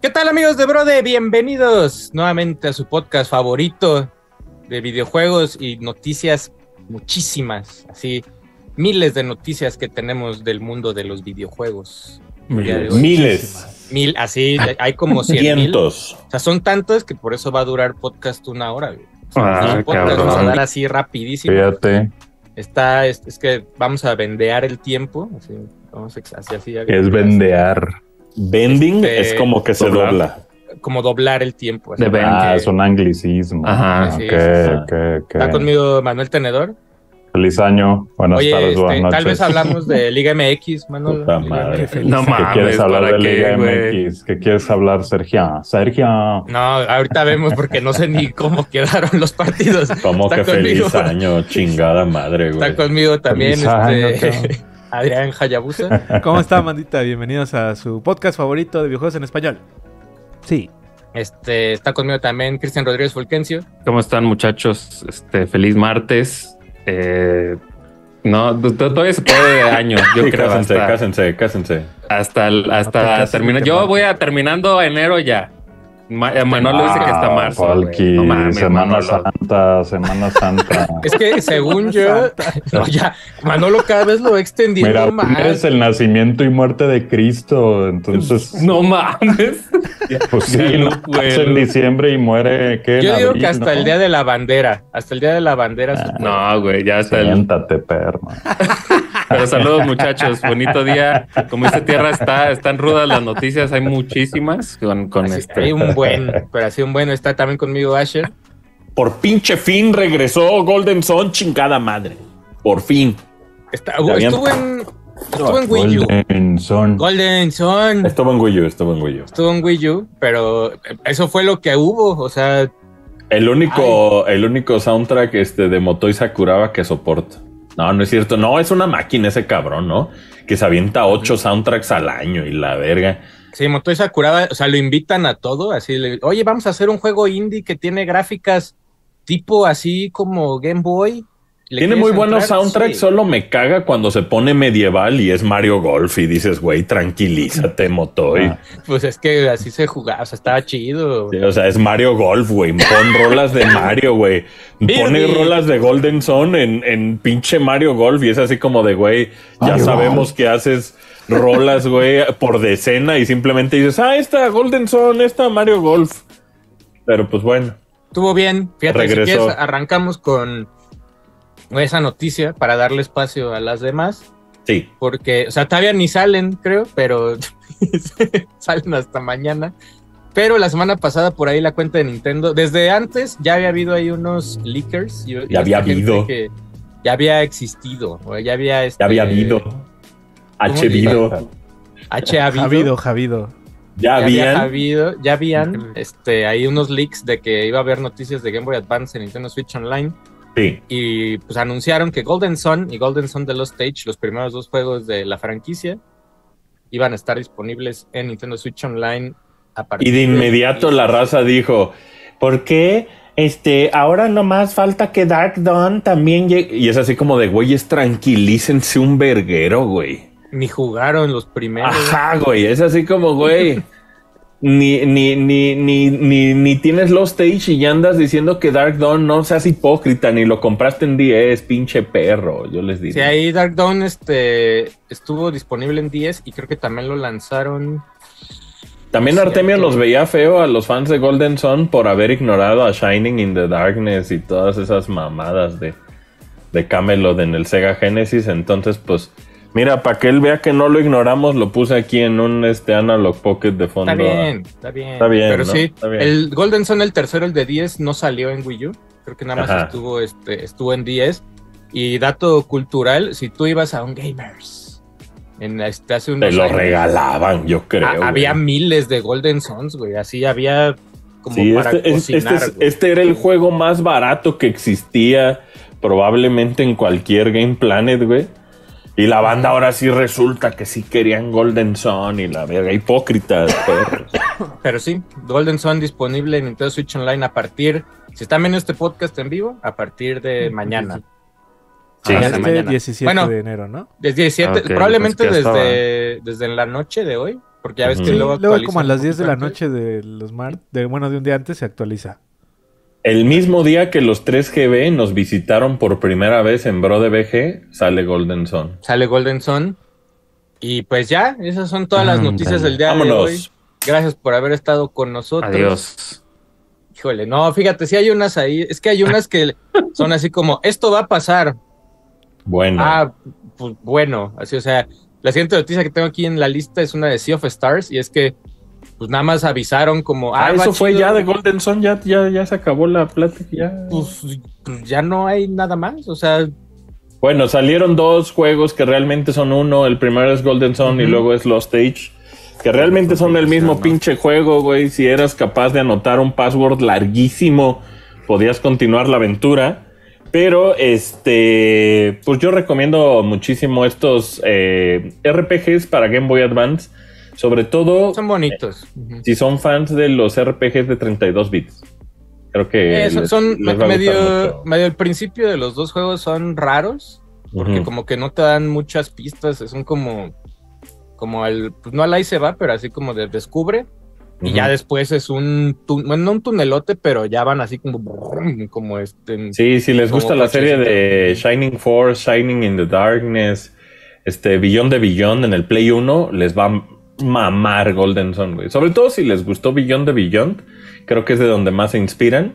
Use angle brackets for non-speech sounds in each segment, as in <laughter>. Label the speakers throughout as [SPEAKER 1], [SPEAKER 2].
[SPEAKER 1] ¿Qué tal amigos de Brode? Bienvenidos nuevamente a su podcast favorito de videojuegos y noticias muchísimas, así miles de noticias que tenemos del mundo de los videojuegos.
[SPEAKER 2] Miles. Miles.
[SPEAKER 1] Mil, así, hay como cien mil. O
[SPEAKER 2] Cientos.
[SPEAKER 1] sea, son tantos que por eso va a durar podcast una hora. güey. O sea,
[SPEAKER 3] Ah,
[SPEAKER 1] los podcasts
[SPEAKER 3] cabrón.
[SPEAKER 1] vamos a dar así rapidísimo.
[SPEAKER 3] Fíjate,
[SPEAKER 1] Está, es, es que vamos a vendear el tiempo. Así, vamos a- así, así,
[SPEAKER 3] es vendear.
[SPEAKER 2] Bending
[SPEAKER 1] Este,
[SPEAKER 2] es como que se
[SPEAKER 3] doblar.
[SPEAKER 2] dobla.
[SPEAKER 1] Como doblar el tiempo. así.
[SPEAKER 3] Ah,
[SPEAKER 4] De Bending.
[SPEAKER 3] es un anglicismo.
[SPEAKER 4] Ajá.
[SPEAKER 1] Sí,
[SPEAKER 3] Ok,
[SPEAKER 1] sí,
[SPEAKER 2] sí.
[SPEAKER 3] ok, ok.
[SPEAKER 1] Está conmigo Manuel Tenedor.
[SPEAKER 3] Feliz año, buenas
[SPEAKER 1] Oye,
[SPEAKER 3] tardes,
[SPEAKER 1] este,
[SPEAKER 3] buenas noches.
[SPEAKER 1] tal vez hablamos de Liga MX, Manuel.
[SPEAKER 2] Puta
[SPEAKER 1] Liga
[SPEAKER 2] madre.
[SPEAKER 1] MX.
[SPEAKER 4] No
[SPEAKER 3] ¿Qué
[SPEAKER 4] mames,
[SPEAKER 3] quieres hablar
[SPEAKER 4] ¿para
[SPEAKER 3] de Liga
[SPEAKER 4] qué, güey?
[SPEAKER 3] MX? ¿Qué quieres hablar, Sergio? Sergio.
[SPEAKER 1] No, ahorita vemos porque no sé ni cómo quedaron los partidos.
[SPEAKER 2] Como
[SPEAKER 1] Está
[SPEAKER 2] que feliz
[SPEAKER 1] conmigo. <laughs>
[SPEAKER 2] año, chingada madre, güey.
[SPEAKER 1] Está conmigo también
[SPEAKER 3] Feliz año,
[SPEAKER 1] este, <laughs> Adrián Hayabusa.
[SPEAKER 4] ¿Cómo está, mandita? Bienvenidos a su podcast favorito de videojuegos en español. Sí.
[SPEAKER 1] Este, está conmigo también Cristian Rodríguez Fulgencio.
[SPEAKER 5] ¿Cómo están, muchachos? Este, feliz martes. Eh, no, t- t- todavía se puede de año, yo
[SPEAKER 2] Sí,
[SPEAKER 5] creo.
[SPEAKER 2] cásense,
[SPEAKER 5] Hasta,
[SPEAKER 2] cásense, cásense.
[SPEAKER 5] hasta, el-
[SPEAKER 4] No te
[SPEAKER 5] hasta
[SPEAKER 4] cases,
[SPEAKER 5] terminar.
[SPEAKER 4] te
[SPEAKER 5] Yo
[SPEAKER 4] mato.
[SPEAKER 5] voy a terminando enero ya. Ma- eh, Manolo dice que hasta
[SPEAKER 3] Ah,
[SPEAKER 5] marzo. güey.
[SPEAKER 3] Falky,
[SPEAKER 5] No mames,
[SPEAKER 3] Semana
[SPEAKER 5] Manolo.
[SPEAKER 1] <laughs>
[SPEAKER 3] Santa, Semana Santa.
[SPEAKER 1] Es que según yo, <laughs> no, ya, Manolo cada vez lo va extendiendo
[SPEAKER 3] Mira,
[SPEAKER 1] más.
[SPEAKER 3] es el nacimiento y muerte de Cristo,
[SPEAKER 1] <laughs>
[SPEAKER 3] entonces,
[SPEAKER 5] No mames. <laughs>
[SPEAKER 3] pues sí,
[SPEAKER 5] Ya
[SPEAKER 3] ¿no?
[SPEAKER 5] no puedo.
[SPEAKER 3] Nace en diciembre y muere, ¿qué?
[SPEAKER 1] Yo digo que hasta el día de la bandera, hasta el día de la bandera. se-
[SPEAKER 5] Ah, No, güey, ya está. el-
[SPEAKER 3] Siéntate, perro.
[SPEAKER 1] Ah,
[SPEAKER 5] Pero saludos, muchachos. Bonito día. Como dice Tierra, está, están rudas las noticias. Hay muchísimas con, con
[SPEAKER 1] así-
[SPEAKER 5] este.
[SPEAKER 1] hay un buen, pero así un buen está también conmigo Asher.
[SPEAKER 2] Por pinche fin regresó Golden Sun, chingada madre. Por fin.
[SPEAKER 1] Está,
[SPEAKER 2] habían-
[SPEAKER 1] estuvo en, estuvo en Wii U.
[SPEAKER 3] Golden Sun.
[SPEAKER 1] Golden Sun.
[SPEAKER 2] Estuvo en Wii U, estuvo en Wii U.
[SPEAKER 1] estuvo en Wii U, pero eso fue lo que hubo, o sea,
[SPEAKER 2] El único, el único soundtrack este, de Motoi Sakuraba que soporta. No, no es cierto. No, es una máquina ese cabrón, ¿no? Que se avienta ocho soundtracks al año y la verga.
[SPEAKER 1] sí, Motoi Sakuraba, o sea, lo invitan a todo, así, le- oye, vamos a hacer un juego indie que tiene gráficas tipo así como Game Boy. ¿Le
[SPEAKER 2] Tiene
[SPEAKER 1] quieres
[SPEAKER 2] muy buenos
[SPEAKER 1] entrar?
[SPEAKER 2] soundtracks,
[SPEAKER 1] Sí.
[SPEAKER 2] solo me caga cuando se pone medieval y es Mario Golf y dices, güey, tranquilízate, Motoy.
[SPEAKER 3] Ah.
[SPEAKER 1] Pues es que así se jugaba, o sea, estaba chido.
[SPEAKER 2] Sí, O sea, es Mario Golf, güey. Pon rolas de Mario, güey. Pone
[SPEAKER 1] Birdie.
[SPEAKER 2] rolas de Golden Sun en, en pinche Mario Golf y es así como de, güey, ya
[SPEAKER 3] Mario
[SPEAKER 2] sabemos
[SPEAKER 3] Golf.
[SPEAKER 2] que haces rolas, güey, por decena y simplemente dices, ah, esta Golden Sun, esta Mario Golf. Pero pues bueno,
[SPEAKER 1] Estuvo bien, fíjate,
[SPEAKER 2] Regresó.
[SPEAKER 1] si quieres, arrancamos con esa noticia para darle espacio a las demás,
[SPEAKER 2] sí.
[SPEAKER 1] porque, o sea, todavía ni salen, creo, pero <laughs> salen hasta mañana. Pero la semana pasada por ahí la cuenta de Nintendo, desde antes ya había habido ahí unos leakers. y- y esta
[SPEAKER 2] había
[SPEAKER 1] gente
[SPEAKER 2] habido.
[SPEAKER 1] que ya había existido, o ya había... este,
[SPEAKER 2] Ya
[SPEAKER 3] Eh,
[SPEAKER 2] había habido. H habido.
[SPEAKER 1] H ha habido.
[SPEAKER 4] Javido, Javido.
[SPEAKER 2] Ya
[SPEAKER 1] Ya había
[SPEAKER 2] habían.
[SPEAKER 1] habido, ya habían
[SPEAKER 5] Ujú.
[SPEAKER 1] este, ahí unos leaks de que iba a haber noticias de Game Boy Advance en Nintendo Switch Online.
[SPEAKER 2] Sí.
[SPEAKER 1] Y pues anunciaron que Golden Sun y Golden Sun The Lost Stage, los primeros dos juegos de la franquicia, iban a estar disponibles en Nintendo Switch Online a partir
[SPEAKER 2] Y de inmediato la raza dijo, ¿por qué? Este, ahora nomás falta que Dark Dawn también llegue. Y es así como de, güeyes, tranquilícense un verguero, güey.
[SPEAKER 1] Ni jugaron los primeros.
[SPEAKER 2] Ajá, güey. Es así como, güey. Ni, ni, ni, ni, ni, ni tienes los stage y ya andas diciendo que Dark Dawn no seas hipócrita, ni lo compraste en 10, pinche perro. Yo les
[SPEAKER 1] Si
[SPEAKER 2] diría.
[SPEAKER 1] ahí Dark Dawn este, estuvo disponible en 10 y creo que también lo lanzaron.
[SPEAKER 2] También
[SPEAKER 1] Cierto.
[SPEAKER 2] Artemio los veía feo a los fans de Golden Sun por haber ignorado a Shining in the Darkness y todas esas mamadas de, de Camelot en el Sega Genesis. Entonces, pues, mira, para que él vea que no lo ignoramos, lo puse aquí en un este Analog Pocket de fondo.
[SPEAKER 1] Está bien, está bien.
[SPEAKER 2] Está bien,
[SPEAKER 1] Pero
[SPEAKER 2] ¿no?
[SPEAKER 1] sí,
[SPEAKER 2] Está bien.
[SPEAKER 1] el Golden Sun, el tercero, el de 10, no salió en Wii U. Creo que nada más
[SPEAKER 2] Ajá.
[SPEAKER 1] estuvo, este, estuvo en 10. Y dato cultural, si tú ibas a un Gamers en este, hace unos
[SPEAKER 2] Te lo
[SPEAKER 1] años,
[SPEAKER 2] regalaban, yo creo.
[SPEAKER 1] a-
[SPEAKER 2] güey.
[SPEAKER 1] Ah, había miles de Golden Suns, güey. Así había como
[SPEAKER 2] Sí,
[SPEAKER 1] para
[SPEAKER 2] este, es-
[SPEAKER 1] cocinar.
[SPEAKER 2] este es-
[SPEAKER 1] güey.
[SPEAKER 2] este era el juego más barato que existía probablemente en cualquier Game Planet, güey. Y la banda ahora sí resulta que sí querían Golden Sun y la verga, hipócritas, <laughs> perros.
[SPEAKER 1] Pero sí, Golden Sun disponible en Nintendo Switch Online a partir, si están viendo este podcast en vivo, a partir de mañana.
[SPEAKER 5] Sí,
[SPEAKER 4] Ah,
[SPEAKER 5] hasta
[SPEAKER 4] este
[SPEAKER 5] mañana.
[SPEAKER 4] 17
[SPEAKER 1] Bueno.
[SPEAKER 4] de enero, ¿no?
[SPEAKER 1] Desde 17,
[SPEAKER 5] Ah, ok,
[SPEAKER 1] probablemente
[SPEAKER 5] pues que
[SPEAKER 1] desde,
[SPEAKER 5] estaba.
[SPEAKER 1] desde la noche de hoy, Porque ya ves que
[SPEAKER 2] Sí,
[SPEAKER 1] luego
[SPEAKER 4] Luego
[SPEAKER 1] actualizan
[SPEAKER 4] como a las 10 de la
[SPEAKER 1] bastante.
[SPEAKER 4] noche de los mar... de, bueno, de un día antes se actualiza.
[SPEAKER 2] El mismo día que los 3GB nos visitaron por primera vez en Bro de BG, sale Golden Sun.
[SPEAKER 1] Sale Golden Sun. Y pues ya, esas son todas las
[SPEAKER 5] Ándale.
[SPEAKER 1] noticias del día de hoy.
[SPEAKER 2] Vámonos.
[SPEAKER 1] Gracias por haber estado con nosotros.
[SPEAKER 5] Adiós.
[SPEAKER 1] Híjole, no, fíjate, si hay unas ahí, es que hay unas que son así como, esto va a pasar.
[SPEAKER 2] Bueno.
[SPEAKER 1] Ah, pues bueno, así, o sea, la siguiente noticia que tengo aquí en la lista es una de Sea of Stars y es que pues nada más avisaron como,
[SPEAKER 2] Ah,
[SPEAKER 1] va
[SPEAKER 2] eso fue
[SPEAKER 1] chido.
[SPEAKER 2] ya de Golden Sun, ya, ya, ya se acabó la plática. ya.
[SPEAKER 1] Pues, pues ya no hay nada más, o sea,
[SPEAKER 2] Bueno, salieron dos juegos que realmente son uno. El primero es Golden Sun y
[SPEAKER 1] Ujú.
[SPEAKER 2] luego es Lost Age. Que realmente son el mismo pinche juego, güey. Si eras capaz de anotar un password larguísimo, podías continuar la aventura. Pero, este, pues yo recomiendo muchísimo estos eh, RPGs para Game Boy Advance. Sobre todo
[SPEAKER 1] son bonitos. Ujú.
[SPEAKER 2] si son fans de los RPGs de 32 bits. Creo que...
[SPEAKER 1] Eh, son-
[SPEAKER 2] les-
[SPEAKER 1] son
[SPEAKER 2] les va a gustar
[SPEAKER 1] medio,
[SPEAKER 2] mucho.
[SPEAKER 1] medio el principio de los dos juegos son raros, porque
[SPEAKER 2] Ujú.
[SPEAKER 1] como que no te dan muchas pistas, son como como el pues no al ahí se va, pero así como de descubre y
[SPEAKER 2] Ujú.
[SPEAKER 1] ya después es un tu- bueno, no un tunelote, pero ya van así como brum, como este en-
[SPEAKER 2] Sí, si les
[SPEAKER 1] Como
[SPEAKER 2] gusta la serie
[SPEAKER 1] cochecito.
[SPEAKER 2] de Shining Force, Shining in the Darkness, este Beyond de Beyond en el Play 1, les va a mamar Golden Sun, güey. Sobre todo si les gustó Beyond de Beyond, creo que es de donde más se inspiran.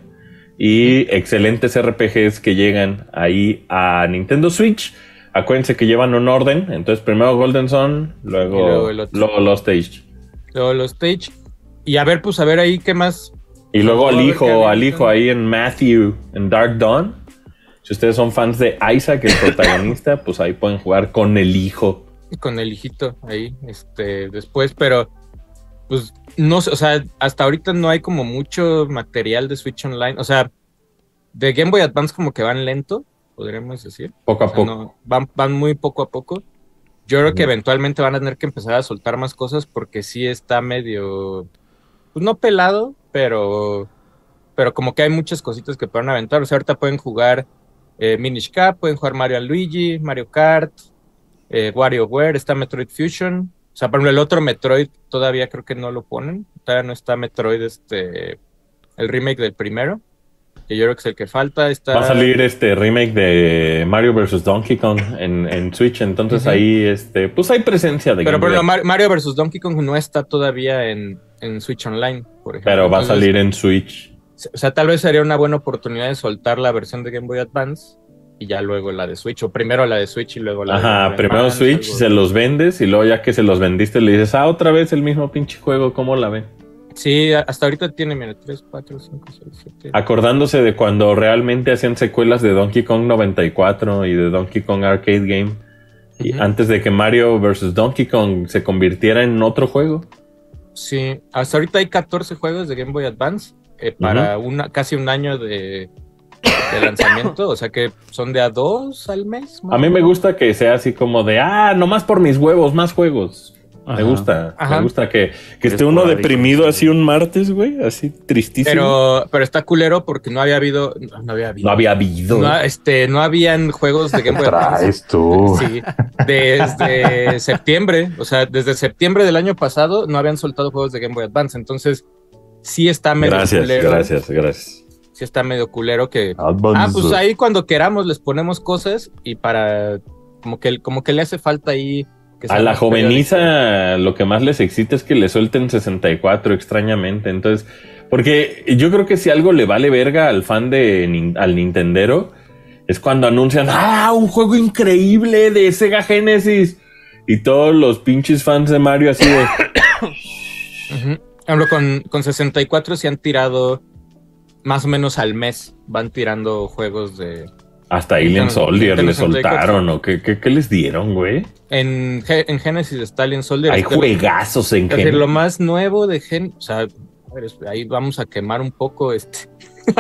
[SPEAKER 2] Y excelentes RPGs que llegan ahí a Nintendo Switch. Acuérdense que llevan un orden. Entonces, primero Golden Sun, luego,
[SPEAKER 1] Y luego
[SPEAKER 2] luego,
[SPEAKER 1] el otro.
[SPEAKER 2] Lost Age.
[SPEAKER 1] luego los stage y a ver pues a ver ahí qué más
[SPEAKER 2] Y luego al
[SPEAKER 1] Vamos a ver qué
[SPEAKER 2] hijo,
[SPEAKER 1] había
[SPEAKER 2] al hijo ahí en Matthew, en Dark Dawn. Si ustedes son fans de
[SPEAKER 1] <laughs>
[SPEAKER 2] Isaac, el protagonista, pues ahí pueden jugar con el hijo.
[SPEAKER 1] con el hijito ahí este después, pero pues no sé, o sea, hasta ahorita no hay como mucho material de Switch Online, o sea, de Game Boy Advance como que van lento, podríamos decir.
[SPEAKER 2] Poco a
[SPEAKER 1] O sea,
[SPEAKER 2] poco.
[SPEAKER 1] no, van, van muy poco a poco. Yo creo que
[SPEAKER 2] Ujú.
[SPEAKER 1] eventualmente van a tener que empezar a soltar más cosas porque sí está medio, pues no pelado, pero, pero como que hay muchas cositas que pueden aventar. O sea, ahorita pueden jugar eh, Minish Cap, pueden jugar Mario and Luigi, Mario Kart, eh, WarioWare, está Metroid Fusion. O sea, por ejemplo, el otro Metroid todavía creo que no lo ponen. Todavía no está Metroid, este, el remake del primero. Que yo creo que es el que falta. Está...
[SPEAKER 2] Va a salir este remake de Mario vs. Donkey Kong en, en Switch. Entonces
[SPEAKER 1] Ujú.
[SPEAKER 2] ahí, este, pues hay presencia de
[SPEAKER 1] Pero
[SPEAKER 2] Game
[SPEAKER 1] por
[SPEAKER 2] Boy.
[SPEAKER 1] ejemplo, Mar- Mario vs. Donkey Kong no está todavía en, en Switch Online, por ejemplo.
[SPEAKER 2] Pero va a
[SPEAKER 1] Entonces,
[SPEAKER 2] salir en Switch.
[SPEAKER 1] O sea, tal vez sería una buena oportunidad de soltar la versión de Game Boy Advance y ya luego la de Switch, o primero la de Switch y luego la de Game
[SPEAKER 2] Ajá,
[SPEAKER 1] Boy
[SPEAKER 2] primero
[SPEAKER 1] Advance,
[SPEAKER 2] Switch,
[SPEAKER 1] algo-
[SPEAKER 2] se los vendes y luego ya que se los vendiste le dices, ah, otra vez el mismo pinche juego, ¿cómo la ven?
[SPEAKER 1] Sí, hasta ahorita tiene, mira, 3, 4, 5, 6, 7.
[SPEAKER 2] Ah. Acordándose de cuando realmente hacían secuelas de Donkey Kong 94 y de Donkey Kong Arcade Game. Y
[SPEAKER 1] Ujú.
[SPEAKER 2] antes de que Mario vs. Donkey Kong se convirtiera en otro juego.
[SPEAKER 1] Sí, hasta ahorita hay 14 juegos de Game Boy Advance eh, para una, casi un año de, de lanzamiento, o sea que son de a dos al mes. más
[SPEAKER 2] A mí
[SPEAKER 1] o
[SPEAKER 2] me
[SPEAKER 1] menos.
[SPEAKER 2] gusta que sea así como de, ah, nomás por mis huevos, más juegos.
[SPEAKER 5] Ajá.
[SPEAKER 2] Me gusta.
[SPEAKER 1] Ajá.
[SPEAKER 2] Me gusta que, que
[SPEAKER 5] Es
[SPEAKER 2] esté uno
[SPEAKER 5] esporádico,
[SPEAKER 2] deprimido
[SPEAKER 5] sí.
[SPEAKER 2] así un martes, güey, así tristísimo.
[SPEAKER 1] Pero, pero está culero porque no había habido. No, no había habido.
[SPEAKER 2] no había habido.
[SPEAKER 1] No, este, no habían juegos de Game Boy Advance.
[SPEAKER 3] Traes tú.
[SPEAKER 1] Sí,
[SPEAKER 2] <laughs>
[SPEAKER 1] desde septiembre, o sea, desde septiembre del año pasado no habían soltado juegos de Game Boy Advance, entonces sí está medio
[SPEAKER 2] gracias,
[SPEAKER 1] culero.
[SPEAKER 2] gracias, gracias.
[SPEAKER 1] Sí está medio culero que
[SPEAKER 3] Advance.
[SPEAKER 1] Ah, pues ahí cuando queramos les ponemos cosas y para como que como que le hace falta ahí que
[SPEAKER 2] A
[SPEAKER 1] sea
[SPEAKER 2] la
[SPEAKER 1] más periódico.
[SPEAKER 2] joveniza lo que más les excita es que le suelten 64 extrañamente. Entonces, porque yo creo que si algo le vale verga al fan de Nin- al Nintendero es cuando anuncian, ah, un juego increíble de Sega Genesis. Y todos los pinches fans de Mario así
[SPEAKER 1] <coughs>
[SPEAKER 2] de...
[SPEAKER 1] Ujú. Por ejemplo, con, con 64 se han tirado más o menos al mes, van tirando juegos de
[SPEAKER 2] Hasta Alien
[SPEAKER 1] Nintendo-
[SPEAKER 2] Soldier
[SPEAKER 1] Nintendo
[SPEAKER 2] le
[SPEAKER 1] 64.
[SPEAKER 2] soltaron o qué, qué- qué les dieron, güey.
[SPEAKER 1] en, Ge- en Genesis Stalin Soldier.
[SPEAKER 2] Hay
[SPEAKER 1] este,
[SPEAKER 2] juegazos en
[SPEAKER 1] Es decir,
[SPEAKER 2] Genesis.
[SPEAKER 1] lo más nuevo de Gen, o sea, a ver, es- ahí vamos a quemar un poco este,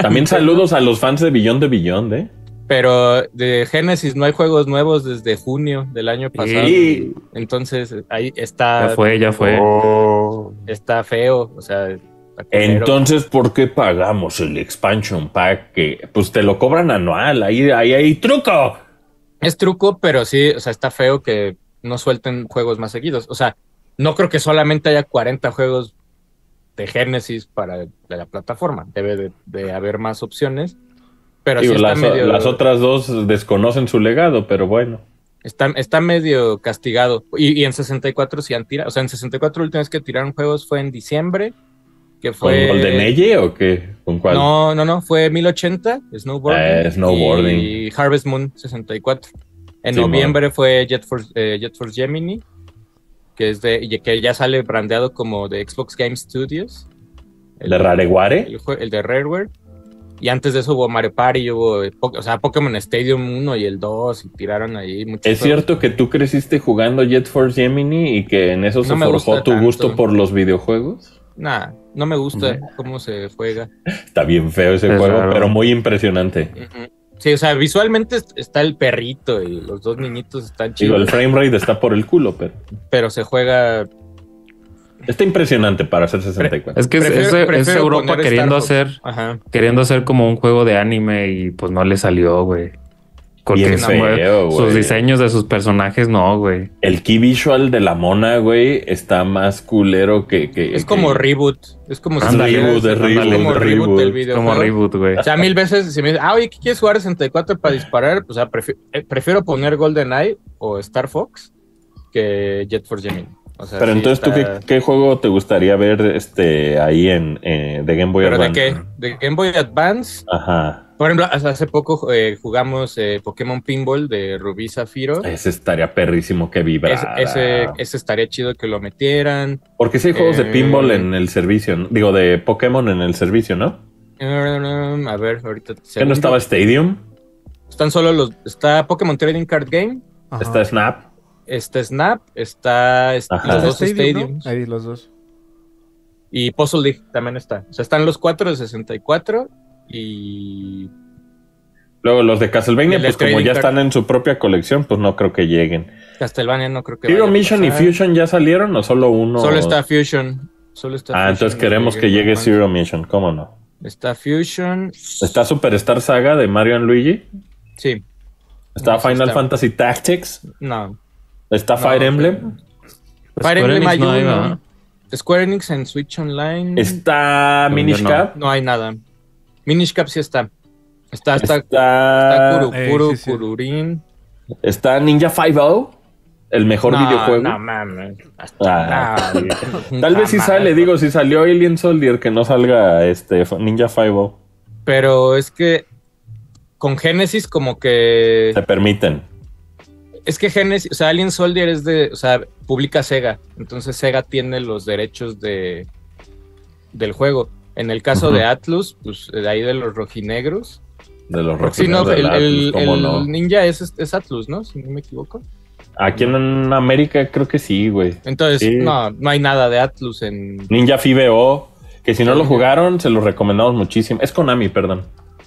[SPEAKER 2] También saludos a los fans de Billón de Billón, ¿eh?
[SPEAKER 1] pero de Genesis no hay juegos nuevos desde junio del año pasado.
[SPEAKER 2] Y-
[SPEAKER 1] Entonces, ahí
[SPEAKER 5] Ya
[SPEAKER 1] está
[SPEAKER 5] fue, ya fue.
[SPEAKER 3] Oh.
[SPEAKER 1] está feo, o sea, está culero.
[SPEAKER 2] Entonces, ¿por qué pagamos el expansion pack? Que pues te lo cobran anual, ahí, ahí, ahí, truco.
[SPEAKER 1] es truco, pero sí, o sea, está feo que no suelten juegos más seguidos, o sea, no creo que solamente haya 40 juegos de Genesis para de la plataforma. Debe de, de haber más opciones. Pero sí
[SPEAKER 2] Digo,
[SPEAKER 1] está
[SPEAKER 2] las,
[SPEAKER 1] medio,
[SPEAKER 2] las otras dos desconocen su legado, pero bueno.
[SPEAKER 1] está, está medio castigado. Y, y en 64 sí han tirado. O sea, en 64 la última vez que tiraron juegos fue en diciembre. Que
[SPEAKER 2] ¿Con
[SPEAKER 1] fue.
[SPEAKER 2] Golden Age o qué? ¿Con cuál?
[SPEAKER 1] Pues No, no, no, fue 1080, Snowboarding.
[SPEAKER 2] Ah, snowboarding.
[SPEAKER 1] Y Harvest Moon 64. En
[SPEAKER 2] Sí,
[SPEAKER 1] noviembre fue Jet Force, eh, Jet Force Gemini, que, es de, y que ya sale brandeado como de Xbox Game Studios.
[SPEAKER 2] ¿El de Rareware?
[SPEAKER 1] El, jue- el de Rareware. Y antes de eso hubo Mario Party, hubo, eh, po- o sea, Pokémon Stadium 1 y el 2, y tiraron ahí muchos.
[SPEAKER 2] ¿Es
[SPEAKER 1] juegos.
[SPEAKER 2] cierto que tú creciste jugando Jet Force Gemini y que en eso se
[SPEAKER 1] No me
[SPEAKER 2] forjó
[SPEAKER 1] gusta
[SPEAKER 2] tu
[SPEAKER 1] tanto.
[SPEAKER 2] gusto por los videojuegos?
[SPEAKER 1] Nah, no me gusta cómo se juega.
[SPEAKER 2] Está bien feo ese
[SPEAKER 5] Es
[SPEAKER 2] juego,
[SPEAKER 5] raro.
[SPEAKER 2] pero muy impresionante.
[SPEAKER 1] Ujú. Sí, o sea, visualmente est- está el perrito y los dos niñitos están
[SPEAKER 2] Digo, el
[SPEAKER 1] chidos,
[SPEAKER 2] frame rate está por el culo, pero
[SPEAKER 1] pero se juega
[SPEAKER 2] está impresionante para hacer 64.
[SPEAKER 5] Es que es-
[SPEAKER 1] Prefiero-
[SPEAKER 5] es, es
[SPEAKER 1] prefiero
[SPEAKER 5] Europa
[SPEAKER 1] poner
[SPEAKER 5] queriendo
[SPEAKER 1] Star
[SPEAKER 5] hacer,
[SPEAKER 1] Ajá.
[SPEAKER 5] queriendo hacer como un juego de anime y pues no le salió, güey. Porque
[SPEAKER 2] Bien
[SPEAKER 5] su-
[SPEAKER 2] feo,
[SPEAKER 5] sus
[SPEAKER 2] güey.
[SPEAKER 5] diseños de sus personajes, no, güey.
[SPEAKER 2] El key visual de la mona, güey, está más culero que. que-
[SPEAKER 1] Es
[SPEAKER 2] que-
[SPEAKER 1] como reboot. Es como si
[SPEAKER 5] Ándale,
[SPEAKER 1] tuvieras-
[SPEAKER 5] reboot, es
[SPEAKER 1] ándale,
[SPEAKER 5] reboot,
[SPEAKER 1] como
[SPEAKER 2] es
[SPEAKER 1] reboot del
[SPEAKER 2] reboot.
[SPEAKER 5] Es
[SPEAKER 1] videojuego.
[SPEAKER 5] como reboot, güey.
[SPEAKER 1] O sea, mil veces se me dice, ah, oye, ¿qué quieres jugar 64 para disparar? Pues, o sea, prefi- eh, prefiero poner GoldenEye o Star Fox que Jet Force Gemini. O sea,
[SPEAKER 2] Pero
[SPEAKER 1] sí
[SPEAKER 2] entonces, ¿tú
[SPEAKER 1] está-
[SPEAKER 2] qué, qué juego te gustaría ver este, ahí en eh, de Game Boy
[SPEAKER 1] ¿Pero de
[SPEAKER 2] Advance?
[SPEAKER 1] qué? ¿De Game Boy Advance?
[SPEAKER 2] Ajá.
[SPEAKER 1] Por ejemplo, hasta hace poco eh, jugamos eh, Pokémon Pinball de Rubí Zafiro.
[SPEAKER 2] Ese estaría perrísimo que vibra.
[SPEAKER 1] Ese, ese, ese estaría chido que lo metieran.
[SPEAKER 2] Porque sí hay juegos de
[SPEAKER 1] Eh.
[SPEAKER 2] pinball en el servicio, ¿no? digo, de Pokémon en el servicio, ¿no?
[SPEAKER 1] Mm, A ver, ahorita.
[SPEAKER 2] Que no
[SPEAKER 1] segundo.
[SPEAKER 2] estaba Stadium,
[SPEAKER 1] Están solo los. Está Pokémon Trading Card Game.
[SPEAKER 4] Ajá.
[SPEAKER 2] está Snap.
[SPEAKER 1] está Snap, está est-
[SPEAKER 2] Ajá.
[SPEAKER 1] los
[SPEAKER 4] Está
[SPEAKER 1] dos
[SPEAKER 4] Stadium, ¿no?
[SPEAKER 1] Stadiums
[SPEAKER 4] Ahí los dos.
[SPEAKER 1] y Puzzle League también está. O sea, están los cuatro de 64 y
[SPEAKER 2] Luego los de Castlevania,
[SPEAKER 1] El de
[SPEAKER 2] pues como
[SPEAKER 1] Trading
[SPEAKER 2] ya
[SPEAKER 1] Card.
[SPEAKER 2] están en su propia colección, pues no creo que lleguen.
[SPEAKER 1] Castlevania no creo que
[SPEAKER 2] Hero
[SPEAKER 1] vaya a
[SPEAKER 2] Mission y
[SPEAKER 1] pasar.
[SPEAKER 2] Fusion ya salieron o solo uno.
[SPEAKER 1] Solo está Fusion. Solo está
[SPEAKER 2] Ah,
[SPEAKER 1] Fusion,
[SPEAKER 2] entonces
[SPEAKER 1] no
[SPEAKER 2] queremos que
[SPEAKER 1] llegué
[SPEAKER 2] llegue
[SPEAKER 1] más.
[SPEAKER 2] Zero Este- Mission, ¿cómo no?
[SPEAKER 1] Está Fusion.
[SPEAKER 2] Está Superstar Saga de Mario and Luigi.
[SPEAKER 1] Sí,
[SPEAKER 2] Está
[SPEAKER 1] No, sí
[SPEAKER 2] Final
[SPEAKER 1] está.
[SPEAKER 2] Fantasy Tactics.
[SPEAKER 1] no.
[SPEAKER 2] Está
[SPEAKER 1] No, Mm.
[SPEAKER 2] Fire
[SPEAKER 1] sí.
[SPEAKER 2] Emblem.
[SPEAKER 1] Fire
[SPEAKER 5] Square
[SPEAKER 1] Emblem
[SPEAKER 5] Enix
[SPEAKER 1] hay
[SPEAKER 5] no hay,
[SPEAKER 1] uno.
[SPEAKER 5] ¿verdad?
[SPEAKER 1] Square Enix en Switch Online.
[SPEAKER 2] Este Está
[SPEAKER 5] No,
[SPEAKER 2] Minish
[SPEAKER 5] no.
[SPEAKER 2] Cap.
[SPEAKER 1] No hay nada. Minish Cap sí está. Está hasta
[SPEAKER 2] Está,
[SPEAKER 1] Kuru,
[SPEAKER 4] Eh,
[SPEAKER 1] Kuru,
[SPEAKER 4] sí, sí.
[SPEAKER 1] Kururin.
[SPEAKER 2] está Ninja 5 el mejor
[SPEAKER 1] No,
[SPEAKER 2] videojuego.
[SPEAKER 1] No mames.
[SPEAKER 2] Ah.
[SPEAKER 1] No, güey.
[SPEAKER 2] <laughs> Tal vez si
[SPEAKER 1] Jamás.
[SPEAKER 2] sale, digo, si salió Alien Soldier, que no salga este Ninja 5
[SPEAKER 1] Pero es que con Genesis como que...
[SPEAKER 2] Te permiten.
[SPEAKER 1] Es que Genesis, o sea, Alien Soldier es de... O sea, publica Sega. Entonces Sega tiene los derechos de del juego. En el caso
[SPEAKER 2] Ujú.
[SPEAKER 1] de Atlus, pues de ahí de los rojinegros.
[SPEAKER 2] De los
[SPEAKER 1] Porque si
[SPEAKER 2] rojineros
[SPEAKER 1] no,
[SPEAKER 2] de
[SPEAKER 1] el,
[SPEAKER 2] la Atlas,
[SPEAKER 1] el-
[SPEAKER 2] ¿cómo
[SPEAKER 1] el
[SPEAKER 2] no?
[SPEAKER 1] ninja es, es Atlus, ¿no? Si no me equivoco.
[SPEAKER 2] Aquí en América creo que sí, güey.
[SPEAKER 1] Entonces,
[SPEAKER 2] Sí.
[SPEAKER 1] no, no hay nada de Atlus en...
[SPEAKER 2] Ninja FIBO, que si no lo jugaron, se los recomendamos muchísimo. Es Konami, perdón.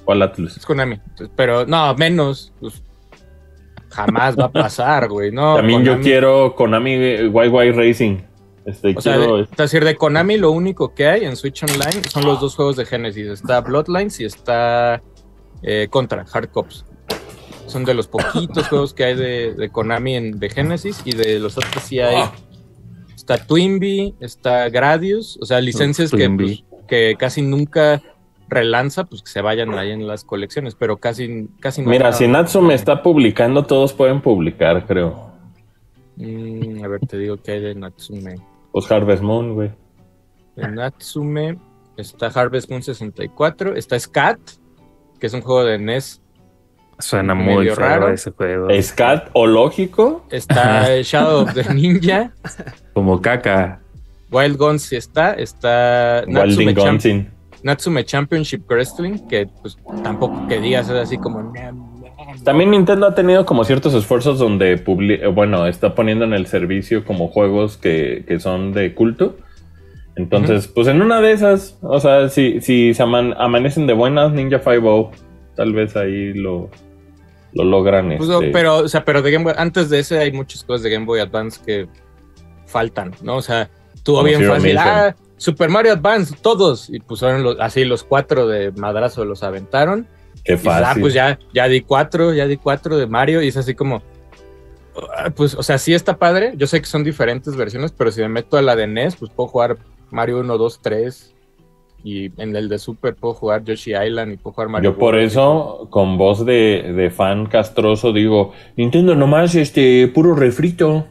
[SPEAKER 2] O al Atlus.
[SPEAKER 1] Es Konami. Entonces, Pero no, menos. pues, jamás va a pasar, güey. No,
[SPEAKER 2] También yo
[SPEAKER 1] Konami-
[SPEAKER 2] quiero Konami eh, YY Racing. Este,
[SPEAKER 1] O sea,
[SPEAKER 2] quiero,
[SPEAKER 1] de,
[SPEAKER 2] eh,
[SPEAKER 1] es decir, de Konami lo único que hay en Switch Online son los dos juegos de Genesis. Está Bloodlines y está eh, Contra, Hard Cops. Son de los poquitos
[SPEAKER 2] <laughs>
[SPEAKER 1] juegos que hay de, de Konami en, de Genesis y de los otros sí hay. Está Twinbee, está Gradius, o sea, licencias que,
[SPEAKER 5] Twinbee.
[SPEAKER 1] pues, que casi nunca relanza, pues que se vayan ahí en las colecciones, pero casi, casi no.
[SPEAKER 2] Mira,
[SPEAKER 1] hay
[SPEAKER 2] si
[SPEAKER 1] nada.
[SPEAKER 2] Natsu me está publicando, todos pueden publicar, creo.
[SPEAKER 1] Mm, a ver, te digo que hay de Natsume.
[SPEAKER 2] Pues Harvest Moon, güey.
[SPEAKER 1] de Natsume, está Harvest Moon 64, está Scat, que es un juego de E NES,
[SPEAKER 5] Suena
[SPEAKER 1] Medio
[SPEAKER 5] muy feo
[SPEAKER 1] raro.
[SPEAKER 5] ese juego.
[SPEAKER 2] Scat o Lógico.
[SPEAKER 1] está Shadow of the Ninja,
[SPEAKER 5] Como caca.
[SPEAKER 1] Wild Guns sí está, está Natsume,
[SPEAKER 2] Wilding
[SPEAKER 1] Champ-
[SPEAKER 2] Gunsin.
[SPEAKER 1] Natsume Championship Wrestling, que pues tampoco que digas es así como... "No, no".
[SPEAKER 2] También Nintendo ha tenido como ciertos esfuerzos donde, publi- eh, bueno, está poniendo en el servicio como juegos que, que son de culto. Entonces, pues en una de esas, o sea, si, si se aman- amanecen de buenas, Ninja 5 tal vez ahí lo, lo logran.
[SPEAKER 1] Pues, no,
[SPEAKER 2] este,
[SPEAKER 1] pero, o sea, pero de Game Boy- antes de ese hay muchas cosas de Game Boy Advance que faltan, ¿no? O sea, tuvo
[SPEAKER 2] Como
[SPEAKER 1] bien
[SPEAKER 2] Zero
[SPEAKER 1] fácil,
[SPEAKER 2] Mission.
[SPEAKER 1] ah, Super Mario Advance, todos, y pusieron los- así los cuatro de madrazo los aventaron.
[SPEAKER 2] qué
[SPEAKER 1] Y dices, ah,
[SPEAKER 2] fácil.
[SPEAKER 1] pues ya, ya di cuatro, ya di cuatro de Mario. Y es así como, ah, pues, o sea, sí está padre. Yo sé que son diferentes versiones, pero si me meto a la de NES, pues puedo jugar Mario 1, 2, 3. Y en el de Super puedo jugar Yoshi Island y puedo jugar Mario.
[SPEAKER 2] Yo por
[SPEAKER 1] World.
[SPEAKER 2] eso, con voz de, de fan castroso, digo, Nintendo nomás este puro refrito.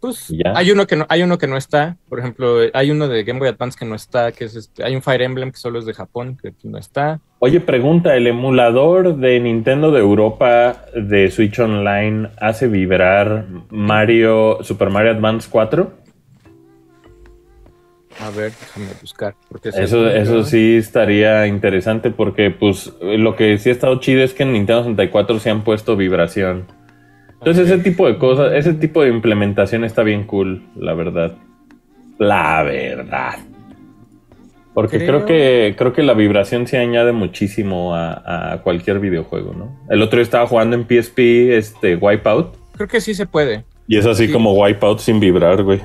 [SPEAKER 1] Pues
[SPEAKER 2] Ya.
[SPEAKER 1] hay uno que no, hay uno que no está. Por ejemplo, hay uno de Game Boy Advance que no está, que es este, hay un Fire Emblem que solo es de Japón, que no está.
[SPEAKER 2] Oye, pregunta, ¿el emulador de Nintendo de Europa de Switch Online hace vibrar Mario Super Mario Advance 4?
[SPEAKER 1] A ver, déjame buscar. Porque ese-
[SPEAKER 2] Eso, eso sí estaría interesante porque pues lo que sí ha estado chido es que en Nintendo 64 se han puesto vibración. Entonces ese tipo de cosas, ese tipo de implementación está bien cool, la verdad. La verdad. Porque creo,
[SPEAKER 1] Creo-
[SPEAKER 2] que creo que la vibración se añade muchísimo a, a cualquier videojuego, ¿no? El otro día estaba jugando en PSP este Wipeout
[SPEAKER 1] Creo que sí se puede.
[SPEAKER 2] y es así
[SPEAKER 1] Sí.
[SPEAKER 2] como Wipeout sin vibrar, güey.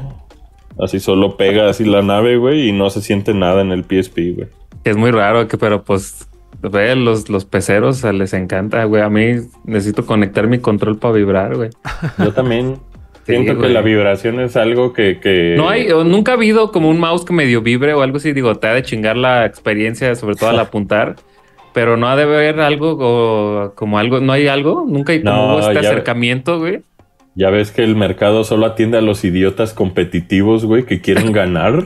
[SPEAKER 2] Así solo pega así la nave, güey, y no se siente nada en el PSP, güey.
[SPEAKER 5] Que Es muy raro, que, pero pues ve, los, los peceros o sea, les encanta, güey. A mí necesito conectar mi control para vibrar, güey.
[SPEAKER 1] <laughs>
[SPEAKER 2] Yo también siento que
[SPEAKER 5] güey.
[SPEAKER 2] la vibración es algo que... que-
[SPEAKER 5] No hay, o nunca ha habido como un mouse que medio vibre o algo así, digo, te ha de chingar la experiencia, sobre
[SPEAKER 2] <laughs>
[SPEAKER 5] todo al apuntar. Pero no ha de haber algo o como algo, no hay algo, nunca hay como
[SPEAKER 2] No,
[SPEAKER 5] este
[SPEAKER 2] ya-
[SPEAKER 5] acercamiento, güey.
[SPEAKER 2] Ya ves que el mercado solo atiende a los idiotas competitivos, güey, que
[SPEAKER 5] <laughs>
[SPEAKER 2] quieren ganar.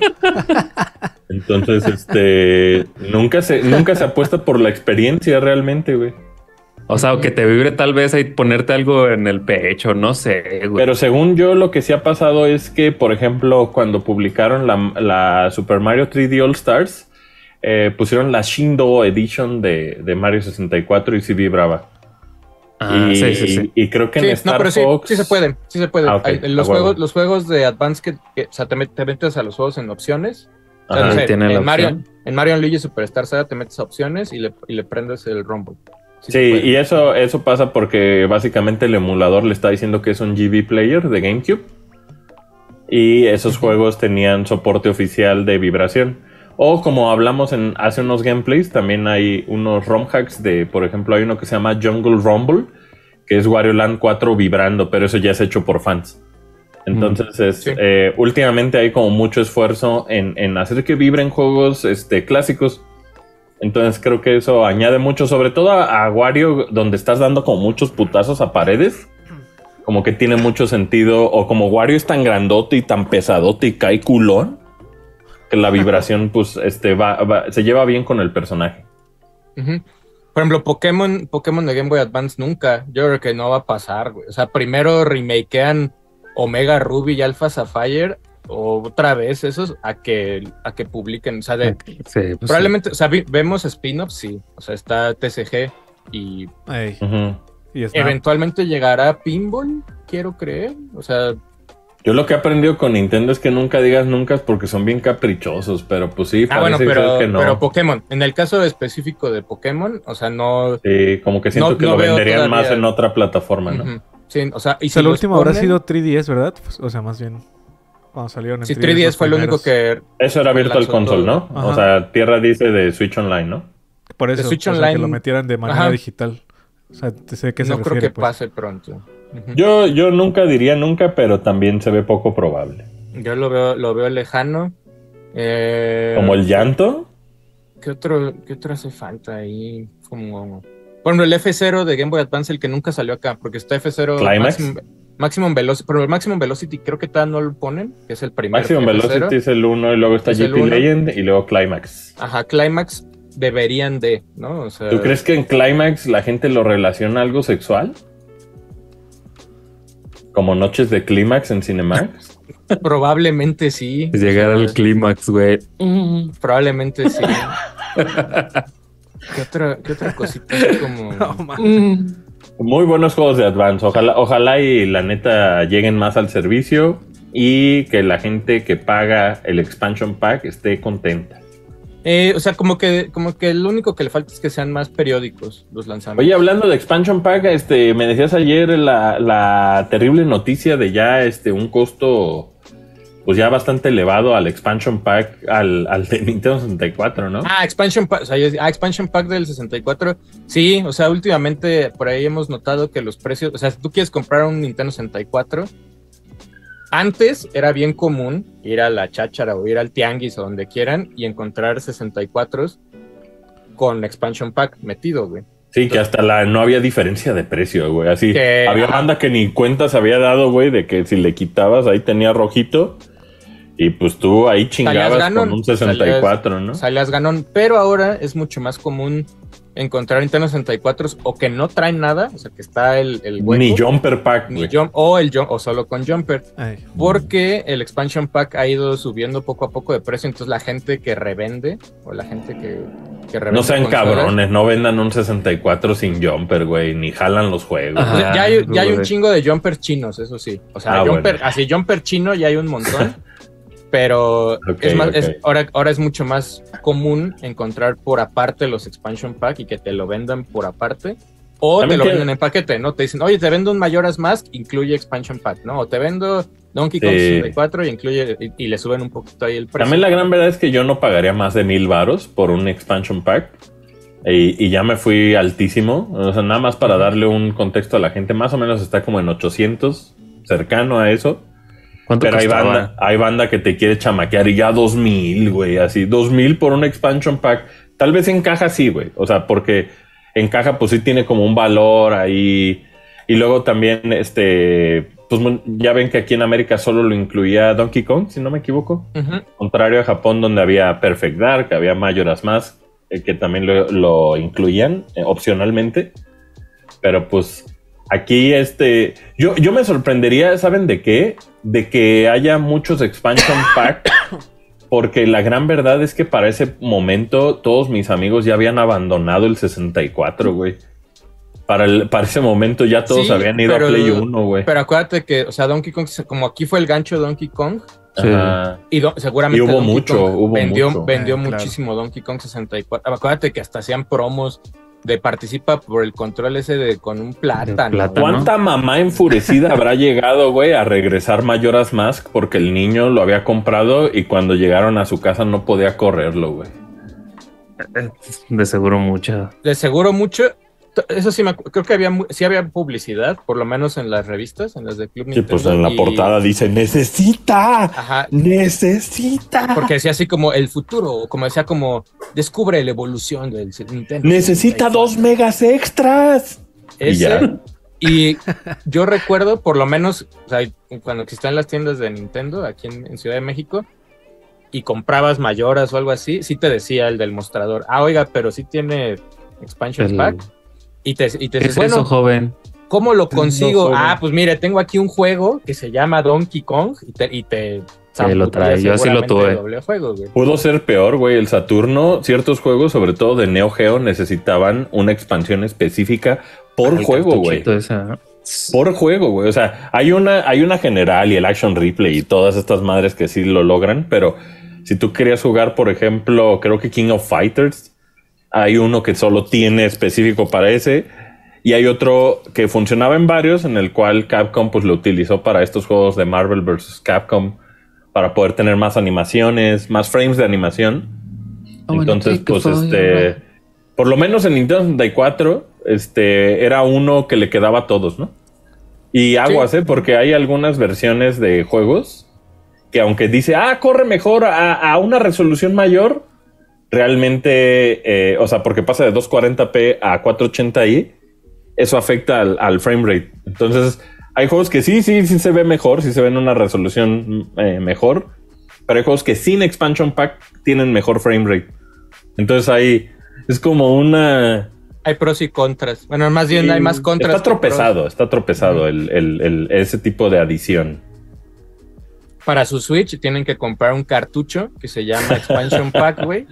[SPEAKER 2] Entonces, este... Nunca se, nunca se apuesta por la experiencia realmente, güey.
[SPEAKER 5] O sea, o que te vibre tal vez ahí ponerte algo en el pecho, no sé, güey.
[SPEAKER 2] Pero según yo, lo que sí ha pasado es que, por ejemplo, cuando publicaron la, la Super Mario 3D All Stars, eh, pusieron la Shindo Edition de, de Mario 64 y sí vibraba.
[SPEAKER 5] Ah,
[SPEAKER 2] y,
[SPEAKER 5] sí, sí, sí.
[SPEAKER 2] y creo que en
[SPEAKER 1] Sí,
[SPEAKER 2] Star
[SPEAKER 1] no, pero sí,
[SPEAKER 2] Fox...
[SPEAKER 1] sí se pueden, sí se pueden.
[SPEAKER 2] Ah, ok,
[SPEAKER 1] Hay-
[SPEAKER 2] a
[SPEAKER 1] los,
[SPEAKER 2] huevo.
[SPEAKER 1] juegos, los juegos de Advance que, que- o sea, te, met- te metes a los juegos en opciones. O sea,
[SPEAKER 2] Ajá.
[SPEAKER 1] no sé,
[SPEAKER 5] tiene la
[SPEAKER 1] en, Mario,
[SPEAKER 5] opción.
[SPEAKER 1] en Mario and Luigi Superstar Saga te metes a opciones y le, y le prendes el rombo.
[SPEAKER 2] Sí, y eso, eso pasa porque básicamente el emulador le está diciendo que es un GB player de GameCube. Y esos juegos tenían soporte oficial de vibración. O como hablamos en hace unos gameplays, también hay unos ROM hacks de, por ejemplo, hay uno que se llama Jungle Rumble, que es Wario Land 4 vibrando, pero eso ya es hecho por fans. Entonces, es,
[SPEAKER 1] sí.
[SPEAKER 2] eh, últimamente hay como mucho esfuerzo en, en hacer que vibren juegos este, clásicos. Entonces creo que eso añade mucho, sobre todo a, a Wario, donde estás dando como muchos putazos a paredes. Como que tiene mucho sentido, o como Wario es tan grandote y tan pesadote y cae culón, que la
[SPEAKER 1] <laughs>
[SPEAKER 2] vibración pues este va, va- se lleva bien con el personaje.
[SPEAKER 1] Ujú. Por ejemplo, Pokémon, Pokémon de Game Boy Advance nunca. Yo creo que no va a pasar, güey. O sea, primero remakean Omega Ruby y Alpha Sapphire o otra vez esos a que, a que publiquen. O sea,
[SPEAKER 2] Ah,
[SPEAKER 1] de-
[SPEAKER 5] Sí, pues sí.
[SPEAKER 1] probablemente, o sea, vi- vemos spin-offs, sí. O sea, está TCG y
[SPEAKER 4] Ey,
[SPEAKER 2] Ujú.
[SPEAKER 4] y
[SPEAKER 2] Ah.
[SPEAKER 4] es nada.
[SPEAKER 1] eventualmente llegará Pinball, quiero creer. O sea,
[SPEAKER 2] Yo lo que he aprendido con Nintendo es que nunca digas nunca porque son bien caprichosos, pero pues sí,
[SPEAKER 1] ah, bueno,
[SPEAKER 2] parece
[SPEAKER 1] pero,
[SPEAKER 2] ser que no.
[SPEAKER 1] pero Pokémon. En el caso específico de Pokémon, o sea, no.
[SPEAKER 2] Sí, como que siento
[SPEAKER 1] No-
[SPEAKER 2] que
[SPEAKER 1] no
[SPEAKER 2] lo
[SPEAKER 1] veo
[SPEAKER 2] venderían
[SPEAKER 1] todavía.
[SPEAKER 2] más en otra plataforma, ¿no?
[SPEAKER 1] Ujú. Sí, o sea, y
[SPEAKER 4] O sea,
[SPEAKER 1] si
[SPEAKER 4] lo
[SPEAKER 1] los
[SPEAKER 4] último habrá
[SPEAKER 1] ponen-
[SPEAKER 4] sido 3DS, ¿verdad? Pues, o sea, más bien cuando salieron en
[SPEAKER 1] Si 3DS
[SPEAKER 4] los
[SPEAKER 1] fue lo único
[SPEAKER 4] primeros.
[SPEAKER 1] que
[SPEAKER 2] Eso era Virtual
[SPEAKER 1] Lanzó
[SPEAKER 2] Console,
[SPEAKER 1] todo.
[SPEAKER 2] ¿no? O
[SPEAKER 4] Ajá.
[SPEAKER 2] sea, Tierra dice de Switch Online, ¿no?
[SPEAKER 4] Por eso,
[SPEAKER 1] Switch
[SPEAKER 4] o sea, que
[SPEAKER 1] Online-
[SPEAKER 4] lo metieran de manera
[SPEAKER 1] Ajá.
[SPEAKER 4] digital. O sea, te sé que se
[SPEAKER 1] no creo
[SPEAKER 4] refiere,
[SPEAKER 1] que
[SPEAKER 4] pues.
[SPEAKER 1] pase pronto. Ujú.
[SPEAKER 2] Yo, yo nunca diría nunca, pero también se ve poco probable.
[SPEAKER 1] Yo lo veo, lo veo lejano. Eh,
[SPEAKER 2] Como el llanto.
[SPEAKER 1] ¿qué, otro, ¿Qué otro hace falta ahí? Como. Por ejemplo, el F0 de Game Boy Advance, el que nunca salió acá, porque está F0
[SPEAKER 2] Climax.
[SPEAKER 1] Maximum, Maximum Velocity, pero el Maximum Velocity creo que todavía no lo ponen, que es el primero.
[SPEAKER 2] Maximum
[SPEAKER 1] F0.
[SPEAKER 2] Velocity es el 1 y luego está
[SPEAKER 1] Es el
[SPEAKER 2] GT
[SPEAKER 1] uno.
[SPEAKER 2] Legend y luego Climax.
[SPEAKER 1] Ajá, Climax deberían de, ¿no? O sea,
[SPEAKER 2] ¿Tú crees que en Climax la gente lo relaciona a algo sexual? Como noches de Climax en
[SPEAKER 1] <laughs>
[SPEAKER 2] Cinemax.
[SPEAKER 1] Probablemente sí.
[SPEAKER 2] Pues
[SPEAKER 5] Llegar
[SPEAKER 1] O sea,
[SPEAKER 5] al clímax, güey.
[SPEAKER 1] Mm, Probablemente
[SPEAKER 2] <laughs>
[SPEAKER 1] sí. ¿Qué otra, qué otra cosita? así Como...
[SPEAKER 4] No, man.
[SPEAKER 1] mm.
[SPEAKER 2] Muy buenos juegos de Advance. Ojalá, ojalá y la neta lleguen más al servicio y que la gente que paga el expansion pack esté contenta.
[SPEAKER 1] Eh, o sea, como que, como que lo único que le falta es que sean más periódicos los lanzamientos.
[SPEAKER 2] Oye, hablando de Expansion Pack, este, me decías ayer la, la terrible noticia de ya este, un costo pues ya bastante elevado al expansion pack, al, al de <laughs> Nintendo 64, ¿no?
[SPEAKER 1] Ah, Expansion Pack, o sea, yo- ah, Expansion Pack del 64. Sí, o sea, últimamente por ahí hemos notado que los precios, o sea, si tú quieres comprar un Nintendo 64, antes era bien común ir a la cháchara o ir al tianguis o donde quieran y encontrar 64s con Expansion Pack metido, güey.
[SPEAKER 2] Sí, que hasta la no había diferencia de precio, güey. Así
[SPEAKER 1] Que-
[SPEAKER 2] había
[SPEAKER 1] ajá.
[SPEAKER 2] banda que ni cuenta se había dado, güey, de que si le quitabas ahí tenía rojito. Y pues tú ahí chingabas
[SPEAKER 1] ganón,
[SPEAKER 2] con un 64, ¿no?
[SPEAKER 1] Salías ganón, pero ahora es mucho más común encontrar Nintendo 64s o que no traen nada, o sea, que está el, el hueco,
[SPEAKER 2] Ni jumper pack,
[SPEAKER 1] ni
[SPEAKER 2] güey.
[SPEAKER 1] jump- o, el jump, o solo con jumper.
[SPEAKER 4] Ay,
[SPEAKER 1] porque el expansion pack ha ido subiendo poco a poco de precio, entonces la gente que revende o la gente que, que revende
[SPEAKER 2] No sean
[SPEAKER 1] consolas-
[SPEAKER 2] cabrones, no vendan un 64 sin jumper, güey, ni jalan los juegos.
[SPEAKER 1] O sea,
[SPEAKER 5] Ajá.
[SPEAKER 1] ya, hay, ya hay un
[SPEAKER 5] güey.
[SPEAKER 1] chingo de jumpers chinos, eso sí. O sea,
[SPEAKER 2] Ah,
[SPEAKER 1] jumper,
[SPEAKER 2] bueno.
[SPEAKER 1] así jumper chino ya hay un
[SPEAKER 2] <laughs>
[SPEAKER 1] montón. pero
[SPEAKER 2] Ok,
[SPEAKER 1] es más,
[SPEAKER 2] ok.
[SPEAKER 1] es- ahora, ahora es mucho más común encontrar por aparte los expansion pack y que te lo vendan por aparte. O
[SPEAKER 2] También
[SPEAKER 1] te lo
[SPEAKER 2] que-
[SPEAKER 1] venden en paquete, ¿no? Te dicen, oye, te vendo un Mayoras Mask, incluye expansion pack, ¿no? O te vendo Donkey Kong
[SPEAKER 2] Sí.
[SPEAKER 1] 64 y incluye, y, y le suben un poquito ahí el precio.
[SPEAKER 2] También la gran verdad es que yo no pagaría más de mil varos por un expansion pack. Y, y ya me fui altísimo. O sea, nada más para darle un contexto a la gente, más o menos está como en 800, cercano a eso.
[SPEAKER 5] ¿Cuánto
[SPEAKER 2] Pero hay
[SPEAKER 5] costaba?
[SPEAKER 2] banda, hay banda que te quiere chamaquear y ya 2000, güey, así, 2000 por un expansion pack. Tal vez encaja sí, güey. O sea, porque encaja pues sí tiene como un valor ahí. Y luego también, este, pues mu- ya ven que aquí en América solo lo incluía Donkey Kong, si no me equivoco.
[SPEAKER 1] Ujú.
[SPEAKER 2] Contrario a Japón donde había Perfect Dark, había Mayoras Mask, eh, que también lo, lo incluían eh, opcionalmente. Pero pues aquí este... Yo, yo me sorprendería, ¿saben de qué? De que haya
[SPEAKER 1] <coughs>
[SPEAKER 2] muchos expansion pack. Porque la gran verdad es que para ese momento todos mis amigos ya habían abandonado el 64, güey. Para, el- para ese momento ya todos
[SPEAKER 1] Sí,
[SPEAKER 2] habían ido
[SPEAKER 1] pero-
[SPEAKER 2] a Play 1, güey.
[SPEAKER 1] Pero acuérdate que, o sea, Donkey Kong, se- como aquí fue el gancho de Donkey Kong,
[SPEAKER 5] Sí.
[SPEAKER 2] Ajá.
[SPEAKER 1] y do- seguramente.
[SPEAKER 2] Y hubo
[SPEAKER 1] Donkey
[SPEAKER 2] mucho,
[SPEAKER 1] Kong
[SPEAKER 2] hubo
[SPEAKER 1] vendió,
[SPEAKER 2] mucho.
[SPEAKER 1] Vendió
[SPEAKER 4] Eh, claro.
[SPEAKER 1] muchísimo Donkey Kong 64. Acuérdate que hasta hacían promos de participa por el control ese de con un plátano.
[SPEAKER 5] plátano.
[SPEAKER 1] güey.
[SPEAKER 2] ¿Cuánta mamá enfurecida habrá <laughs> llegado, güey, a regresar Mayoras Mask porque el niño lo había comprado y cuando llegaron a su casa no podía correrlo, güey?
[SPEAKER 5] De seguro mucha.
[SPEAKER 1] De seguro mucho. t- Eso sí, me, acu- creo que había, mu- sí había publicidad, por lo menos en las revistas, en las de Club
[SPEAKER 2] Sí,
[SPEAKER 1] Nintendo.
[SPEAKER 2] pues en la
[SPEAKER 1] y-
[SPEAKER 2] portada dice, necesita,
[SPEAKER 1] Ajá,
[SPEAKER 2] necesita,
[SPEAKER 1] porque decía así como el futuro, o como decía como descubre la evolución del Nintendo.
[SPEAKER 2] necesita
[SPEAKER 1] 64".
[SPEAKER 2] dos megas extras. Y
[SPEAKER 1] Ese,
[SPEAKER 2] ya.
[SPEAKER 1] Y yo recuerdo, por lo menos, o sea, cuando existían las tiendas de Nintendo aquí en, en Ciudad de México y comprabas mayoras o algo así, sí te decía el del mostrador, ah, oiga, pero sí tiene expansion
[SPEAKER 5] El-
[SPEAKER 1] pack. Y te, y te
[SPEAKER 5] ¿Qué
[SPEAKER 1] dices,
[SPEAKER 5] es
[SPEAKER 1] bueno,
[SPEAKER 5] eso, joven?
[SPEAKER 1] ¿cómo lo consigo?
[SPEAKER 2] joven.
[SPEAKER 1] ah, pues mire, tengo aquí un juego que se llama Donkey Kong y te... Y te
[SPEAKER 5] Sí, lo trae, yo así lo
[SPEAKER 1] seguramente
[SPEAKER 5] tuve.
[SPEAKER 1] doble juego, güey.
[SPEAKER 2] Pudo ser peor, güey, el Saturno. Ciertos juegos, sobre todo de Neo Geo, necesitaban una expansión específica por
[SPEAKER 5] El
[SPEAKER 2] juego, güey.
[SPEAKER 5] cartuchito ese, ¿no?
[SPEAKER 2] por juego, güey. O sea, hay una, hay una general y el action replay y todas estas madres que sí lo logran, pero si tú querías jugar, por ejemplo, creo que King of Fighters, hay uno que solo tiene específico para ese. Y hay otro que funcionaba en varios, en el cual Capcom pues, lo utilizó para estos juegos de Marvel vs. Capcom, para poder tener más animaciones, más frames de animación. Entonces, pues este, por lo menos en Nintendo 64, este, era uno que le quedaba a todos, ¿no? Y aguas, ¿eh? Porque hay algunas versiones de juegos que aunque dice, ah, corre mejor a, a una resolución mayor, realmente, eh, o sea, porque pasa de 240p a 480i, eso afecta al, al frame rate. Entonces, hay juegos que sí, sí, sí se ve mejor, sí se ven una resolución eh, mejor, pero hay juegos que sin expansion pack tienen mejor frame rate. Entonces ahí es como una...
[SPEAKER 1] Hay pros y contras. Bueno, más bien hay más contras.
[SPEAKER 2] Está
[SPEAKER 1] que pros.
[SPEAKER 2] tropezado, está tropezado el, el- el- ese tipo de adición.
[SPEAKER 1] para su Switch tienen que comprar un cartucho que se llama Expansion Pack, güey.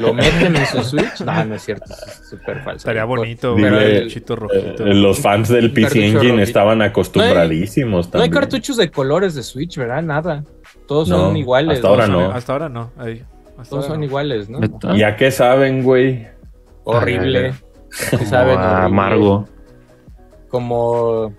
[SPEAKER 1] Lo meten en su Switch. No, no es cierto, es súper falso.
[SPEAKER 4] Estaría bonito,
[SPEAKER 2] Dile-
[SPEAKER 4] güey.
[SPEAKER 1] Pero
[SPEAKER 4] un
[SPEAKER 1] Pues, el-
[SPEAKER 4] cartuchito
[SPEAKER 2] Eh,
[SPEAKER 4] rojito.
[SPEAKER 2] los fans del PC
[SPEAKER 1] cartucho
[SPEAKER 2] Engine
[SPEAKER 1] rojito.
[SPEAKER 2] estaban acostumbradísimos
[SPEAKER 1] No hay
[SPEAKER 2] también.
[SPEAKER 1] cartuchos de colores de Switch, ¿verdad? Nada. Todos
[SPEAKER 2] No,
[SPEAKER 1] son iguales.
[SPEAKER 2] hasta ahora
[SPEAKER 1] todos
[SPEAKER 2] no.
[SPEAKER 1] son-
[SPEAKER 4] Hasta ahora no. ahí. Hasta
[SPEAKER 1] Todos
[SPEAKER 4] ahora
[SPEAKER 1] son
[SPEAKER 4] no.
[SPEAKER 1] iguales, ¿no?
[SPEAKER 2] ¿Y a qué saben, güey?
[SPEAKER 1] Horrible. <laughs> ¿Qué saben? Horrible.
[SPEAKER 5] amargo.
[SPEAKER 1] Como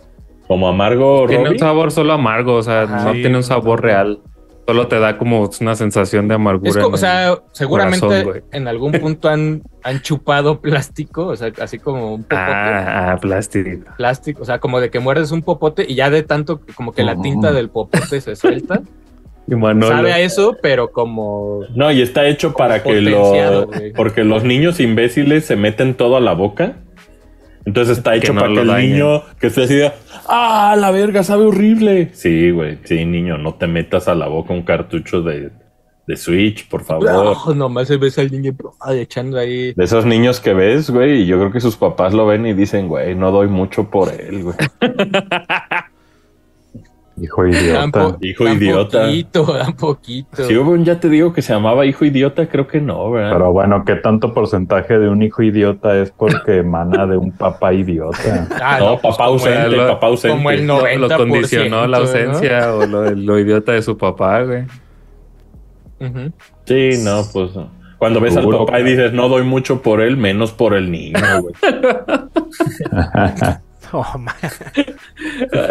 [SPEAKER 2] Como amargo
[SPEAKER 5] Tiene
[SPEAKER 2] Robbie.
[SPEAKER 5] un sabor solo amargo, o sea,
[SPEAKER 4] Ajá.
[SPEAKER 5] no
[SPEAKER 4] Sí,
[SPEAKER 5] tiene un
[SPEAKER 4] no,
[SPEAKER 5] sabor
[SPEAKER 4] no.
[SPEAKER 5] real. Solo te da como una sensación de amargura.
[SPEAKER 1] Es co-
[SPEAKER 5] en
[SPEAKER 1] o sea, seguramente
[SPEAKER 5] corazón, güey.
[SPEAKER 1] en algún punto han, han chupado plástico, o sea, así como un
[SPEAKER 5] el-
[SPEAKER 1] popote
[SPEAKER 5] Ah, ah, plástico.
[SPEAKER 1] plástico, o sea, como de que muerdes un popote y ya de tanto que como que la tinta del popote se suelta.
[SPEAKER 5] Y Manolo.
[SPEAKER 1] Sabe a eso, pero como
[SPEAKER 2] No, y está hecho para que
[SPEAKER 1] potenciado,
[SPEAKER 2] lo.
[SPEAKER 1] güey.
[SPEAKER 2] Porque los niños imbéciles se meten todo a la boca. Entonces está hecho
[SPEAKER 5] no
[SPEAKER 2] para que
[SPEAKER 5] lo
[SPEAKER 2] el
[SPEAKER 5] dañen.
[SPEAKER 2] niño que esté así de. ¡Ah, la verga! ¡Sabe horrible! Sí, güey. Sí, niño, no te metas a la boca un cartucho de, de Switch, por
[SPEAKER 1] <laughs>
[SPEAKER 2] favor.
[SPEAKER 1] No, oh, nomás se ves al niño ay, ah, echando ahí.
[SPEAKER 2] De esos niños que ves, güey, y yo creo que sus papás lo ven y dicen, güey, no doy mucho por él, <laughs> güey.
[SPEAKER 3] Hijo
[SPEAKER 1] Dan po-
[SPEAKER 3] idiota.
[SPEAKER 2] Hijo
[SPEAKER 1] dan
[SPEAKER 2] idiota.
[SPEAKER 1] Poquito, <laughs> dan poquito.
[SPEAKER 2] Si hubo un ya te digo que se llamaba hijo idiota, creo que no, ¿verdad?
[SPEAKER 3] Pero bueno, ¿qué tanto porcentaje de un hijo idiota es porque <laughs> emana de un papá idiota? <laughs>
[SPEAKER 1] Ah,
[SPEAKER 2] no,
[SPEAKER 1] pues
[SPEAKER 2] papá
[SPEAKER 1] como el-
[SPEAKER 2] ausente,
[SPEAKER 5] lo-
[SPEAKER 2] papá ausente.
[SPEAKER 1] como el
[SPEAKER 5] Lo- lo
[SPEAKER 1] 90%,
[SPEAKER 5] condicionó la
[SPEAKER 1] ¿no?
[SPEAKER 5] ausencia o lo, lo idiota de su papá, güey.
[SPEAKER 1] Ujú.
[SPEAKER 2] Sí, no, pues no. Cuando ves
[SPEAKER 3] Seguro,
[SPEAKER 2] al papá y
[SPEAKER 3] claro.
[SPEAKER 2] dices, no doy mucho por él, menos por el niño, güey.
[SPEAKER 4] <laughs> Oh, man.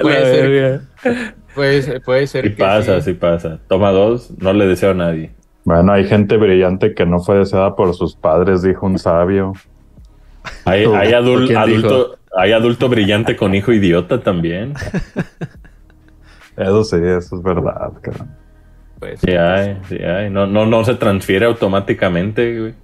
[SPEAKER 1] Puede
[SPEAKER 5] La
[SPEAKER 1] ser.
[SPEAKER 5] verga.
[SPEAKER 1] Puede ser, puede ser
[SPEAKER 2] Sí
[SPEAKER 1] que
[SPEAKER 2] pasa,
[SPEAKER 1] sí.
[SPEAKER 2] sí pasa. Toma dos, no le deseo a nadie.
[SPEAKER 3] Bueno, hay gente brillante que no fue deseada por sus padres, dijo un sabio.
[SPEAKER 2] Hay,
[SPEAKER 3] ¿Tú?
[SPEAKER 2] hay adul-
[SPEAKER 5] ¿O quién
[SPEAKER 2] adulto, hay adulto brillante con hijo idiota también.
[SPEAKER 3] Eso sí, eso es verdad, cabrón.
[SPEAKER 1] puede ser.
[SPEAKER 2] Sí hay, sí hay. No, no, no se transfiere automáticamente, güey.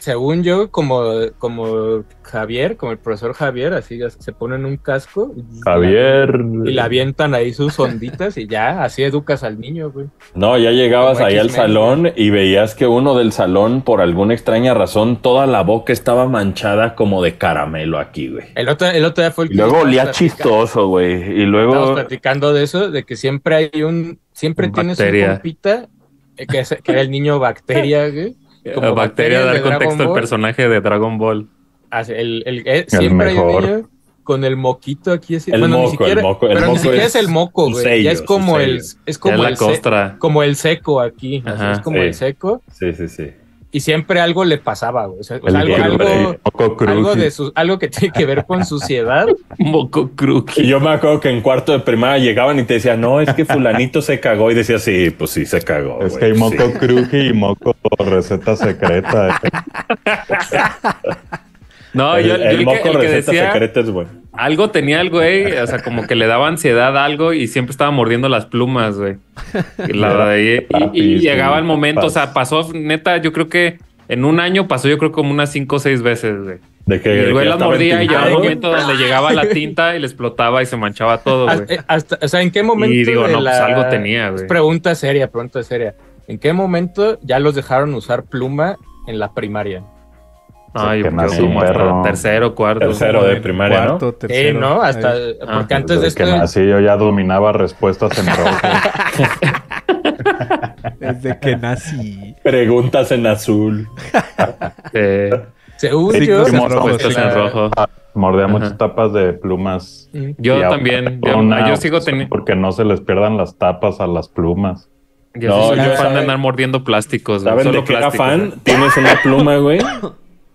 [SPEAKER 1] Según yo, como, como Javier, como el profesor Javier, así ya se ponen un casco. y-
[SPEAKER 3] Javier.
[SPEAKER 1] Y le avientan ahí sus onditas y ya, así educas al niño, güey.
[SPEAKER 2] No, ya llegabas
[SPEAKER 1] Como
[SPEAKER 2] ahí al
[SPEAKER 1] X-Men.
[SPEAKER 2] salón y veías que uno del salón, por alguna extraña razón, toda la boca estaba manchada como de caramelo aquí, güey.
[SPEAKER 1] El otro, el otro día fue el
[SPEAKER 2] Y luego
[SPEAKER 1] estábamos
[SPEAKER 2] olía
[SPEAKER 1] Eh, platicando-
[SPEAKER 2] chistoso, güey. Y
[SPEAKER 1] Estábamos
[SPEAKER 2] luego...
[SPEAKER 1] platicando de eso, de que siempre hay un, siempre tienes
[SPEAKER 5] Bacteria.
[SPEAKER 1] un compita eh, que, es- que era el niño bacteria, güey. Como
[SPEAKER 5] La
[SPEAKER 1] bacteria
[SPEAKER 5] Eh, bacteria,
[SPEAKER 1] de
[SPEAKER 5] dar
[SPEAKER 1] Dragon
[SPEAKER 5] contexto al
[SPEAKER 1] Ball.
[SPEAKER 5] personaje de Dragon Ball.
[SPEAKER 1] Así, El, el- eh, siempre hay
[SPEAKER 3] mejor.
[SPEAKER 1] un niño con el moquito aquí así.
[SPEAKER 2] El
[SPEAKER 1] bueno, ni
[SPEAKER 2] moco, el
[SPEAKER 1] siquiera,
[SPEAKER 2] moco, el
[SPEAKER 1] pero ni
[SPEAKER 2] moco
[SPEAKER 1] siquiera
[SPEAKER 2] es
[SPEAKER 1] es el moco,
[SPEAKER 2] un
[SPEAKER 1] güey.
[SPEAKER 2] sello,
[SPEAKER 1] ya es
[SPEAKER 2] es un
[SPEAKER 1] como el,
[SPEAKER 2] sello.
[SPEAKER 1] es
[SPEAKER 5] Ya es
[SPEAKER 1] como
[SPEAKER 5] la
[SPEAKER 1] el, se- <laughs>
[SPEAKER 5] costra.
[SPEAKER 1] como el seco aquí, así,
[SPEAKER 5] Ajá,
[SPEAKER 1] es como
[SPEAKER 2] sí.
[SPEAKER 1] el seco.
[SPEAKER 2] Sí, sí, sí.
[SPEAKER 1] Y siempre algo le pasaba, güey. O sea, o
[SPEAKER 3] El
[SPEAKER 1] sea, pues algo,
[SPEAKER 2] Gilbert.
[SPEAKER 1] algo,
[SPEAKER 3] Coco Cruz.
[SPEAKER 1] algo de su- algo que tiene que ver con suciedad.
[SPEAKER 5] Moco
[SPEAKER 2] Y
[SPEAKER 5] cruqui.
[SPEAKER 2] yo me acuerdo que en cuarto de primaria llegaban y te decían, no, es que fulanito se cagó. Y decía, sí, pues sí, se cagó.
[SPEAKER 3] Es
[SPEAKER 2] güey,
[SPEAKER 3] que hay
[SPEAKER 2] sí".
[SPEAKER 3] moco cruji y moco
[SPEAKER 1] <laughs>
[SPEAKER 3] receta secreta. eh.
[SPEAKER 5] No,
[SPEAKER 2] el,
[SPEAKER 5] yo, yo
[SPEAKER 2] el
[SPEAKER 5] el, que- el
[SPEAKER 2] moco
[SPEAKER 5] que,
[SPEAKER 2] receta
[SPEAKER 5] decía
[SPEAKER 2] secreta es bueno.
[SPEAKER 5] algo tenía el güey, o sea, como que le daba ansiedad a algo y siempre estaba mordiendo las plumas, güey. Y, la- y- y- y llegaba el momento, o sea, pasó, neta, yo creo que en un año pasó, yo creo como unas cinco o seis veces, güey.
[SPEAKER 2] De que,
[SPEAKER 5] Y el
[SPEAKER 2] de que
[SPEAKER 5] güey
[SPEAKER 2] Eh, ya
[SPEAKER 5] las
[SPEAKER 2] estaba
[SPEAKER 5] mordía y llegaba
[SPEAKER 2] entinado,
[SPEAKER 5] un
[SPEAKER 1] güey.
[SPEAKER 5] momento donde llegaba la tinta y le explotaba y se manchaba todo, güey.
[SPEAKER 1] Hasta- eh, hasta- o sea, ¿en qué momento?
[SPEAKER 5] Y digo,
[SPEAKER 1] de
[SPEAKER 5] no, pues
[SPEAKER 1] la-
[SPEAKER 5] algo tenía,
[SPEAKER 1] Es
[SPEAKER 5] güey.
[SPEAKER 1] pregunta seria, pregunta seria. ¿En qué momento ya los dejaron usar pluma en la primaria?
[SPEAKER 5] Ay, yo
[SPEAKER 3] que
[SPEAKER 5] creo
[SPEAKER 3] nació
[SPEAKER 5] como
[SPEAKER 3] un
[SPEAKER 5] hasta
[SPEAKER 3] perro.
[SPEAKER 5] tercero, cuarto.
[SPEAKER 2] Tercero. de primaria, ¿no?
[SPEAKER 4] cuarto,
[SPEAKER 1] Sí,
[SPEAKER 4] tercero.
[SPEAKER 1] ¿no? Hasta, <laughs>
[SPEAKER 4] Ahí.
[SPEAKER 5] Ah.
[SPEAKER 1] porque antes de
[SPEAKER 3] Desde
[SPEAKER 1] esto,
[SPEAKER 3] pues, que nací yo ya dominaba respuestas en rojo.
[SPEAKER 1] <laughs>
[SPEAKER 4] Desde que nací.
[SPEAKER 2] Preguntas en azul.
[SPEAKER 5] Pues, Eh,
[SPEAKER 1] según
[SPEAKER 4] Sí,
[SPEAKER 1] yo,
[SPEAKER 4] pues,
[SPEAKER 1] como
[SPEAKER 4] rojos,
[SPEAKER 1] que
[SPEAKER 5] puestos en
[SPEAKER 1] la-
[SPEAKER 5] rojo.
[SPEAKER 3] Mordía
[SPEAKER 5] Ajá.
[SPEAKER 3] muchas tapas de plumas.
[SPEAKER 1] Mm.
[SPEAKER 5] Yo
[SPEAKER 3] Y ahora
[SPEAKER 5] también.
[SPEAKER 3] tengo
[SPEAKER 5] Yo, ah,
[SPEAKER 3] una
[SPEAKER 5] yo sigo
[SPEAKER 3] opción
[SPEAKER 5] teniendo.
[SPEAKER 3] Porque no se les pierdan las tapas a las plumas.
[SPEAKER 5] Yo
[SPEAKER 2] No,
[SPEAKER 5] soy
[SPEAKER 1] yo-
[SPEAKER 5] fan de andar mordiendo plásticos, güey.
[SPEAKER 2] ¿Saben
[SPEAKER 5] Solo
[SPEAKER 2] de qué era
[SPEAKER 5] plásticos,
[SPEAKER 2] fan?
[SPEAKER 5] güey.
[SPEAKER 2] Tienes una
[SPEAKER 5] <laughs>
[SPEAKER 2] pluma, güey.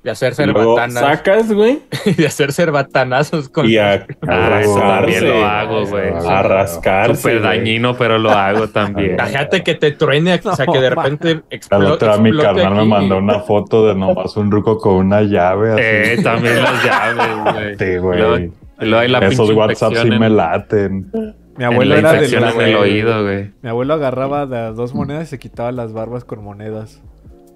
[SPEAKER 1] de hacer
[SPEAKER 2] y luego
[SPEAKER 1] cerbatana
[SPEAKER 2] sacas, güey.
[SPEAKER 1] <laughs> de hacer cerbatanazos con
[SPEAKER 2] Y a
[SPEAKER 5] <laughs> Ah, eso también
[SPEAKER 2] rascarse.
[SPEAKER 5] lo hago, güey.
[SPEAKER 2] A rascarse.
[SPEAKER 5] Súper
[SPEAKER 2] güey.
[SPEAKER 5] dañino, pero lo hago también.
[SPEAKER 3] <laughs>
[SPEAKER 1] Imagínate que te truene, o sea, que de repente
[SPEAKER 3] Al
[SPEAKER 1] explo-
[SPEAKER 3] otro día mi
[SPEAKER 1] explote
[SPEAKER 3] carnal me
[SPEAKER 1] aquí.
[SPEAKER 3] mandó una foto de nomás un ruco con una llave así.
[SPEAKER 5] Eh, también las llaves, güey.
[SPEAKER 3] Sí, güey.
[SPEAKER 5] Luego- luego hay la
[SPEAKER 3] Esos
[SPEAKER 5] pinche
[SPEAKER 3] WhatsApp sí
[SPEAKER 5] infección en-
[SPEAKER 3] me laten.
[SPEAKER 5] en
[SPEAKER 4] Mi abuelo
[SPEAKER 5] la
[SPEAKER 4] era de
[SPEAKER 5] infección
[SPEAKER 4] los-
[SPEAKER 5] en el oído, güey.
[SPEAKER 4] Mi abuelo agarraba las dos monedas y se quitaba las barbas con monedas.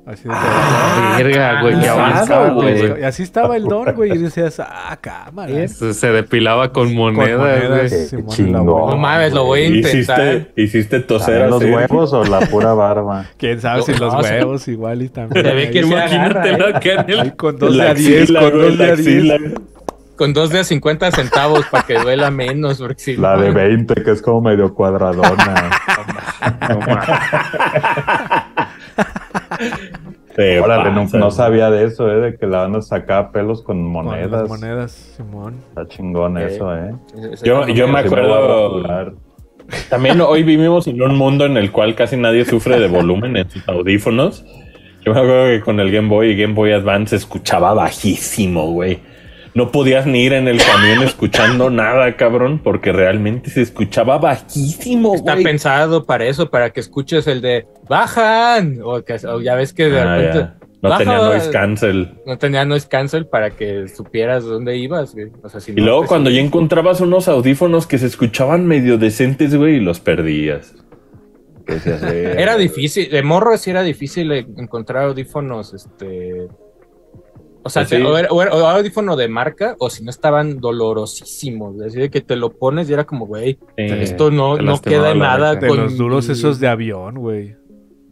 [SPEAKER 4] Así de
[SPEAKER 1] Ah,
[SPEAKER 5] Verga, güey, qué
[SPEAKER 4] Y
[SPEAKER 5] avanzado, güey.
[SPEAKER 4] Y así estaba el don, güey. Y decías, ah, cámara.
[SPEAKER 5] Se se depilaba con
[SPEAKER 4] Con
[SPEAKER 5] monedas, güey.
[SPEAKER 4] monedas,
[SPEAKER 3] Qué
[SPEAKER 4] Simón, el abuelo.
[SPEAKER 1] No
[SPEAKER 3] chingón.
[SPEAKER 1] mames, lo voy a intentar.
[SPEAKER 2] Hiciste, hiciste toser
[SPEAKER 3] ¿Serán los
[SPEAKER 2] así.
[SPEAKER 3] huevos o la pura barba?
[SPEAKER 4] Quién sabe si
[SPEAKER 1] No,
[SPEAKER 4] los
[SPEAKER 1] <laughs> o sea,
[SPEAKER 4] huevos igual y también.
[SPEAKER 1] se ve
[SPEAKER 4] ahí.
[SPEAKER 1] que sí
[SPEAKER 5] Imagínate
[SPEAKER 1] agarra,
[SPEAKER 2] <laughs>
[SPEAKER 5] la cara en el-
[SPEAKER 4] Ahí con dos de
[SPEAKER 2] La
[SPEAKER 4] a diez,
[SPEAKER 2] axila,
[SPEAKER 4] con
[SPEAKER 2] güey,
[SPEAKER 4] dos de
[SPEAKER 2] la
[SPEAKER 4] a
[SPEAKER 2] axila.
[SPEAKER 4] diez.
[SPEAKER 1] Con dos de 50 centavos para que duela menos. porque si
[SPEAKER 3] <laughs> La
[SPEAKER 1] no-
[SPEAKER 3] de 20, que es como medio
[SPEAKER 5] <laughs>
[SPEAKER 3] cuadradona.
[SPEAKER 5] No mames.
[SPEAKER 2] Te
[SPEAKER 3] Órale, no,
[SPEAKER 2] pasas,
[SPEAKER 3] no
[SPEAKER 2] güey.
[SPEAKER 3] sabía de eso, ¿eh? De que la van a sacar pelos con
[SPEAKER 4] Con las
[SPEAKER 3] monedas.
[SPEAKER 4] monedas, Simón.
[SPEAKER 3] Está chingón
[SPEAKER 1] Ok.
[SPEAKER 3] eso, ¿eh?
[SPEAKER 2] Yo, yo me
[SPEAKER 3] Sí voy a
[SPEAKER 2] acuerdo.
[SPEAKER 3] rasurar.
[SPEAKER 2] También hoy vivimos en un mundo en el cual casi nadie sufre de volumen en sus audífonos. Yo me acuerdo que con el Game Boy y Game Boy Advance se escuchaba bajísimo, güey. No podías ni ir en el camión escuchando <laughs> nada, cabrón, porque realmente se escuchaba bajísimo,
[SPEAKER 1] Está
[SPEAKER 2] Oh, güey.
[SPEAKER 1] pensado para eso, para que escuches el de bajan. O, que- o ya ves que de
[SPEAKER 2] Ah,
[SPEAKER 1] repente
[SPEAKER 2] ya. No
[SPEAKER 1] Baja-
[SPEAKER 2] tenía noise cancel.
[SPEAKER 1] no tenía noise cancel para que supieras dónde ibas. güey. O sea, si no,
[SPEAKER 2] Y
[SPEAKER 1] pues,
[SPEAKER 2] luego
[SPEAKER 1] te-
[SPEAKER 2] cuando ya encontrabas unos audífonos que se escuchaban medio decentes, güey, y los perdías. Que decías, "Verga,
[SPEAKER 1] Era
[SPEAKER 2] güey".
[SPEAKER 1] difícil, de morro sí era difícil eh, encontrar audífonos, este... O sea,
[SPEAKER 2] Pues sí.
[SPEAKER 1] o, era- o era- o audífono de marca, o si no estaban dolorosísimos. Así de que te lo pones y era como, güey,
[SPEAKER 2] Sí.
[SPEAKER 1] esto no,
[SPEAKER 5] te
[SPEAKER 1] no
[SPEAKER 5] lastimaba
[SPEAKER 1] queda en
[SPEAKER 5] la
[SPEAKER 1] nada.
[SPEAKER 4] De
[SPEAKER 1] con
[SPEAKER 4] los duros
[SPEAKER 1] mi-
[SPEAKER 4] esos de avión, güey.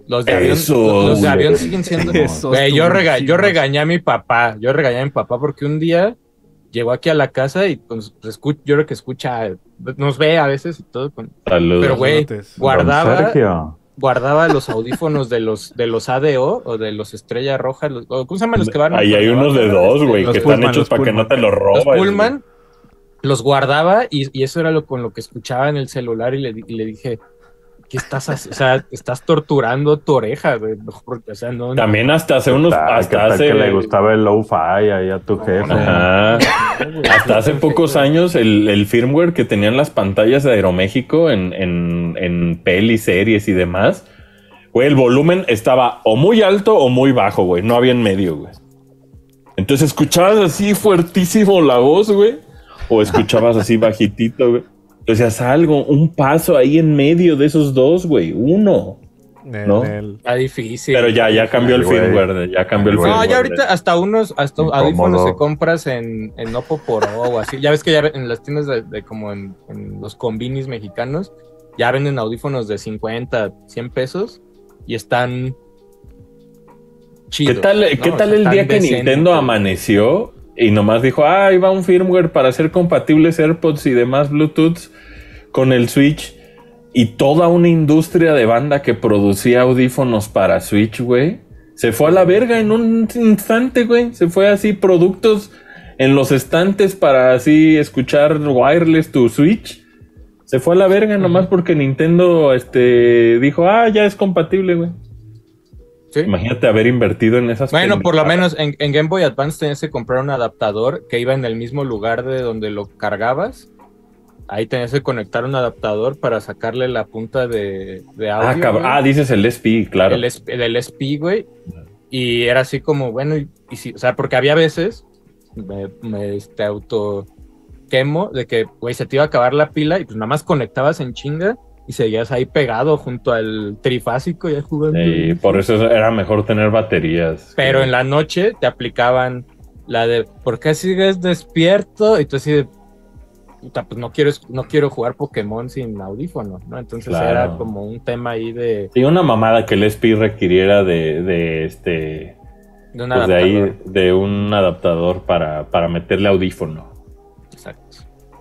[SPEAKER 1] Los de avión,
[SPEAKER 2] Eso,
[SPEAKER 1] los- los de
[SPEAKER 2] güey.
[SPEAKER 1] avión siguen
[SPEAKER 4] <laughs>
[SPEAKER 1] siendo...
[SPEAKER 4] Esos
[SPEAKER 1] Güey, yo, rega- yo
[SPEAKER 4] durísimos.
[SPEAKER 1] regañé a mi papá, yo regañé a mi papá porque un día llegó aquí a la casa y pues, escu- yo creo que escucha, nos ve a veces y todo, con-
[SPEAKER 2] Saludos.
[SPEAKER 1] pero güey,
[SPEAKER 4] Saludotes.
[SPEAKER 1] guardaba...
[SPEAKER 3] Don Sergio.
[SPEAKER 1] guardaba los audífonos de los de los ADO o de los Estrella Roja, los- o ¿cómo se llaman los que van?
[SPEAKER 2] Ahí hay
[SPEAKER 1] por este,
[SPEAKER 2] unos de
[SPEAKER 1] abajo?
[SPEAKER 2] dos, güey,
[SPEAKER 4] los
[SPEAKER 2] que
[SPEAKER 4] Pullman,
[SPEAKER 2] están hechos
[SPEAKER 4] los
[SPEAKER 2] para que
[SPEAKER 4] Pullman.
[SPEAKER 2] no te los robes.
[SPEAKER 1] Los
[SPEAKER 2] güey.
[SPEAKER 1] Pullman los guardaba y, y eso era lo con lo que escuchaba en el celular y le, di- y le dije, ¿qué estás haciendo? O sea, estás torturando tu oreja, güey. <laughs> no, porque, o sea, no, no.
[SPEAKER 2] También hasta hace unos,
[SPEAKER 3] Ah, ¿qué
[SPEAKER 2] hasta
[SPEAKER 3] tal
[SPEAKER 2] hace
[SPEAKER 3] que le gustaba el low-fi ahí a tu jefe.
[SPEAKER 2] Ajá. Hasta
[SPEAKER 3] <laughs>
[SPEAKER 2] hace pocos años el, el firmware que tenían las pantallas de Aeroméxico en, en, en pelis, series y demás, güey, el volumen estaba o muy alto o muy bajo, güey. No había en medio, güey. Entonces escuchabas así fuertísimo la voz, güey. O escuchabas
[SPEAKER 3] <laughs>
[SPEAKER 2] así bajitito, güey. Entonces algo, un paso ahí en medio de esos dos, güey. Uno.
[SPEAKER 4] Nel,
[SPEAKER 2] ¿no?
[SPEAKER 4] nel.
[SPEAKER 1] está difícil.
[SPEAKER 2] Pero ya, ya cambió el
[SPEAKER 3] Ay, güey.
[SPEAKER 2] firmware. de- Ya cambió el
[SPEAKER 3] Ay, güey.
[SPEAKER 1] No, ya
[SPEAKER 2] firmware. de-
[SPEAKER 1] ahorita hasta unos hasta
[SPEAKER 3] Incómodo.
[SPEAKER 1] audífonos que compras en, en Oppo por O o así. Ya ves que ya en las tiendas de, de como en, en los combinis mexicanos, ya venden audífonos de 50, 100 pesos y están chidos.
[SPEAKER 2] ¿Qué tal,
[SPEAKER 1] ¿no?
[SPEAKER 2] qué
[SPEAKER 1] O
[SPEAKER 2] tal
[SPEAKER 1] sea,
[SPEAKER 2] el
[SPEAKER 1] están
[SPEAKER 2] día que
[SPEAKER 1] decentes.
[SPEAKER 2] Nintendo amaneció y nomás dijo, ah, ahí va un firmware para hacer compatibles AirPods y demás Bluetooth con el Switch? Y toda una industria de banda que producía audífonos para Switch, güey, se fue a la verga en un instante, güey. Se fue así productos en los estantes para así escuchar wireless tu Switch. Se fue a la verga nomás porque Nintendo este, dijo, ah, ya es compatible, güey.
[SPEAKER 1] Sí.
[SPEAKER 2] Imagínate haber invertido en esas
[SPEAKER 1] Bueno, por lo
[SPEAKER 2] pendejadas.
[SPEAKER 1] menos en, en Game Boy Advance tenías que comprar un adaptador que iba en el mismo lugar de donde lo cargabas. Ahí tenías que conectar un adaptador para sacarle la punta de, de audio.
[SPEAKER 2] Ah, cabrón.
[SPEAKER 1] güey.
[SPEAKER 2] Ah, dices el SP, claro.
[SPEAKER 1] el SP, del SP, güey. Y era así como, bueno, y, y sí, o sea, porque había veces, me, me, este, auto quemo, de que, güey, se te iba a acabar la pila y pues nada más conectabas en chinga y seguías ahí pegado junto al trifásico ya jugando.
[SPEAKER 2] Sí, pues, por eso era mejor tener baterías.
[SPEAKER 1] Pero en la noche te aplicaban la de, ¿por qué sigues despierto? Y tú así de, puta, pues no quiero, es- no quiero jugar Pokémon sin audífono, ¿no? Entonces
[SPEAKER 2] Claro.
[SPEAKER 1] era como un tema ahí de,
[SPEAKER 2] Y una mamada que el SP requiriera de, de este.
[SPEAKER 1] de un
[SPEAKER 2] pues, de
[SPEAKER 1] adaptador.
[SPEAKER 2] ahí, de un adaptador para, para meterle audífono.
[SPEAKER 1] Exacto.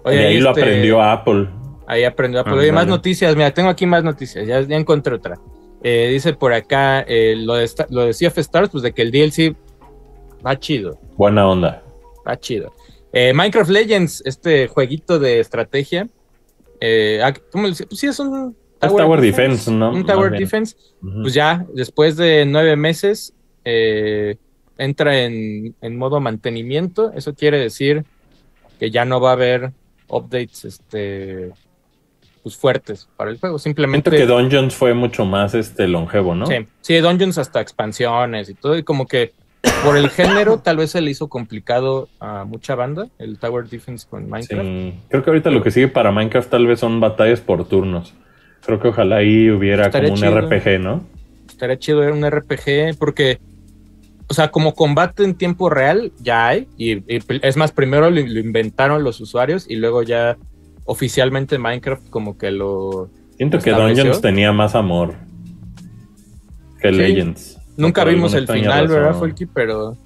[SPEAKER 2] y ahí lo
[SPEAKER 1] este,
[SPEAKER 2] aprendió Apple.
[SPEAKER 1] Ahí aprendió. Pero
[SPEAKER 2] Ah,
[SPEAKER 1] oye, más
[SPEAKER 2] vale.
[SPEAKER 1] noticias. Mira, tengo aquí más noticias. Ya, ya encontré otra. Eh, dice por acá eh, lo, de, Sta- lo de Sea of Stars, pues de que el DLC va chido,
[SPEAKER 2] Buena onda.
[SPEAKER 1] va chido. Eh, Minecraft Legends, este jueguito de estrategia. eh, ah, ¿cómo le dice? Pues sí, es un
[SPEAKER 2] Tower Defense, ¿no?
[SPEAKER 1] Un
[SPEAKER 2] Más
[SPEAKER 1] Tower
[SPEAKER 2] bien.
[SPEAKER 1] Defense
[SPEAKER 2] Ujú.
[SPEAKER 1] pues ya después de nueve meses eh, entra en, en modo mantenimiento. Eso quiere decir que ya no va a haber updates este, pues, fuertes para el juego. Simplemente.
[SPEAKER 2] Siento que Dungeons fue mucho más este longevo, ¿no?
[SPEAKER 1] sí, sí, Dungeons hasta expansiones y todo. Y como que por el género, tal vez se le hizo complicado a mucha banda el Tower Defense con Minecraft.
[SPEAKER 2] Sí. Creo que ahorita lo que sigue para Minecraft tal vez son batallas por turnos. Creo que ojalá ahí hubiera
[SPEAKER 1] Estaría
[SPEAKER 2] como un
[SPEAKER 1] chido.
[SPEAKER 2] RPG, ¿no?
[SPEAKER 1] estaría chido ver un RPG porque, o sea, como combate en tiempo real ya hay y, y es más, primero lo, lo inventaron los usuarios y luego ya oficialmente Minecraft como que lo...
[SPEAKER 2] Siento que
[SPEAKER 1] ¿Estableció?
[SPEAKER 2] Dungeons tenía más amor que
[SPEAKER 1] Sí.
[SPEAKER 2] Legends.
[SPEAKER 1] Nunca
[SPEAKER 2] Por
[SPEAKER 1] vimos el
[SPEAKER 2] alguna extraña
[SPEAKER 1] final, ¿verdad,
[SPEAKER 2] razón.
[SPEAKER 1] Folky? Pero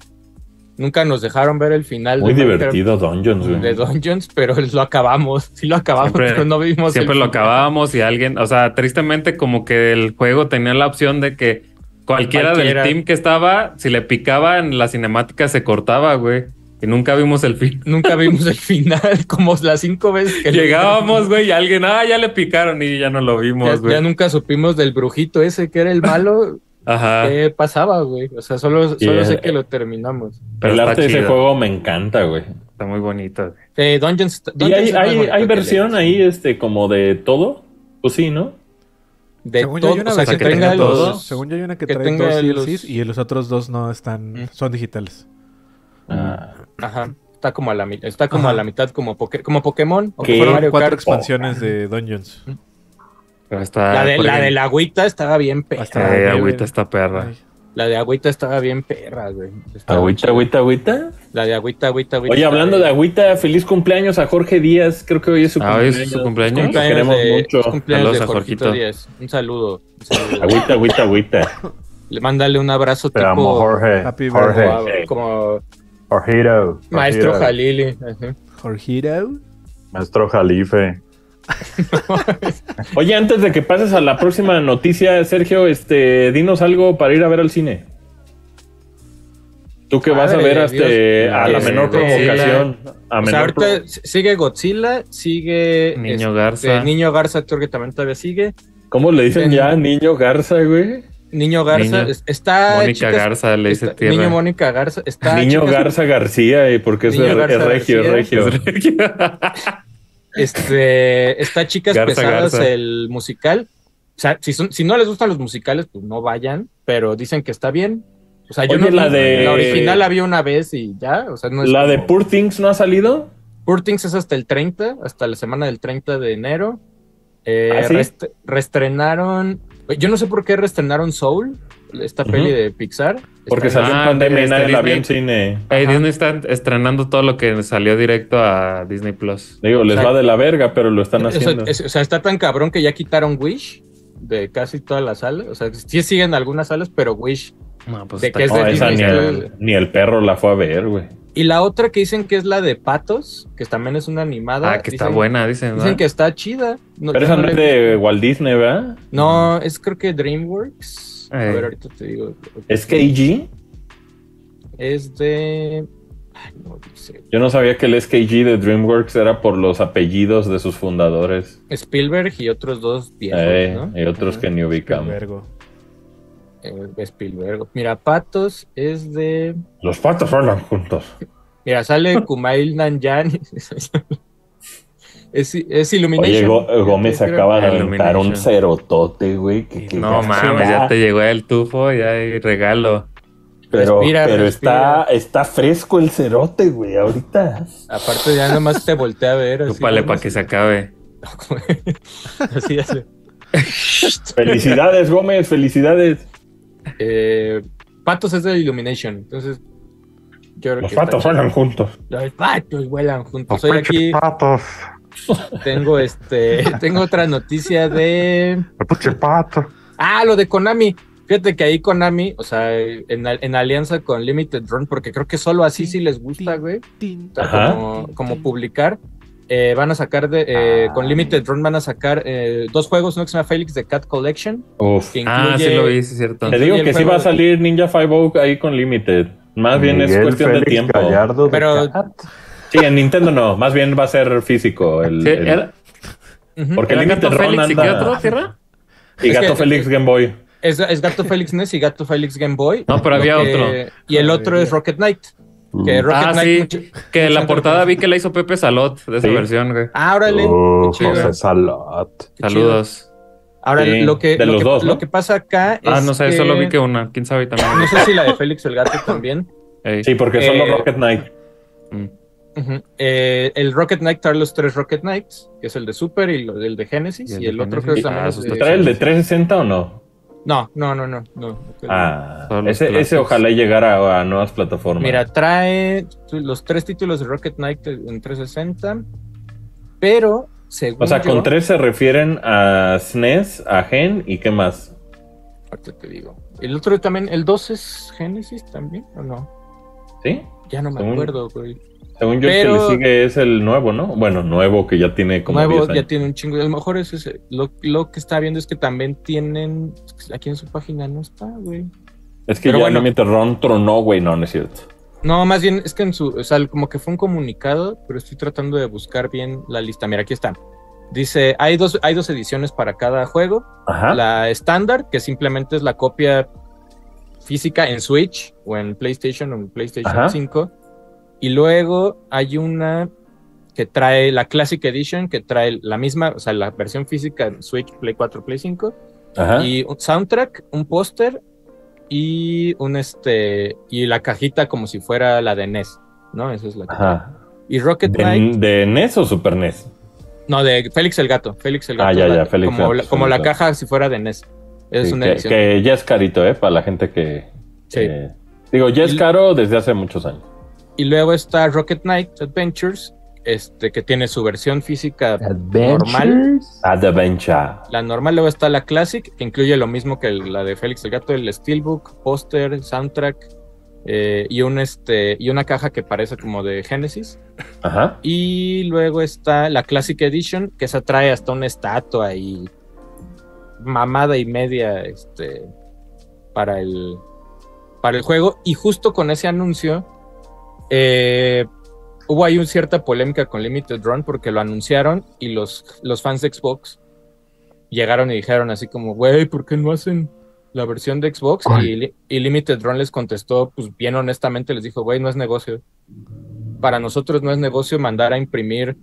[SPEAKER 1] nunca nos dejaron ver el final
[SPEAKER 2] Muy
[SPEAKER 1] de Minecraft,
[SPEAKER 2] divertido Dungeons, güey.
[SPEAKER 1] de Dungeons, pero lo acabamos, sí lo acabamos,
[SPEAKER 5] Siempre-
[SPEAKER 1] pero no vimos el
[SPEAKER 5] Siempre lo
[SPEAKER 1] final.
[SPEAKER 5] acabábamos y alguien, o sea, tristemente como que el juego tenía la opción de que cualquiera,
[SPEAKER 1] Cualquiera.
[SPEAKER 5] del team que estaba, si le picaba en la cinemática se cortaba, güey. Y nunca vimos el <laughs> fin.
[SPEAKER 1] Nunca vimos el final, <laughs> como las cinco veces que
[SPEAKER 5] Llegábamos, güey, y alguien, ah, ya le picaron y ya no lo
[SPEAKER 1] Ya,
[SPEAKER 5] vimos,
[SPEAKER 1] ya
[SPEAKER 5] güey.
[SPEAKER 1] nunca supimos del brujito ese que era el malo,
[SPEAKER 5] Ajá.
[SPEAKER 1] qué pasaba, güey. O sea, solo,
[SPEAKER 2] Sí,
[SPEAKER 1] solo
[SPEAKER 2] es-
[SPEAKER 1] sé que lo terminamos.
[SPEAKER 5] Pero
[SPEAKER 2] el
[SPEAKER 5] está
[SPEAKER 2] arte de ese
[SPEAKER 5] chido.
[SPEAKER 2] juego me encanta, güey.
[SPEAKER 5] Está muy bonito. güey.
[SPEAKER 1] Eh, Dungeons,
[SPEAKER 2] ¿Y
[SPEAKER 1] Dungeons
[SPEAKER 2] hay,
[SPEAKER 1] es más
[SPEAKER 2] hay,
[SPEAKER 1] bonito
[SPEAKER 2] hay
[SPEAKER 1] que
[SPEAKER 2] versión
[SPEAKER 1] Legends.
[SPEAKER 2] ahí este como de todo? Pues sí, ¿no?
[SPEAKER 1] De
[SPEAKER 4] según
[SPEAKER 1] todo,
[SPEAKER 4] yo hay una
[SPEAKER 1] o sea,
[SPEAKER 4] versión
[SPEAKER 1] que
[SPEAKER 4] que
[SPEAKER 1] tenga
[SPEAKER 4] trae
[SPEAKER 1] los-
[SPEAKER 4] dos, según yo hay una que,
[SPEAKER 1] que
[SPEAKER 4] trae
[SPEAKER 1] tenga
[SPEAKER 4] dos
[SPEAKER 1] los-
[SPEAKER 4] DLCs y los otros dos no están,
[SPEAKER 1] Mm.
[SPEAKER 4] son digitales.
[SPEAKER 2] Ah,
[SPEAKER 1] Ajá. Está como a la mitad, está como
[SPEAKER 4] Ajá.
[SPEAKER 1] a la mitad como, Poké- como Pokémon o
[SPEAKER 2] ¿Qué?
[SPEAKER 1] como
[SPEAKER 2] Fueron
[SPEAKER 1] Mario
[SPEAKER 4] Cuatro
[SPEAKER 1] Kart. oh.
[SPEAKER 4] expansiones de Dungeons.
[SPEAKER 5] Pero está.
[SPEAKER 1] La de, la
[SPEAKER 5] porque-
[SPEAKER 1] de la agüita estaba bien perra.
[SPEAKER 4] Hasta-
[SPEAKER 5] Eh,
[SPEAKER 4] Ay,
[SPEAKER 5] agüita
[SPEAKER 4] güey.
[SPEAKER 5] está perra.
[SPEAKER 4] Ay.
[SPEAKER 1] La de agüita estaba bien perra, güey.
[SPEAKER 5] Ah.
[SPEAKER 1] Estaba-
[SPEAKER 2] Agüita, agüita, agüita.
[SPEAKER 1] La de agüita, agüita, agüita. eh.
[SPEAKER 2] Oye, hablando de agüita, feliz cumpleaños a Jorge Díaz. Creo que hoy es su
[SPEAKER 5] Ah, hoy
[SPEAKER 2] cumpleaños.
[SPEAKER 5] es su cumpleaños.
[SPEAKER 2] Lo
[SPEAKER 1] cumpleaños
[SPEAKER 2] queremos
[SPEAKER 1] de, es
[SPEAKER 2] mucho.
[SPEAKER 1] cumpleaños
[SPEAKER 5] Saludos
[SPEAKER 1] de
[SPEAKER 5] a
[SPEAKER 1] Jorgito
[SPEAKER 5] Jorgito.
[SPEAKER 1] Díaz. Un saludo. un saludo.
[SPEAKER 2] Agüita, agüita, agüita.
[SPEAKER 1] Le mándale un abrazo
[SPEAKER 3] Te amo,
[SPEAKER 1] tipo
[SPEAKER 3] Jorge.
[SPEAKER 4] Happy
[SPEAKER 3] Jorge.
[SPEAKER 1] como-
[SPEAKER 2] Jorge.
[SPEAKER 1] como
[SPEAKER 3] Jorgito.
[SPEAKER 1] maestro
[SPEAKER 3] Jorgito.
[SPEAKER 1] Jalili. ajá.
[SPEAKER 4] Jorgito.
[SPEAKER 3] Maestro Jalife.
[SPEAKER 2] Oye, antes de que pases a la próxima noticia, Sergio, este, dinos algo para ir a ver al cine. Tú que vas a
[SPEAKER 1] Madre
[SPEAKER 2] ver
[SPEAKER 1] de
[SPEAKER 2] este,
[SPEAKER 1] Dios.
[SPEAKER 2] a la
[SPEAKER 1] Eh,
[SPEAKER 2] menor
[SPEAKER 1] Godzilla.
[SPEAKER 2] provocación. A
[SPEAKER 1] O sea,
[SPEAKER 2] menor
[SPEAKER 1] ahorita
[SPEAKER 2] provo-
[SPEAKER 1] s- sigue Godzilla, sigue
[SPEAKER 5] Niño
[SPEAKER 1] este,
[SPEAKER 5] Garza.
[SPEAKER 1] Niño Garza, creo que también todavía sigue.
[SPEAKER 2] ¿Cómo le dicen ya, niño Garza, güey?
[SPEAKER 1] Niño Garza,
[SPEAKER 5] Niño-
[SPEAKER 1] es- está
[SPEAKER 5] Mónica
[SPEAKER 1] ah, Chicas-
[SPEAKER 5] Garza le dice
[SPEAKER 1] está-
[SPEAKER 5] tierra.
[SPEAKER 1] Niño
[SPEAKER 5] <laughs>
[SPEAKER 1] Mónica Garza, está
[SPEAKER 2] Niño
[SPEAKER 1] Chicas-
[SPEAKER 2] Garza García, eh, porque es,
[SPEAKER 1] Niño
[SPEAKER 2] re-
[SPEAKER 1] Garza
[SPEAKER 2] es regio, es
[SPEAKER 1] García.
[SPEAKER 2] regio.
[SPEAKER 1] Este, está Chicas
[SPEAKER 5] Garza,
[SPEAKER 1] Pesadas
[SPEAKER 5] Garza.
[SPEAKER 1] el musical. O sea, si, son- si no les gustan los musicales, pues no vayan, pero dicen que está bien. O sea, yo
[SPEAKER 2] Oye,
[SPEAKER 1] no
[SPEAKER 2] la de-
[SPEAKER 1] la original la vi una vez y ya, o sea, no es
[SPEAKER 2] ¿La de
[SPEAKER 1] como-
[SPEAKER 2] Poor Things no ha salido?
[SPEAKER 1] Poor Things es hasta el 30, hasta la semana del 30 de enero. Eh,
[SPEAKER 2] ¿Ah, sí?
[SPEAKER 1] rest- reestrenaron. Yo no sé por qué reestrenaron Soul, esta
[SPEAKER 2] Ujú.
[SPEAKER 1] peli de Pixar.
[SPEAKER 2] Porque
[SPEAKER 1] Está-
[SPEAKER 2] salió en
[SPEAKER 5] Ah,
[SPEAKER 2] pandemia y
[SPEAKER 5] este
[SPEAKER 2] nadie la vio en
[SPEAKER 5] Disney.
[SPEAKER 2] cine.
[SPEAKER 5] Eh, Disney está estrenando todo lo que salió directo a Disney Plus.
[SPEAKER 2] Digo, les
[SPEAKER 1] Exacto.
[SPEAKER 2] va de la verga, pero lo están
[SPEAKER 1] O sea,
[SPEAKER 2] haciendo.
[SPEAKER 1] es- o sea, está tan cabrón que ya quitaron Wish de casi todas las salas. O sea, sí siguen algunas salas, pero Wish.
[SPEAKER 5] No, pues
[SPEAKER 1] ¿De
[SPEAKER 5] está
[SPEAKER 1] qué es
[SPEAKER 2] No,
[SPEAKER 5] cabrón.
[SPEAKER 1] de
[SPEAKER 2] esa ni
[SPEAKER 1] Disney?
[SPEAKER 2] el, ni el perro la fue a ver, güey.
[SPEAKER 1] Y la otra que dicen que es la de Patos, que también es una animada.
[SPEAKER 5] Ah, que está
[SPEAKER 1] Dicen-
[SPEAKER 5] buena, dicen. ¿no?
[SPEAKER 1] Dicen que está chida. No,
[SPEAKER 2] Pero
[SPEAKER 1] yo
[SPEAKER 2] esa no
[SPEAKER 1] la
[SPEAKER 2] es
[SPEAKER 1] he visto.
[SPEAKER 2] de Walt Disney, ¿verdad?
[SPEAKER 1] No, es creo que DreamWorks. A
[SPEAKER 5] Eh.
[SPEAKER 1] ver, ahorita te digo.
[SPEAKER 2] ¿Es KG?
[SPEAKER 1] Es de. Ay, no sé.
[SPEAKER 2] Yo no sabía que el SKG de DreamWorks era por los apellidos de sus fundadores
[SPEAKER 1] Spielberg y otros dos viejos,
[SPEAKER 2] Eh,
[SPEAKER 1] ¿no?
[SPEAKER 2] y otros
[SPEAKER 1] Ajá.
[SPEAKER 2] que ni ubicamos.
[SPEAKER 4] Vergo.
[SPEAKER 1] Eh, de Spielberg. Mira, Patos es de.
[SPEAKER 2] Los patos hablan juntos.
[SPEAKER 1] Mira,
[SPEAKER 2] <laughs>
[SPEAKER 1] sale Kumail Nanjiani. <laughs> es, es
[SPEAKER 2] Oye,
[SPEAKER 1] Illumination.
[SPEAKER 2] Go- Gómez
[SPEAKER 1] Creo-
[SPEAKER 2] acaba de
[SPEAKER 5] Illumination.
[SPEAKER 2] aventar un cerotote, güey. que- que
[SPEAKER 5] No
[SPEAKER 2] ya-
[SPEAKER 5] mames, ya te llegó el tufo, ya hay regalo.
[SPEAKER 2] Pero,
[SPEAKER 1] Respira,
[SPEAKER 2] pero
[SPEAKER 1] respira.
[SPEAKER 2] está, está fresco el cerote, güey, ahorita.
[SPEAKER 1] Aparte, ya nomás te voltea a ver. así,
[SPEAKER 5] Chúpale
[SPEAKER 1] ¿no?
[SPEAKER 5] para que se acabe.
[SPEAKER 1] <laughs> Así hace.
[SPEAKER 2] Felicidades, Gómez, felicidades.
[SPEAKER 1] Eh, Patos es de Illumination. Entonces. Yo creo
[SPEAKER 2] Los
[SPEAKER 1] que está
[SPEAKER 2] patos
[SPEAKER 1] chido.
[SPEAKER 2] hablan juntos.
[SPEAKER 1] Los patos vuelan juntos. Soy aquí.
[SPEAKER 3] patos.
[SPEAKER 1] Tengo este. Tengo otra noticia de.
[SPEAKER 3] Los pinches patos.
[SPEAKER 1] Ah, lo de Konami. Fíjate que ahí Konami, o sea, en, al- en alianza con Limited Run, porque creo que solo así sí les gusta, güey.
[SPEAKER 4] Tin.
[SPEAKER 1] o sea,
[SPEAKER 2] Ajá.
[SPEAKER 1] Como, como publicar. eh, van a sacar de.
[SPEAKER 5] Ah.
[SPEAKER 1] eh, con Limited Run van a sacar eh, dos juegos, uno que se llama Felix de Cat Collection.
[SPEAKER 2] Uf.
[SPEAKER 1] Que incluye,
[SPEAKER 5] Ah, sí lo vi, sí es cierto.
[SPEAKER 2] Te digo
[SPEAKER 1] el
[SPEAKER 2] que sí
[SPEAKER 1] juego
[SPEAKER 2] va a
[SPEAKER 1] de-
[SPEAKER 2] salir Ninja Five Oak ahí con Limited. Más bien es cuestión de tiempo.
[SPEAKER 3] Gallardo de
[SPEAKER 1] Pero-
[SPEAKER 3] Cat.
[SPEAKER 2] Sí, en Nintendo no. Más bien va a ser físico. El,
[SPEAKER 5] Sí,
[SPEAKER 2] el-
[SPEAKER 5] ¿Era,
[SPEAKER 1] Ujú.
[SPEAKER 2] Porque
[SPEAKER 5] era
[SPEAKER 2] Limited
[SPEAKER 5] Gato
[SPEAKER 2] Run
[SPEAKER 5] Félix y
[SPEAKER 2] anda-
[SPEAKER 5] qué otro, Tierra?
[SPEAKER 2] Y
[SPEAKER 1] Es
[SPEAKER 2] Gato
[SPEAKER 1] que-
[SPEAKER 2] Félix Game Boy.
[SPEAKER 1] Es, es Gato Felix NES y Gato Felix Game Boy.
[SPEAKER 5] No, pero
[SPEAKER 1] Lo
[SPEAKER 5] había
[SPEAKER 1] que-
[SPEAKER 5] otro.
[SPEAKER 1] Y el otro es Rocket Knight. Que Rocket
[SPEAKER 5] Ah,
[SPEAKER 1] Knight.
[SPEAKER 5] sí, que la portada vi que la hizo Pepe Salot de esa
[SPEAKER 2] Sí.
[SPEAKER 5] versión, güey.
[SPEAKER 1] Ah, órale.
[SPEAKER 3] Uh,
[SPEAKER 1] qué chido.
[SPEAKER 3] José Salot.
[SPEAKER 1] qué chido.
[SPEAKER 5] Oh, Saludos.
[SPEAKER 1] Ahora,
[SPEAKER 2] Sí,
[SPEAKER 1] lo, que,
[SPEAKER 2] de
[SPEAKER 1] lo,
[SPEAKER 2] los
[SPEAKER 1] que,
[SPEAKER 2] dos, ¿no?
[SPEAKER 1] lo que pasa acá
[SPEAKER 5] Ah,
[SPEAKER 1] es.
[SPEAKER 5] no sé, solo
[SPEAKER 1] Este
[SPEAKER 5] vi que una. ¿Quién sabe también?
[SPEAKER 1] No sé si la de Félix el Gato también.
[SPEAKER 5] Ey.
[SPEAKER 2] Sí, porque solo
[SPEAKER 1] Eh,
[SPEAKER 2] Rocket Knight.
[SPEAKER 5] Mm.
[SPEAKER 1] Ujú. Eh, el Rocket Knight trae los tres Rocket Knights, que es el de Super y lo- el de Genesis. Y el,
[SPEAKER 5] Y el de
[SPEAKER 1] otro
[SPEAKER 5] Genesis.
[SPEAKER 1] creo que
[SPEAKER 5] Ah,
[SPEAKER 1] también es
[SPEAKER 5] esos
[SPEAKER 1] de-
[SPEAKER 5] tres.
[SPEAKER 2] ¿Trae el de 360 o no?
[SPEAKER 1] No, no, no, no. no.
[SPEAKER 2] Ah,
[SPEAKER 5] Son los
[SPEAKER 2] ese, ese
[SPEAKER 5] clásicos.
[SPEAKER 2] ojalá llegara a, nuevas plataformas.
[SPEAKER 1] Mira, trae los tres títulos de Rocket Knight en 360. Pero, según.
[SPEAKER 2] o sea,
[SPEAKER 1] yo-
[SPEAKER 2] con tres se refieren a SNES, a Gen y qué más.
[SPEAKER 1] Ahorita te digo. El otro también, el 2 es Genesis también, ¿o no?
[SPEAKER 2] ¿Sí?
[SPEAKER 1] Ya no me
[SPEAKER 2] Según-
[SPEAKER 1] acuerdo, güey.
[SPEAKER 2] Según yo,
[SPEAKER 1] Pero-
[SPEAKER 2] el que le sigue es el nuevo, ¿no? Bueno, nuevo que ya tiene como
[SPEAKER 1] Nuevo
[SPEAKER 2] 10 años.
[SPEAKER 1] ya tiene un chingo. A lo mejor es ese. Lo, lo que está viendo es que también tienen. Aquí en su página no está, güey.
[SPEAKER 2] Es que
[SPEAKER 1] Pero
[SPEAKER 2] ya
[SPEAKER 1] bueno.
[SPEAKER 2] Limited Run tronó, güey, no, no es cierto.
[SPEAKER 1] No, más bien es que en su. O sea, como que fue un comunicado, pero estoy tratando de buscar bien la lista. Mira, aquí está. Dice: hay dos, hay dos ediciones para cada juego.
[SPEAKER 2] Ajá.
[SPEAKER 1] La estándar, que simplemente es la copia física en Switch o en PlayStation o en PlayStation
[SPEAKER 2] Ajá.
[SPEAKER 1] 5. Y luego hay una que trae la Classic Edition, que trae la misma, o sea, la versión física en Switch, Play 4, Play 5,
[SPEAKER 2] Ajá.
[SPEAKER 1] y un soundtrack, un póster y un este y la cajita como si fuera la de NES, ¿no? Esa es la que trae.
[SPEAKER 2] Ajá.
[SPEAKER 1] Y Rocket Knight,
[SPEAKER 2] ¿De, E de NES o Super E NES?
[SPEAKER 1] no, de Félix el Gato, Félix el Gato.
[SPEAKER 2] Ah, ya,
[SPEAKER 1] la-
[SPEAKER 2] ya, Félix
[SPEAKER 1] como,
[SPEAKER 2] el-
[SPEAKER 1] la, como la
[SPEAKER 2] Félix el-
[SPEAKER 1] caja si fuera de NES. Es
[SPEAKER 2] Sí,
[SPEAKER 1] una
[SPEAKER 2] que,
[SPEAKER 1] edición.
[SPEAKER 2] que ya es carito, ¿eh? Para la gente que...
[SPEAKER 1] Sí.
[SPEAKER 2] eh, digo, ya es
[SPEAKER 1] Y-
[SPEAKER 2] caro desde hace muchos años.
[SPEAKER 1] Y luego está Rocket Knight Adventures, este que tiene su versión física normal,
[SPEAKER 3] Adventures.
[SPEAKER 2] Ah, Adventure.
[SPEAKER 1] la normal, luego está la Classic, que incluye lo mismo que el- la de Félix el Gato, el Steelbook, póster, soundtrack eh, y un este y una caja que parece como de Genesis.
[SPEAKER 2] Ajá.
[SPEAKER 1] Y luego está la Classic Edition, que se trae hasta una estatua y mamada y media este, para, el, para el juego. Y justo con ese anuncio, eh, hubo ahí una cierta polémica con Limited Run porque lo anunciaron y los, los fans de Xbox llegaron y dijeron así como, güey, ¿por qué no hacen la versión de Xbox? Y, Li- y Limited Run les contestó, pues bien honestamente, les dijo, güey, no es negocio para nosotros no es negocio mandar a imprimir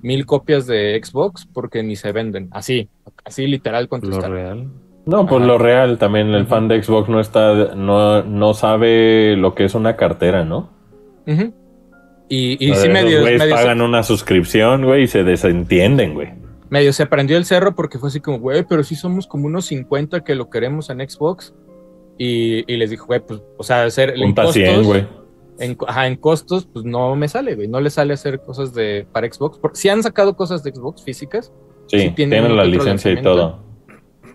[SPEAKER 1] mil copias de Xbox porque ni se venden. Así, así literal
[SPEAKER 5] Lo
[SPEAKER 1] contestar.
[SPEAKER 5] real.
[SPEAKER 2] No, pues
[SPEAKER 1] Ajá.
[SPEAKER 2] lo real, también el
[SPEAKER 1] Ujú.
[SPEAKER 2] fan de Xbox no está, no, no sabe lo que es una cartera, ¿no?
[SPEAKER 1] Ujú. Y, y
[SPEAKER 2] O sea,
[SPEAKER 1] sí
[SPEAKER 2] esos
[SPEAKER 1] medio,
[SPEAKER 2] güeyes
[SPEAKER 1] medio, se,
[SPEAKER 2] pagan una suscripción, güey, y se desentienden, güey.
[SPEAKER 1] medio se prendió el cerro porque fue así como, güey, pero sí somos como unos 50 que lo queremos en Xbox. Y, y les dijo, güey, pues, o sea, hacer en
[SPEAKER 2] Punta 100,
[SPEAKER 1] costos-
[SPEAKER 2] güey.
[SPEAKER 1] En, co- ajá, en costos, pues no me sale, güey. No le sale hacer cosas de para Xbox. Porque sí han sacado cosas de Xbox físicas,
[SPEAKER 2] Sí,
[SPEAKER 1] sí tienen
[SPEAKER 2] tienen, la
[SPEAKER 1] otro
[SPEAKER 2] licencia y
[SPEAKER 1] lanzamiento.
[SPEAKER 2] todo.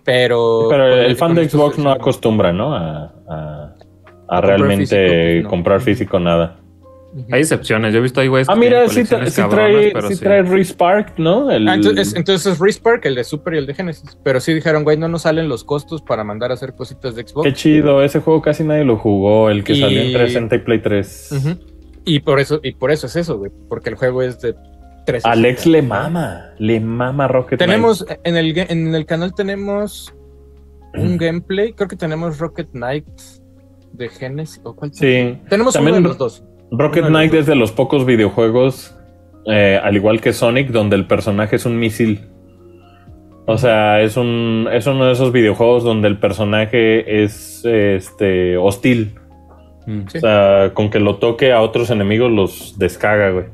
[SPEAKER 1] pero.
[SPEAKER 2] Pero
[SPEAKER 1] con-
[SPEAKER 2] el fan
[SPEAKER 1] con
[SPEAKER 2] de
[SPEAKER 1] esto
[SPEAKER 2] Xbox
[SPEAKER 1] se-
[SPEAKER 2] no acostumbra, ¿no? A, a- a
[SPEAKER 1] comprar
[SPEAKER 2] realmente
[SPEAKER 1] físico, pues, no.
[SPEAKER 2] comprar físico nada.
[SPEAKER 1] Ujú.
[SPEAKER 5] Hay excepciones. Yo he visto ahí, güey.
[SPEAKER 2] Ah, mira, sí, tra- sí trae, sí trae Respark, ¿no? El-
[SPEAKER 1] Ah, entonces, entonces es Respark, el de Super y el de Genesis. Pero sí dijeron, güey, no nos salen los costos para mandar a hacer cositas de Xbox.
[SPEAKER 2] Qué chido, ese juego casi nadie lo jugó, el que
[SPEAKER 1] Y-
[SPEAKER 2] salió en 360 y Play 3.
[SPEAKER 1] Ujú. Y por eso, y por eso es eso, güey. Porque el juego es de tres.
[SPEAKER 2] Alex le mama, le mama Rocket
[SPEAKER 1] Tenemos, en el, ga- en el canal tenemos un gameplay. Creo que tenemos Rocket Knight de Genesis. ¿O cuál?
[SPEAKER 2] Sí.
[SPEAKER 1] Tenemos
[SPEAKER 2] También-
[SPEAKER 1] uno de los dos.
[SPEAKER 2] Rocket
[SPEAKER 1] Uno de
[SPEAKER 2] Knight es de los pocos videojuegos, eh, al igual que Sonic, donde el personaje es un misil. O sea, es un es uno de esos videojuegos donde el personaje es este hostil.
[SPEAKER 1] Sí.
[SPEAKER 5] Mm.
[SPEAKER 2] O sea, con que lo toque a otros enemigos los descaga, güey.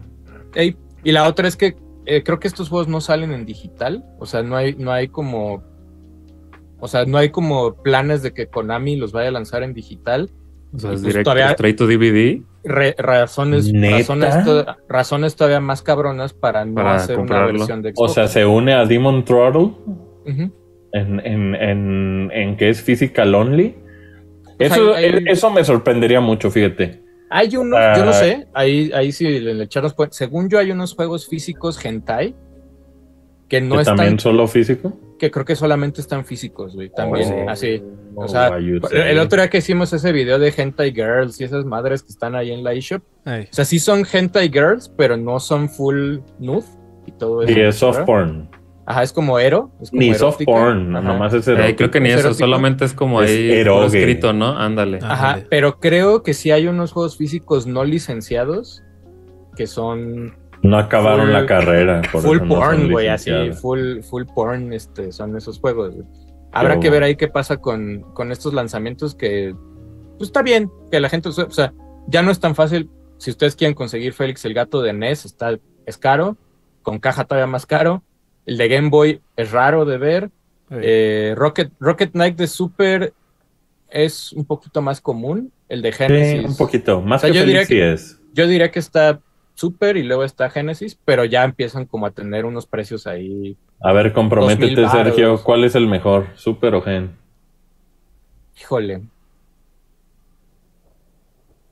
[SPEAKER 1] Ey, y la otra es que eh, creo que estos juegos no salen en digital. O sea, no hay, no hay como. O sea, no hay como planes de que Konami los vaya a lanzar en digital.
[SPEAKER 5] O sea,
[SPEAKER 1] Pues
[SPEAKER 5] es directo,
[SPEAKER 1] todavía-
[SPEAKER 5] straight to DVD
[SPEAKER 1] re- razones,
[SPEAKER 2] ¿Neta?
[SPEAKER 1] razones, to- razones todavía más cabronas para no
[SPEAKER 5] Para
[SPEAKER 1] hacer
[SPEAKER 5] comprarlo.
[SPEAKER 1] una versión de
[SPEAKER 2] O
[SPEAKER 1] Xbox.
[SPEAKER 2] sea, se une a Demon Throttle
[SPEAKER 1] Ujú.
[SPEAKER 2] en, en- en- en que es physical only.
[SPEAKER 1] Pues
[SPEAKER 2] Eso,
[SPEAKER 1] hay- hay-
[SPEAKER 2] eso me sorprendería mucho, fíjate.
[SPEAKER 1] Hay unos,
[SPEAKER 2] Ah.
[SPEAKER 1] yo no sé, ahí, ahí sí le, le echaron pues, Según yo, hay unos juegos físicos hentai que no
[SPEAKER 2] que
[SPEAKER 1] están,
[SPEAKER 2] también solo físico.
[SPEAKER 1] que creo que solamente están físicos, güey. También,
[SPEAKER 2] Oh.
[SPEAKER 1] así. O sea,
[SPEAKER 2] Oh, you say.
[SPEAKER 1] El otro día que hicimos ese video de hentai girls y esas madres que están ahí en la eShop.
[SPEAKER 4] Ay.
[SPEAKER 1] O sea, sí son hentai girls, pero no son full nude y todo eso.
[SPEAKER 2] Y es soft
[SPEAKER 1] ¿verdad?
[SPEAKER 2] porn.
[SPEAKER 1] Ajá, es pues, como ero. es como
[SPEAKER 2] Ni soft
[SPEAKER 1] erótica.
[SPEAKER 2] porn,
[SPEAKER 1] Ajá.
[SPEAKER 2] nomás es
[SPEAKER 5] Eh,
[SPEAKER 2] erótico.
[SPEAKER 5] creo que ni
[SPEAKER 1] ¿Es
[SPEAKER 5] eso,
[SPEAKER 1] erótico?
[SPEAKER 5] solamente es como
[SPEAKER 2] Es
[SPEAKER 5] ahí puro
[SPEAKER 2] erogue.
[SPEAKER 5] escrito, ¿no? Ándale.
[SPEAKER 4] Ah.
[SPEAKER 1] Ajá,
[SPEAKER 4] Ándale.
[SPEAKER 1] pero creo que sí hay unos juegos físicos no licenciados que son
[SPEAKER 2] No acabaron
[SPEAKER 1] full-
[SPEAKER 2] la carrera. por
[SPEAKER 1] full
[SPEAKER 2] eso no son
[SPEAKER 1] porn, güey, así,
[SPEAKER 2] licenciadas.
[SPEAKER 1] full, full porn, este, son esos juegos. güey. Habrá
[SPEAKER 2] Qué
[SPEAKER 1] que
[SPEAKER 2] bueno.
[SPEAKER 1] ver ahí qué pasa con, con estos lanzamientos que, pues está bien, que la gente, los- o sea, ya no es tan fácil. Si ustedes quieren conseguir Félix el gato de NES, está, es caro, con caja todavía más caro. El de Game Boy es raro de ver.
[SPEAKER 4] Ay.
[SPEAKER 1] Eh, Rocket, Rocket Knight de Super es un poquito más común. El de
[SPEAKER 2] Sí,
[SPEAKER 1] Genesis.
[SPEAKER 2] un poquito. Más
[SPEAKER 1] O sea,
[SPEAKER 2] que
[SPEAKER 1] yo diría
[SPEAKER 2] feliz sí es.
[SPEAKER 1] Yo diría que está Super y luego está Genesis, pero ya empiezan como a tener unos precios ahí.
[SPEAKER 2] A ver, comprométete,
[SPEAKER 1] 2000 varos.
[SPEAKER 2] Sergio. ¿Cuál es el mejor? ¿Super o Gen?
[SPEAKER 1] Híjole.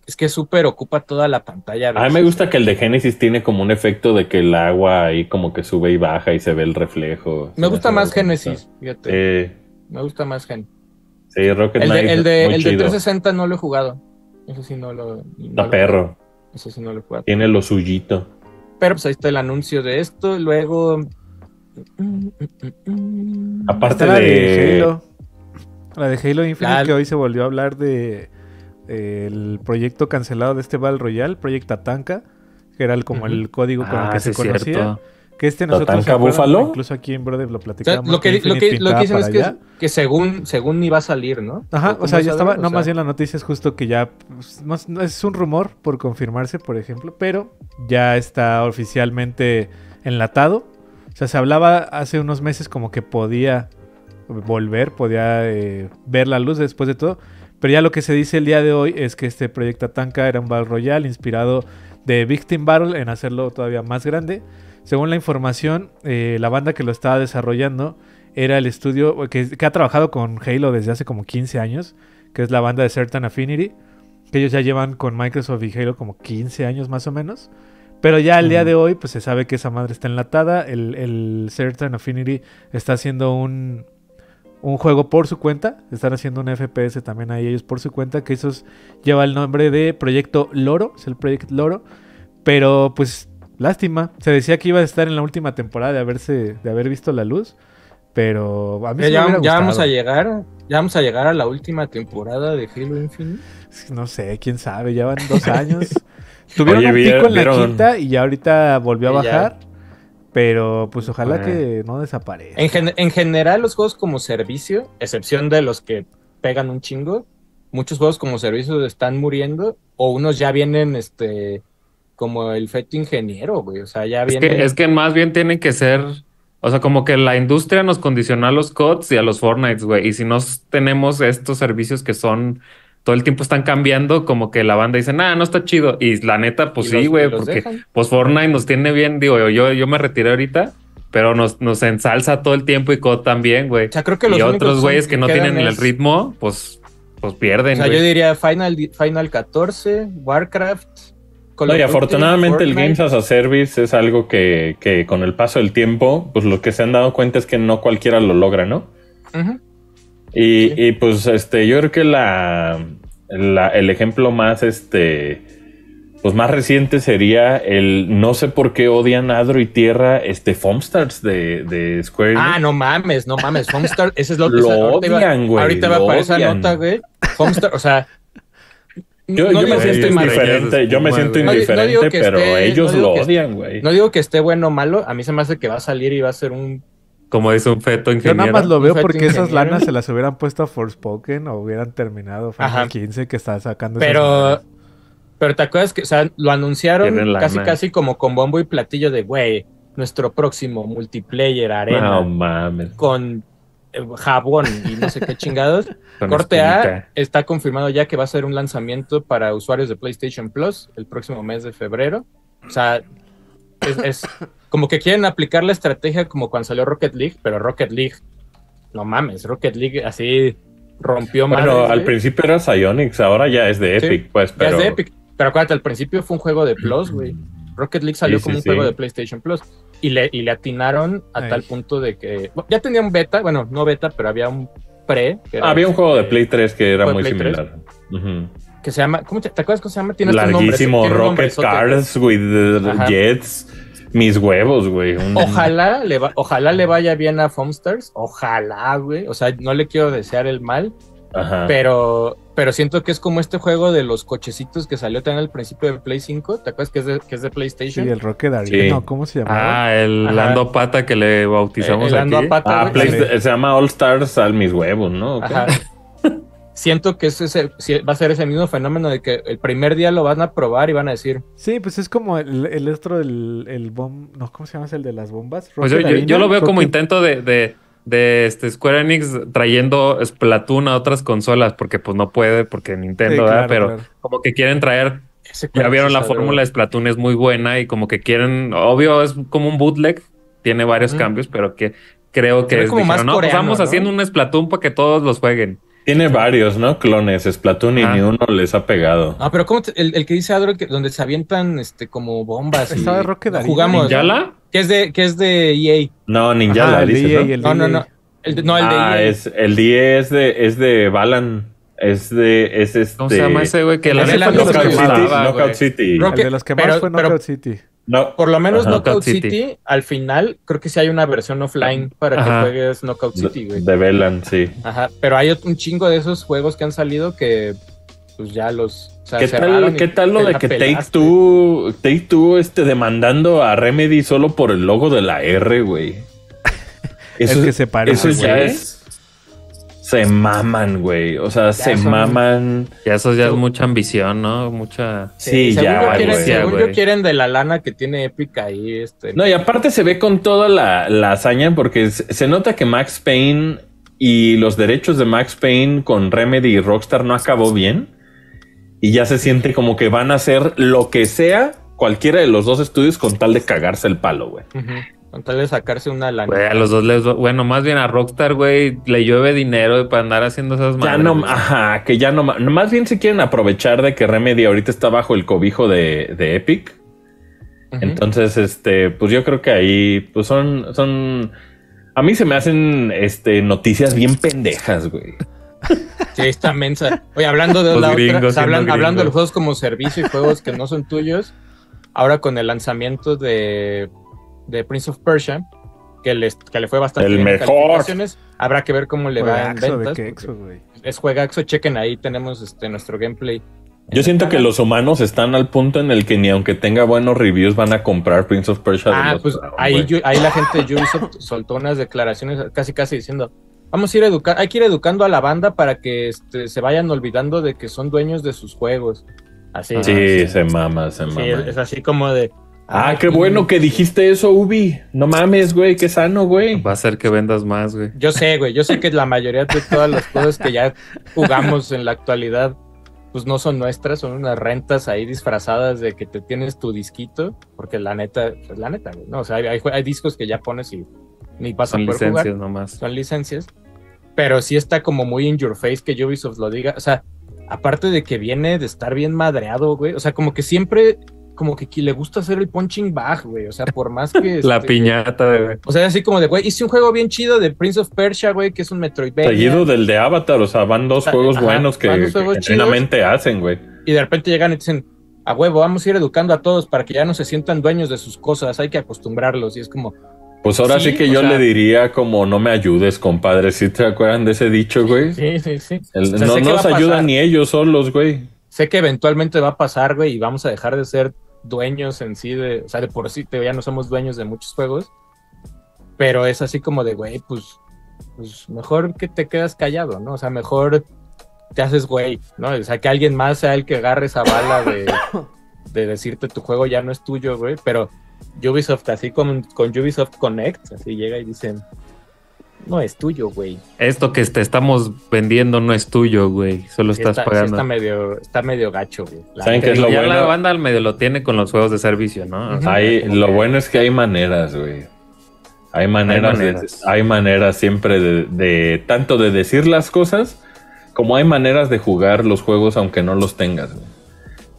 [SPEAKER 1] Es que Super ocupa toda la pantalla.
[SPEAKER 2] A mí me gusta que el de Genesis tiene como un efecto de que el agua ahí como que sube y baja y se ve el reflejo.
[SPEAKER 1] Me
[SPEAKER 2] Se
[SPEAKER 1] gusta
[SPEAKER 2] hace
[SPEAKER 1] más
[SPEAKER 2] bonito.
[SPEAKER 1] Genesis, fíjate.
[SPEAKER 2] Sí,
[SPEAKER 1] Me gusta más Gen.
[SPEAKER 2] sí, Rocket
[SPEAKER 1] El
[SPEAKER 2] Knight
[SPEAKER 1] de, el, de,
[SPEAKER 2] es muy
[SPEAKER 1] el de
[SPEAKER 2] chido.
[SPEAKER 1] 360 no lo he jugado. Eso sí no lo. no
[SPEAKER 2] Está
[SPEAKER 1] lo-
[SPEAKER 2] perro.
[SPEAKER 1] Eso sí no lo he jugado.
[SPEAKER 2] Tiene lo suyito.
[SPEAKER 1] Pero pues ahí está el anuncio de esto. Luego.
[SPEAKER 2] Aparte
[SPEAKER 4] Está la de
[SPEAKER 2] de...
[SPEAKER 4] Halo. La de Halo Infinite
[SPEAKER 1] La-
[SPEAKER 4] que hoy se volvió a hablar de el proyecto cancelado de este Battle Royale, Project Tatanka, que era el- como el código con el
[SPEAKER 5] Ah,
[SPEAKER 4] que
[SPEAKER 5] sí,
[SPEAKER 4] se
[SPEAKER 5] es
[SPEAKER 4] conocía.
[SPEAKER 5] cierto.
[SPEAKER 4] Que este nosotros
[SPEAKER 2] ¿Tatanka
[SPEAKER 4] ¿se acuerdan?
[SPEAKER 2] Búfalo?
[SPEAKER 4] incluso aquí en Brother lo
[SPEAKER 1] O sea,
[SPEAKER 4] platicamos.
[SPEAKER 1] lo que, lo,
[SPEAKER 4] Infinite
[SPEAKER 1] que, lo
[SPEAKER 4] pintaba
[SPEAKER 1] que dicen es
[SPEAKER 4] para
[SPEAKER 1] que,
[SPEAKER 4] allá.
[SPEAKER 1] que según, según iba a salir, ¿no?
[SPEAKER 4] Ajá, o sea,
[SPEAKER 1] ¿Cómo
[SPEAKER 4] ya estaba,
[SPEAKER 1] saben?
[SPEAKER 4] no,
[SPEAKER 1] O
[SPEAKER 4] más
[SPEAKER 1] sea,
[SPEAKER 4] bien la noticia es justo que ya, pues, más- no, es un rumor por confirmarse, por ejemplo, pero ya está oficialmente enlatado. O sea, se hablaba hace unos meses como que podía volver, podía eh, ver la luz después de todo, pero ya lo que se dice el día de hoy es que este proyecto Tanka era un Battle Royale inspirado de Victim Battle en hacerlo todavía más grande. Según la información, eh, la banda que lo estaba desarrollando era el estudio que, que ha trabajado con Halo desde hace como 15 años, que es la banda de Certain Affinity, que ellos ya llevan con Microsoft y Halo como 15 años más o menos. Pero ya al día de hoy, pues se sabe que esa madre está enlatada. El, el Certain Affinity está haciendo un, un juego por su cuenta. Están haciendo un FPS también ahí ellos por su cuenta, que eso es- lleva el nombre de Proyecto Loro, es el Proyecto Loro. Pero pues lástima, se decía que iba a estar en la última temporada de haberse de haber visto la luz, pero a mí
[SPEAKER 1] Ya,
[SPEAKER 4] sí me hubiera
[SPEAKER 1] ya vamos a
[SPEAKER 4] gustado.
[SPEAKER 1] llegar, ya vamos a llegar a la última temporada de Halo Infinite.
[SPEAKER 4] No sé, quién sabe, ya van dos años. Tuvieron
[SPEAKER 2] Oye,
[SPEAKER 4] un
[SPEAKER 2] vi-
[SPEAKER 4] pico en la
[SPEAKER 2] vieron-
[SPEAKER 4] quinta y ya ahorita volvió a
[SPEAKER 1] Y ya.
[SPEAKER 4] bajar. Pero pues ojalá
[SPEAKER 2] Ah.
[SPEAKER 4] que no desaparezca.
[SPEAKER 1] En, gen- en general, los juegos como servicio, excepción de los que pegan un chingo, muchos juegos como servicio están muriendo o unos ya vienen, este, como el feto ingeniero, güey. O sea, ya
[SPEAKER 5] Es
[SPEAKER 1] vienen.
[SPEAKER 5] que, es que más bien tienen que ser. O sea, como que la industria nos condiciona a los CODs y a los Fortnites, güey. Y si no s- tenemos estos servicios que son. Todo el tiempo están cambiando, como que la banda dice, nah, no está chido. Y la neta, pues
[SPEAKER 1] y
[SPEAKER 5] sí,
[SPEAKER 1] los-
[SPEAKER 5] güey,
[SPEAKER 1] y los
[SPEAKER 5] porque
[SPEAKER 1] dejan.
[SPEAKER 5] pues Fortnite nos tiene bien, digo, yo, yo me retiré ahorita, pero nos, nos ensalza todo el tiempo y COD también, güey.
[SPEAKER 1] O sea, creo que los
[SPEAKER 5] Y
[SPEAKER 1] únicos
[SPEAKER 5] otros güeyes que no
[SPEAKER 1] quedan
[SPEAKER 5] tienen el
[SPEAKER 1] es-
[SPEAKER 5] ritmo, pues, pues pierden,
[SPEAKER 1] O sea,
[SPEAKER 5] güey.
[SPEAKER 1] yo diría Final, Final 14, Warcraft. Call
[SPEAKER 2] No,
[SPEAKER 1] of Duty,
[SPEAKER 2] y afortunadamente el Games
[SPEAKER 1] Fortnite.
[SPEAKER 2] as a Service es algo que, que con el paso del tiempo, pues lo que se han dado cuenta es que no cualquiera lo logra, ¿no?
[SPEAKER 1] Ujú.
[SPEAKER 2] Y,
[SPEAKER 1] Sí.
[SPEAKER 2] y, pues este, yo creo que la, la- el ejemplo más este pues más reciente sería el no sé por qué odian Adro y Tierra este Foamstars de, de Square. Enix.
[SPEAKER 1] Ah, no mames, no mames.
[SPEAKER 2] <laughs>
[SPEAKER 1] Homestar, ese es lo que
[SPEAKER 2] Lo
[SPEAKER 1] ahorita iba-
[SPEAKER 2] odian, güey,
[SPEAKER 1] Ahorita va
[SPEAKER 2] lo
[SPEAKER 1] para esa
[SPEAKER 2] odian.
[SPEAKER 1] nota, güey. Homestar, o sea.
[SPEAKER 2] yo,
[SPEAKER 1] no
[SPEAKER 2] yo
[SPEAKER 1] digo
[SPEAKER 2] me
[SPEAKER 1] que
[SPEAKER 2] siento
[SPEAKER 1] esté mal,
[SPEAKER 2] indiferente, yo me
[SPEAKER 5] güey.
[SPEAKER 2] siento
[SPEAKER 5] No
[SPEAKER 1] di- no digo
[SPEAKER 2] indiferente,
[SPEAKER 1] que
[SPEAKER 2] pero
[SPEAKER 1] esté-
[SPEAKER 2] ellos
[SPEAKER 1] no digo
[SPEAKER 2] lo
[SPEAKER 1] que-
[SPEAKER 2] odian, güey.
[SPEAKER 1] No digo que esté bueno o malo, a mí se me hace que va a salir y va a ser un.
[SPEAKER 5] Como dice un feto
[SPEAKER 4] Yo
[SPEAKER 5] ingeniero.
[SPEAKER 4] nada más lo veo
[SPEAKER 1] Perfecto,
[SPEAKER 4] porque esas
[SPEAKER 1] ingeniero.
[SPEAKER 4] lanas se las hubieran puesto a Forspoken o hubieran terminado Final
[SPEAKER 1] Ajá.
[SPEAKER 4] 15 que está sacando. esas
[SPEAKER 1] Pero.
[SPEAKER 4] madres.
[SPEAKER 1] Pero te acuerdas que, o sea, lo
[SPEAKER 5] Tienen
[SPEAKER 1] anunciaron
[SPEAKER 5] la
[SPEAKER 1] casi,
[SPEAKER 5] gana.
[SPEAKER 1] casi como con bombo y platillo de, güey, nuestro próximo multiplayer arena
[SPEAKER 2] No mames.
[SPEAKER 1] con eh, jabón y no sé qué chingados.
[SPEAKER 5] Con
[SPEAKER 1] Corte A
[SPEAKER 5] espinita.
[SPEAKER 1] está confirmado ya que va a ser un lanzamiento para usuarios de PlayStation Plus el próximo mes de febrero. O sea, es, es como que quieren aplicar la estrategia como cuando salió Rocket League, pero Rocket League, no mames, Rocket League así rompió más.
[SPEAKER 2] Bueno, al principio era Psyonix, ahora ya es de
[SPEAKER 1] ¿eh? Sí,
[SPEAKER 2] Epic, pues,
[SPEAKER 1] Ya es
[SPEAKER 2] pero Mm.
[SPEAKER 1] de Epic. Pero acuérdate, al principio fue un juego de Plus, güey. Rocket League salió
[SPEAKER 2] Sí,
[SPEAKER 1] como
[SPEAKER 2] sí,
[SPEAKER 1] un juego
[SPEAKER 2] sí.
[SPEAKER 1] de PlayStation Plus. Y le, y le atinaron a
[SPEAKER 4] Ay.
[SPEAKER 1] tal punto de que. bueno, ya tenía un beta, bueno, no beta, pero había un pre. que era
[SPEAKER 2] había un juego de
[SPEAKER 1] este,
[SPEAKER 2] Play 3 que era
[SPEAKER 1] ¿fue
[SPEAKER 2] muy
[SPEAKER 1] Play
[SPEAKER 2] similar. Ujú.
[SPEAKER 1] que se llama, ¿cómo te, te acuerdas cómo se llama? Tiene hasta un nombre,
[SPEAKER 2] Larguísimo,
[SPEAKER 1] tiene un
[SPEAKER 2] Rocket
[SPEAKER 1] nombrezote. pues.
[SPEAKER 2] Cars with the
[SPEAKER 1] Ajá.
[SPEAKER 2] Jets. Mis huevos, güey. Un-
[SPEAKER 1] Ojalá le, va- ojalá le vaya bien a Foamstars, ojalá, güey. O sea, no le quiero desear el mal,
[SPEAKER 2] Ajá.
[SPEAKER 1] pero, pero siento que es como este juego de los cochecitos que salió también al principio de Play 5, ¿te acuerdas que es de, que es de
[SPEAKER 4] Sí,
[SPEAKER 1] PlayStation?
[SPEAKER 4] el Rocket Arena,
[SPEAKER 2] Sí.
[SPEAKER 4] no, ¿cómo se llamaba?
[SPEAKER 5] Ah, el
[SPEAKER 1] Ajá.
[SPEAKER 5] Lando Pata que le bautizamos
[SPEAKER 1] Eh, el ando
[SPEAKER 5] aquí.
[SPEAKER 1] a pata,
[SPEAKER 2] Ah,
[SPEAKER 1] güey.
[SPEAKER 2] Play-
[SPEAKER 1] Sí.
[SPEAKER 2] <laughs> se llama All Stars al mis huevos, ¿no?
[SPEAKER 1] Ajá. Siento que es ese- si- va a ser ese mismo fenómeno de que el primer día lo van a probar y van a decir,
[SPEAKER 4] Sí, pues es como el, el otro, el, el bomb... No, ¿cómo se llama ese, el de las bombas?
[SPEAKER 5] Pues yo,
[SPEAKER 4] Rocket
[SPEAKER 5] yo- yo
[SPEAKER 4] Arena,
[SPEAKER 5] lo veo como
[SPEAKER 4] Rocket-
[SPEAKER 5] intento de, de, de, este Square Enix trayendo Splatoon a otras consolas, porque pues no puede, porque
[SPEAKER 4] Sí,
[SPEAKER 5] Nintendo,
[SPEAKER 4] claro,
[SPEAKER 5] ¿verdad? Pero
[SPEAKER 4] claro.
[SPEAKER 5] como que quieren traer
[SPEAKER 1] "Ese
[SPEAKER 5] Ya
[SPEAKER 1] cuate
[SPEAKER 5] vieron
[SPEAKER 1] sí
[SPEAKER 5] la
[SPEAKER 1] sabe,
[SPEAKER 5] fórmula de Splatoon es muy buena y como que quieren, obvio es como un bootleg, tiene varios
[SPEAKER 1] Ujú.
[SPEAKER 5] cambios, pero que creo
[SPEAKER 1] Se
[SPEAKER 5] que
[SPEAKER 1] ve como más
[SPEAKER 5] no, pues
[SPEAKER 1] coreano,
[SPEAKER 5] vamos
[SPEAKER 1] ¿no?
[SPEAKER 5] haciendo un Splatoon para que todos los jueguen.
[SPEAKER 2] Tiene varios, ¿no? Clones, Splatoon, y
[SPEAKER 5] Ajá.
[SPEAKER 2] ni uno les ha pegado.
[SPEAKER 1] Ah, pero ¿cómo te- el, el que dice Adro que donde se avientan este como bombas y
[SPEAKER 4] Estaba Rocket Arena.
[SPEAKER 1] jugamos
[SPEAKER 5] ¿Ya
[SPEAKER 1] ¿no?
[SPEAKER 5] la?
[SPEAKER 1] que es de que es de EA.
[SPEAKER 2] No, Ninja
[SPEAKER 4] Ajá,
[SPEAKER 2] la
[SPEAKER 4] el
[SPEAKER 2] dices,
[SPEAKER 4] DJ,
[SPEAKER 2] ¿no?
[SPEAKER 4] el E
[SPEAKER 1] No, no,
[SPEAKER 4] DJ.
[SPEAKER 1] no. El de- no, el de E
[SPEAKER 2] ah,
[SPEAKER 1] EA.
[SPEAKER 2] es, el 10 es de, es de Balan. Es de, es este...
[SPEAKER 5] ¿Cómo se llama ese güey? Que
[SPEAKER 1] el
[SPEAKER 5] la
[SPEAKER 1] de la
[SPEAKER 5] neta no
[SPEAKER 1] Knockout
[SPEAKER 5] me
[SPEAKER 2] Knockout City.
[SPEAKER 5] gustaba, güey.
[SPEAKER 2] Knockout City.
[SPEAKER 1] Rock-
[SPEAKER 4] El de los que más
[SPEAKER 1] pero-
[SPEAKER 4] fue
[SPEAKER 1] pero-
[SPEAKER 4] Knockout City.
[SPEAKER 2] No,
[SPEAKER 1] Por lo menos
[SPEAKER 2] Ajá.
[SPEAKER 1] Knockout
[SPEAKER 5] Knockout
[SPEAKER 1] City,
[SPEAKER 5] City.
[SPEAKER 1] al final, creo que sí hay una versión offline para que
[SPEAKER 5] Ajá.
[SPEAKER 1] juegues Knockout City, güey.
[SPEAKER 2] de Balan, sí.
[SPEAKER 1] Ajá, pero hay un chingo de esos juegos que han salido que pues ya los. o sea,
[SPEAKER 2] ¿Qué
[SPEAKER 1] cerraron
[SPEAKER 2] tal,
[SPEAKER 1] y
[SPEAKER 2] ¿Qué tal lo
[SPEAKER 1] te
[SPEAKER 2] de
[SPEAKER 1] la
[SPEAKER 2] que Take
[SPEAKER 1] pelaste?
[SPEAKER 2] Two, Take Two este, demandando a Remedy solo por el logo de la
[SPEAKER 1] <laughs>
[SPEAKER 2] R, güey?
[SPEAKER 4] Es que se parece,
[SPEAKER 2] Eso ya
[SPEAKER 5] güey.
[SPEAKER 2] es. Se maman, güey. O sea, se
[SPEAKER 1] son-
[SPEAKER 2] maman.
[SPEAKER 5] Ya eso ya es mucha ambición, ¿no? Mucha.
[SPEAKER 2] Sí,
[SPEAKER 1] según yo
[SPEAKER 2] ya,
[SPEAKER 1] quieren-
[SPEAKER 2] güey.
[SPEAKER 5] Ya,
[SPEAKER 1] Según
[SPEAKER 5] güey.
[SPEAKER 1] yo quieren de la lana que tiene Epic ahí. Este,
[SPEAKER 2] No, y aparte se ve con toda la, la hazaña porque se se nota que Max Payne y los derechos de Max Payne con Remedy y Rockstar no acabó bien. Y ya se siente como que van a hacer lo que sea cualquiera de los dos estudios con tal de cagarse el palo, güey.
[SPEAKER 1] Ujú, Con tal de sacarse una lana.
[SPEAKER 5] Güey, a los dos les. Bueno, más bien a Rockstar, güey, le llueve dinero para andar haciendo esas
[SPEAKER 2] Ya
[SPEAKER 5] madres.
[SPEAKER 2] no,
[SPEAKER 5] güey.
[SPEAKER 2] ajá, que ya no, ma- más bien se quieren aprovechar de que Remedy ahorita está bajo el cobijo de, de Epic.
[SPEAKER 1] Ujú.
[SPEAKER 2] Entonces, este, pues yo creo que ahí, pues son, son, a mí se me hacen, este, noticias bien pendejas, güey.
[SPEAKER 1] Sí, está mensa. Oye, hablando de
[SPEAKER 5] Los
[SPEAKER 1] la
[SPEAKER 5] gringos
[SPEAKER 1] otra, o sea,
[SPEAKER 5] siendo
[SPEAKER 1] hablan- hablando de
[SPEAKER 5] gringos.
[SPEAKER 1] juegos como servicio y juegos que no son tuyos, ahora con el lanzamiento de, de Prince of Persia, que, les- que le fue bastante
[SPEAKER 2] El
[SPEAKER 1] bien en
[SPEAKER 2] mejor.
[SPEAKER 1] calificaciones, habrá que ver cómo le va en
[SPEAKER 4] Juegaxo de
[SPEAKER 1] ventas.
[SPEAKER 4] Quexo, güey.
[SPEAKER 1] Es juegaxo, chequen ahí, tenemos este, nuestro gameplay.
[SPEAKER 2] Yo siento que los humanos están al punto en el que ni aunque tenga buenos reviews van a comprar Prince of Persia. de
[SPEAKER 1] Ah,
[SPEAKER 2] los
[SPEAKER 1] pues
[SPEAKER 2] Brown,
[SPEAKER 1] ahí,
[SPEAKER 2] güey.
[SPEAKER 1] yo- ahí la gente de Ubisoft soltó unas declaraciones casi casi diciendo, vamos a ir educando, hay que ir educando a la banda para que este, se vayan olvidando de que son dueños de sus juegos. Así.
[SPEAKER 2] Sí, se mama, se
[SPEAKER 1] Sí,
[SPEAKER 2] mama.
[SPEAKER 1] es así como de.
[SPEAKER 2] Ah, qué bueno que dijiste eso, Ubi. No mames, güey, qué sano, güey.
[SPEAKER 5] Va a ser que vendas más, güey.
[SPEAKER 1] Yo sé, güey. Yo sé que la mayoría de todas las cosas que ya jugamos en la actualidad, pues no son nuestras, son unas rentas ahí disfrazadas de que te tienes tu disquito, porque la neta, pues la neta, güey, ¿no? O sea, hay, hay jue- hay discos que ya pones y ni vas a
[SPEAKER 5] Son
[SPEAKER 1] poder
[SPEAKER 5] licencias
[SPEAKER 1] jugar,
[SPEAKER 5] nomás.
[SPEAKER 1] son licencias. Pero sí está como muy in your face que Ubisoft lo diga. O sea, aparte de que viene de estar bien madreado, güey. O sea, como que siempre, como que qui- le gusta hacer el punching bag, güey. O sea, por más
[SPEAKER 2] <laughs>
[SPEAKER 1] que.
[SPEAKER 5] La
[SPEAKER 1] este,
[SPEAKER 5] piñata, güey.
[SPEAKER 1] O sea, así como de, güey, hice un juego bien chido de Prince of Persia, güey, que es un Metroidvania.
[SPEAKER 2] Seguido del de Avatar, o sea, van dos
[SPEAKER 1] Ajá,
[SPEAKER 2] juegos buenos que,
[SPEAKER 1] van
[SPEAKER 2] que
[SPEAKER 1] dos juegos chidos.
[SPEAKER 2] genuinamente hacen, güey.
[SPEAKER 1] Y de repente llegan y dicen, a huevo, vamos a ir educando a todos para que ya no se sientan dueños de sus cosas, hay que acostumbrarlos. Y es como,
[SPEAKER 2] Pues ahora sí,
[SPEAKER 1] Sí,
[SPEAKER 2] que
[SPEAKER 1] o
[SPEAKER 2] yo
[SPEAKER 1] sea-
[SPEAKER 2] le diría como no me ayudes, compadre. ¿Sí te acuerdan de ese dicho, güey?
[SPEAKER 1] sí, sí, sí.
[SPEAKER 2] El-
[SPEAKER 1] O sea,
[SPEAKER 2] no
[SPEAKER 1] sé que va
[SPEAKER 2] nos
[SPEAKER 1] a pasar.
[SPEAKER 2] ayudan ni ellos solos, güey.
[SPEAKER 1] Sé que eventualmente va a pasar, güey, y vamos a dejar de ser dueños en sí, de, o sea, de por sí, te- ya no somos dueños de muchos juegos. Pero es así como de, güey, pues, pues mejor que te quedas callado, ¿no? O sea, mejor te haces güey, ¿no? O sea, que alguien más sea el que agarre esa bala de, de decirte tu juego ya no es tuyo, güey. Pero Ubisoft, así con, con Ubisoft Connect, así llega y dicen, no es tuyo, güey.
[SPEAKER 5] Esto que te estamos vendiendo no es tuyo, güey. Solo
[SPEAKER 1] Sí
[SPEAKER 5] estás
[SPEAKER 1] está, sí
[SPEAKER 5] pagando.
[SPEAKER 1] está medio, está medio gacho, güey. La
[SPEAKER 2] ¿Saben
[SPEAKER 1] neta,
[SPEAKER 2] qué es lo
[SPEAKER 5] ya la
[SPEAKER 2] bueno?
[SPEAKER 5] banda al medio lo tiene con los juegos de servicio, ¿no? O sea,
[SPEAKER 2] Hay,
[SPEAKER 5] como
[SPEAKER 2] lo
[SPEAKER 5] que-
[SPEAKER 2] bueno es que hay maneras, güey. Hay maneras, de- hay maneras.
[SPEAKER 5] maneras.
[SPEAKER 2] siempre de, de- tanto de decir las cosas como hay maneras de jugar los juegos aunque no los tengas. güey.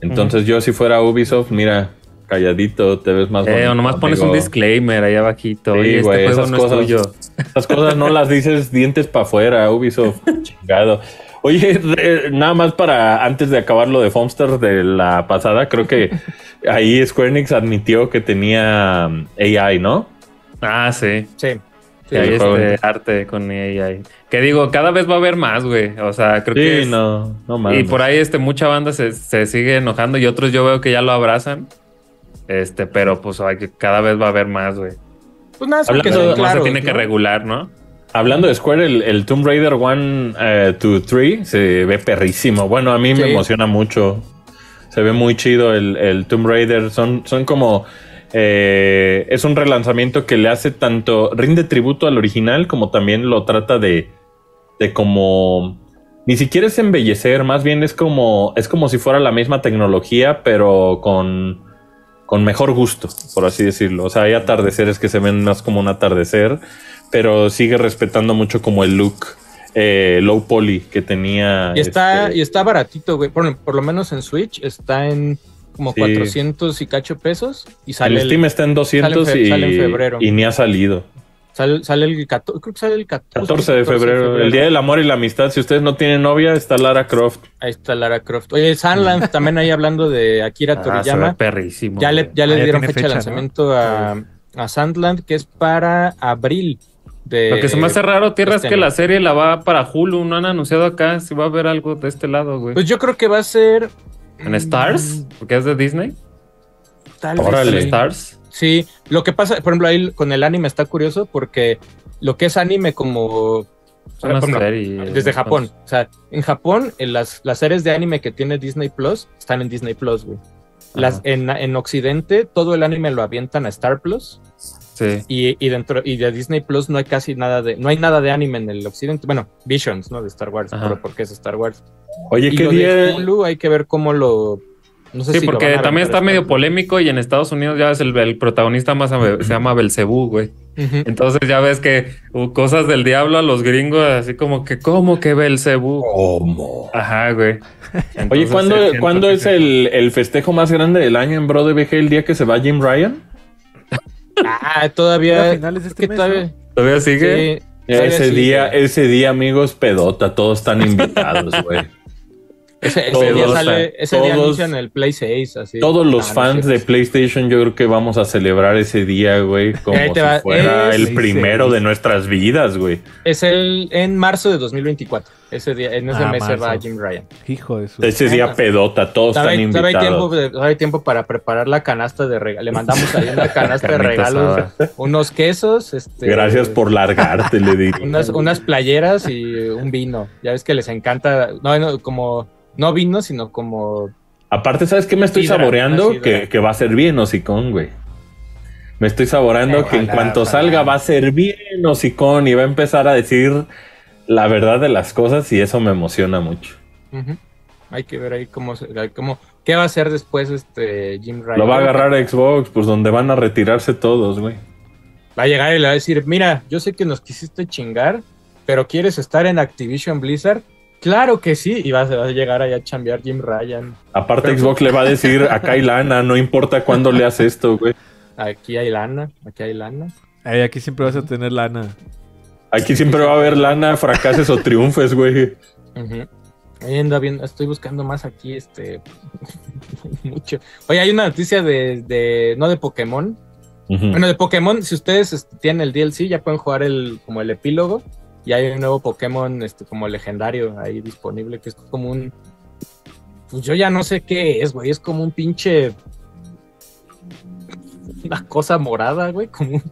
[SPEAKER 2] Entonces yo si fuera Ubisoft, mira, calladito, te ves más
[SPEAKER 5] Eh, o nomás pones un
[SPEAKER 2] disco.
[SPEAKER 5] disclaimer ahí abajito.
[SPEAKER 2] Sí,
[SPEAKER 5] Oye, este
[SPEAKER 2] güey,
[SPEAKER 5] juego
[SPEAKER 2] esas
[SPEAKER 5] no
[SPEAKER 2] cosas.
[SPEAKER 5] es tuyo.
[SPEAKER 2] Estas cosas no las dices dientes para
[SPEAKER 5] <laughs>
[SPEAKER 2] afuera, Ubisoft, chingado. Oye, re- nada más para antes de acabar lo de Foamster de la pasada, creo que ahí Square Enix admitió que tenía mm, AI, ¿no?
[SPEAKER 5] Ah, sí.
[SPEAKER 1] Sí.
[SPEAKER 5] Que hay
[SPEAKER 2] el juego.
[SPEAKER 5] este arte con AI. Que digo, cada vez va a haber más, güey. O sea, creo que.
[SPEAKER 2] Sí,
[SPEAKER 5] es-
[SPEAKER 2] no, no mames.
[SPEAKER 5] Y por ahí este, mucha banda se, se sigue enojando y otros yo veo que ya lo abrazan. Este, pero pues hay que- cada vez va a haber más, güey.
[SPEAKER 1] Pues nada,
[SPEAKER 2] Hablando
[SPEAKER 1] que
[SPEAKER 2] de-
[SPEAKER 1] son
[SPEAKER 5] Nomás se
[SPEAKER 1] claros,
[SPEAKER 5] tiene que
[SPEAKER 1] ¿no?
[SPEAKER 5] regular, ¿no?
[SPEAKER 2] Hablando de Square, el, el Tomb Raider 1 to 3 se ve perrísimo. Bueno, a mí me
[SPEAKER 1] Sí.
[SPEAKER 2] emociona mucho. Se ve muy chido el, el Tomb Raider. Son, son como. eh, es un relanzamiento que le hace tanto. Rinde tributo al original, como también lo trata de. De como. Ni siquiera es embellecer, más bien es como. Es como si fuera la misma tecnología, pero con. Con mejor gusto, por así decirlo. O sea, hay atardeceres que se ven más como un atardecer pero sigue respetando mucho como el look eh, low poly que tenía.
[SPEAKER 1] Y está,
[SPEAKER 2] este,
[SPEAKER 1] y está baratito, güey. Por, por lo menos en Switch está en como
[SPEAKER 2] Sí.
[SPEAKER 1] 400 y cacho pesos. Y sale
[SPEAKER 2] el
[SPEAKER 1] el,
[SPEAKER 2] Steam está en 200
[SPEAKER 1] sale en fe-
[SPEAKER 2] y,
[SPEAKER 1] sale en febrero.
[SPEAKER 2] y ni ha salido.
[SPEAKER 1] sale, sale el 14, creo que sale el 14,
[SPEAKER 2] 14 de febrero, el Día del Amor y la Amistad. Si ustedes no tienen novia, está Lara Croft.
[SPEAKER 1] Ahí está Lara Croft. Oye, Sunland también ahí hablando de Akira
[SPEAKER 5] Ah, se ve
[SPEAKER 1] Toriyama.
[SPEAKER 5] perrísimo.
[SPEAKER 1] Ya le,
[SPEAKER 5] güey.
[SPEAKER 1] ya le
[SPEAKER 4] Ah, ya
[SPEAKER 1] dieron
[SPEAKER 4] tiene
[SPEAKER 1] fecha de
[SPEAKER 4] fecha, ¿no?
[SPEAKER 1] lanzamiento a, a Sandland, que es para abril. de-
[SPEAKER 5] Lo que se me hace raro, Tierra,
[SPEAKER 1] este
[SPEAKER 5] es que
[SPEAKER 1] año.
[SPEAKER 5] la serie la va para Hulu. No han anunciado acá si va a haber algo de este lado, güey.
[SPEAKER 1] Pues yo creo que va a ser.
[SPEAKER 5] ¿En Stars? Porque es de Disney.
[SPEAKER 1] Tal vez
[SPEAKER 2] Órale.
[SPEAKER 5] ¿En
[SPEAKER 1] sí.
[SPEAKER 5] Stars?
[SPEAKER 1] Sí, lo que pasa, por ejemplo, ahí con el anime está curioso porque lo que es anime como...
[SPEAKER 5] Son las
[SPEAKER 1] por ejemplo,
[SPEAKER 5] series.
[SPEAKER 1] Ah, pues desde Japón. O sea, en Japón en las, las series de anime que tiene Disney Plus están en Disney Plus, güey. Las,
[SPEAKER 5] Ajá.
[SPEAKER 1] en, en Occidente todo el anime lo avientan a Star Plus
[SPEAKER 5] Sí.
[SPEAKER 1] y, y dentro y de Disney Plus no hay casi nada de no hay nada de anime en el Occidente bueno Visions no de Star Wars
[SPEAKER 5] Ajá.
[SPEAKER 1] pero porque es Star Wars
[SPEAKER 2] Oye,
[SPEAKER 1] y
[SPEAKER 2] ¿qué
[SPEAKER 1] lo de
[SPEAKER 2] día?
[SPEAKER 1] Hulu hay que ver cómo lo no sé
[SPEAKER 5] Sí,
[SPEAKER 1] si lo van
[SPEAKER 5] porque
[SPEAKER 1] a este
[SPEAKER 5] también está
[SPEAKER 1] aventar
[SPEAKER 5] medio
[SPEAKER 1] Star Plus.
[SPEAKER 5] polémico y en Estados Unidos ya ves el, el protagonista más abe- se llama Belcebú, güey. <laughs>
[SPEAKER 1] Ujú.
[SPEAKER 5] Entonces ya ves que uh, cosas del diablo a los gringos, así como que, ¿cómo que Belcebú?
[SPEAKER 2] ¿Cómo?
[SPEAKER 5] Ajá, güey.
[SPEAKER 2] Oye,
[SPEAKER 5] Entonces,
[SPEAKER 2] ¿cuándo,
[SPEAKER 5] sí, siento
[SPEAKER 2] ¿cuándo
[SPEAKER 5] que
[SPEAKER 2] es
[SPEAKER 5] sí.
[SPEAKER 2] el, el festejo más grande del año en Bro de BG? ¿El día que se va Jim Ryan?
[SPEAKER 1] ah
[SPEAKER 4] Era
[SPEAKER 1] todavía
[SPEAKER 4] a finales
[SPEAKER 1] creo
[SPEAKER 4] de este
[SPEAKER 1] que
[SPEAKER 4] mes,
[SPEAKER 1] todavía-
[SPEAKER 4] ¿no?
[SPEAKER 5] ¿Todavía sigue?
[SPEAKER 1] Sí, todavía
[SPEAKER 2] Ese
[SPEAKER 1] sí,
[SPEAKER 2] día,
[SPEAKER 1] güey.
[SPEAKER 2] ese día, amigos, pedota, todos están invitados,
[SPEAKER 1] <laughs>
[SPEAKER 2] güey.
[SPEAKER 1] Ese, ese
[SPEAKER 2] Todos,
[SPEAKER 1] día
[SPEAKER 2] o sea,
[SPEAKER 1] sale, ese día
[SPEAKER 2] todos-
[SPEAKER 1] anuncian el Play 6, así.
[SPEAKER 2] Todos los
[SPEAKER 1] Ah, no
[SPEAKER 2] fans
[SPEAKER 1] sé.
[SPEAKER 2] de PlayStation, yo creo que vamos a celebrar ese día, güey, como
[SPEAKER 1] Ahí
[SPEAKER 2] si
[SPEAKER 1] te va.
[SPEAKER 2] fuera
[SPEAKER 1] Es-
[SPEAKER 2] el primero de nuestras vidas, güey.
[SPEAKER 1] Es el en marzo de 2024. Ese día, en ese
[SPEAKER 4] Ah,
[SPEAKER 1] mes se va
[SPEAKER 4] marzo.
[SPEAKER 1] Jim Ryan.
[SPEAKER 4] Hijo de su.
[SPEAKER 1] Pues
[SPEAKER 2] Ese día pedota, todos están
[SPEAKER 1] Todavía todavía hay, tiempo,
[SPEAKER 2] invitados.
[SPEAKER 1] de- todavía hay tiempo para preparar la canasta de regalos. Le mandamos ahí
[SPEAKER 2] <laughs>
[SPEAKER 1] una canasta de
[SPEAKER 5] Carnita
[SPEAKER 1] regalos,
[SPEAKER 5] asada.
[SPEAKER 1] unos quesos, este,
[SPEAKER 2] Gracias por largarte, le diría.
[SPEAKER 1] unas, unas playeras y un vino. Ya ves que les encanta, no, no, como no vino, sino como
[SPEAKER 2] Aparte, ¿sabes qué me estoy
[SPEAKER 1] Sidra,
[SPEAKER 2] saboreando?
[SPEAKER 1] una sidra.
[SPEAKER 2] Que, que va a ser bien, hocicón, güey. Me estoy saboreando que en
[SPEAKER 4] Ojalá,
[SPEAKER 2] cuanto
[SPEAKER 4] ojalá.
[SPEAKER 2] salga va a ser bien, hocicón, y va a empezar a decir la verdad de las cosas y eso me emociona mucho.
[SPEAKER 1] ujú. Hay que ver ahí cómo, se- cómo qué va a hacer después este Jim Ryan.
[SPEAKER 2] Lo va a agarrar Xbox, pues donde van a retirarse todos, güey.
[SPEAKER 1] Va a llegar y le va a decir, mira, yo sé que nos quisiste chingar, pero ¿quieres estar en Activision Blizzard? Claro que sí, y vas, vas a llegar allá a chambear Jim Ryan.
[SPEAKER 2] Aparte,
[SPEAKER 1] Pero-
[SPEAKER 2] Xbox le va a decir acá hay lana, no importa cuándo le haces esto, güey.
[SPEAKER 1] Aquí hay lana, aquí hay lana.
[SPEAKER 4] Ay, aquí siempre vas a tener lana.
[SPEAKER 2] Aquí siempre va a haber lana, fracases o triunfes, güey.
[SPEAKER 1] Ujú. Ahí ando viendo- estoy buscando más aquí, este, <laughs> mucho. Oye, hay una noticia de, de- no de Pokémon.
[SPEAKER 2] Ujú.
[SPEAKER 1] Bueno, de Pokémon, si ustedes este, tienen el DLC, ya pueden jugar el, como el epílogo. Y hay un nuevo Pokémon, este, como legendario ahí disponible, que es como un, pues yo ya no sé qué es, güey, es como un pinche, una cosa morada, güey, como un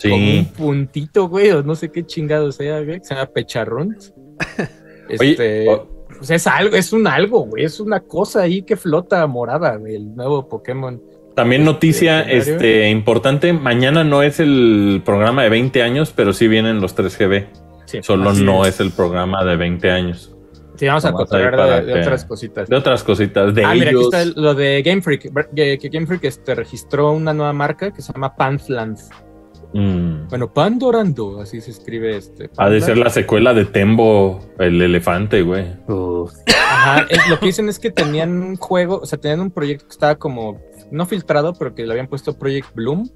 [SPEAKER 1] con un
[SPEAKER 2] Sí.
[SPEAKER 1] puntito, güey, o no sé qué chingado sea, güey, que se llama Pecharrón.
[SPEAKER 2] <laughs> Oye,
[SPEAKER 1] Este,
[SPEAKER 2] o-
[SPEAKER 1] pues es algo, es un algo, güey, es una cosa ahí que flota morada, güey, el nuevo Pokémon.
[SPEAKER 2] También
[SPEAKER 1] Este,
[SPEAKER 2] noticia
[SPEAKER 1] escenario.
[SPEAKER 2] este, importante, mañana no es el programa de 20 años, pero sí vienen los 3GB.
[SPEAKER 1] Sí,
[SPEAKER 2] Solo
[SPEAKER 1] así
[SPEAKER 2] no es. el programa de 20 años.
[SPEAKER 1] Sí, vamos a
[SPEAKER 2] nomás
[SPEAKER 1] cotorrear
[SPEAKER 2] ahí para
[SPEAKER 1] de, de
[SPEAKER 2] que-
[SPEAKER 1] otras cositas.
[SPEAKER 2] De otras cositas, de
[SPEAKER 1] ah, mira, aquí
[SPEAKER 2] ellos.
[SPEAKER 1] está el- lo de Game Freak, ver- que, que Game Freak este, registró una nueva marca que se llama Pantland.
[SPEAKER 2] Mm.
[SPEAKER 1] Bueno, Pandorando, así se escribe este.
[SPEAKER 2] Ha de
[SPEAKER 1] Pantland.
[SPEAKER 2] ser la secuela de Tembo, el elefante, güey.
[SPEAKER 1] Ajá, es- lo que dicen es que tenían un juego, o sea, tenían un proyecto que estaba como, no filtrado, pero que le habían puesto Project Bloom.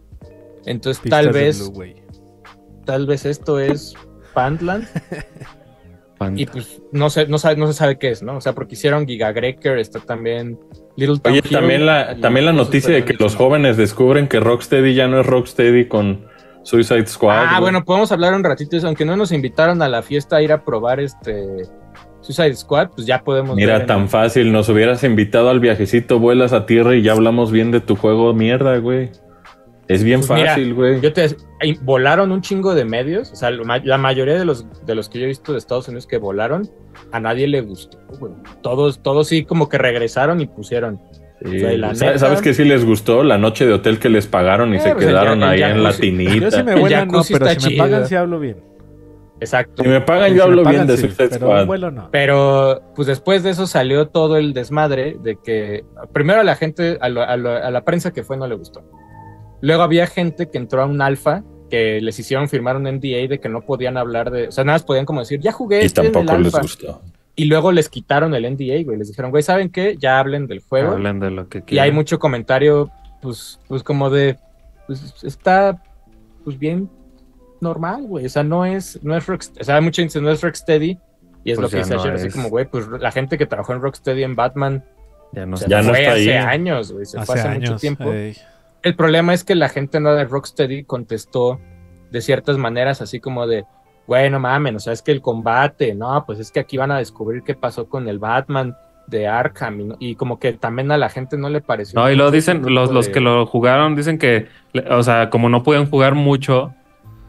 [SPEAKER 1] Entonces,
[SPEAKER 4] Pistas
[SPEAKER 1] tal
[SPEAKER 4] de
[SPEAKER 1] vez,
[SPEAKER 4] Blue, güey.
[SPEAKER 1] tal vez esto es
[SPEAKER 4] <laughs>
[SPEAKER 1] Pantland.
[SPEAKER 5] Fanta.
[SPEAKER 1] y pues no se, no, sabe, no se sabe qué es, ¿no? O sea, porque hicieron Giga Greker, está también Little Town
[SPEAKER 2] Oye,
[SPEAKER 1] Hero,
[SPEAKER 2] también la,
[SPEAKER 1] y
[SPEAKER 2] también la
[SPEAKER 1] cosas
[SPEAKER 2] noticia de que
[SPEAKER 1] diferentes.
[SPEAKER 2] los jóvenes descubren que Rocksteady ya no es Rocksteady con Suicide Squad.
[SPEAKER 1] Ah,
[SPEAKER 2] güey.
[SPEAKER 1] bueno, podemos hablar un ratito de eso. Aunque no nos invitaron a la fiesta a ir a probar este Suicide Squad, pues ya podemos ver
[SPEAKER 2] Mira,
[SPEAKER 1] en-
[SPEAKER 2] tan fácil, nos hubieras invitado al viajecito, vuelas a tierra y ya hablamos bien de tu juego mierda, güey. Es bien
[SPEAKER 1] Pues mira,
[SPEAKER 2] fácil, güey.
[SPEAKER 1] Yo te ay, volaron un chingo de medios, o sea, lo ma- la mayoría de los de los que yo he visto de Estados Unidos que volaron, a nadie le gustó. güey. Todos, todos sí como que regresaron y pusieron.
[SPEAKER 2] Sí.
[SPEAKER 1] o sea, la
[SPEAKER 2] Sa-
[SPEAKER 1] neta-
[SPEAKER 2] ¿Sabes que sí les gustó? La noche de hotel que les pagaron y
[SPEAKER 1] Eh,
[SPEAKER 2] se
[SPEAKER 1] pues, el
[SPEAKER 2] quedaron
[SPEAKER 1] ya- el
[SPEAKER 2] ahí en la
[SPEAKER 1] jacuzzi.
[SPEAKER 2] tinita.
[SPEAKER 4] Yo si me
[SPEAKER 1] El
[SPEAKER 4] vuelan, no,
[SPEAKER 1] jacuzzi
[SPEAKER 4] pero
[SPEAKER 1] está
[SPEAKER 4] si me pagan,
[SPEAKER 1] chido.
[SPEAKER 4] si hablo bien.
[SPEAKER 1] Exacto.
[SPEAKER 2] Si me pagan, yo
[SPEAKER 4] Si me
[SPEAKER 2] hablo
[SPEAKER 4] pagan,
[SPEAKER 2] bien de
[SPEAKER 4] sí,
[SPEAKER 2] Suicide
[SPEAKER 4] Pero un
[SPEAKER 2] Squad.
[SPEAKER 4] vuelo no.
[SPEAKER 1] Pero pues después de eso salió todo el desmadre de que primero a la gente, a, lo- a lo- a la prensa que fue no le gustó. Luego había gente que entró a un alfa que les hicieron firmar un NDA de que no podían hablar de, o sea, nada más podían como decir, ya jugué.
[SPEAKER 2] Y
[SPEAKER 1] estoy en este el
[SPEAKER 2] tampoco les
[SPEAKER 1] alfa".
[SPEAKER 2] gustó.
[SPEAKER 1] Y luego les quitaron el NDA, güey. Les dijeron, güey, ¿saben qué? Ya hablen del juego.
[SPEAKER 2] Ah,
[SPEAKER 5] Hablen de lo que
[SPEAKER 1] Y hay
[SPEAKER 5] quieran.
[SPEAKER 1] mucho comentario, pues, pues como de, pues está, pues bien normal, güey. O sea, no es, no es Rocksteady. O sea, hay mucha gente no es Rocksteady. Y es
[SPEAKER 5] Pues
[SPEAKER 1] lo que
[SPEAKER 5] ya
[SPEAKER 1] dice
[SPEAKER 5] no
[SPEAKER 1] ayer, así
[SPEAKER 5] es.
[SPEAKER 1] como, güey, pues la gente que trabajó en Rocksteady en Batman
[SPEAKER 5] Ya no
[SPEAKER 1] se
[SPEAKER 2] Ya no
[SPEAKER 1] fue
[SPEAKER 2] está
[SPEAKER 1] hace
[SPEAKER 2] ahí.
[SPEAKER 1] años, güey. Se fue
[SPEAKER 4] Hace
[SPEAKER 1] hace mucho
[SPEAKER 4] años. eh,
[SPEAKER 1] tiempo.
[SPEAKER 4] ey.
[SPEAKER 1] El problema es que la gente no de Rocksteady contestó de ciertas maneras, así como de, bueno, mamen, o sea, es que el combate, no, pues es que aquí van a descubrir qué pasó con el Batman de Arkham y, no- y como que también a la gente no le pareció.
[SPEAKER 5] No, y lo
[SPEAKER 1] mucho
[SPEAKER 5] dicen,
[SPEAKER 1] ese
[SPEAKER 5] los,
[SPEAKER 1] tipo
[SPEAKER 5] los
[SPEAKER 1] de-
[SPEAKER 5] que lo jugaron dicen que, le- o sea, como no podían jugar mucho,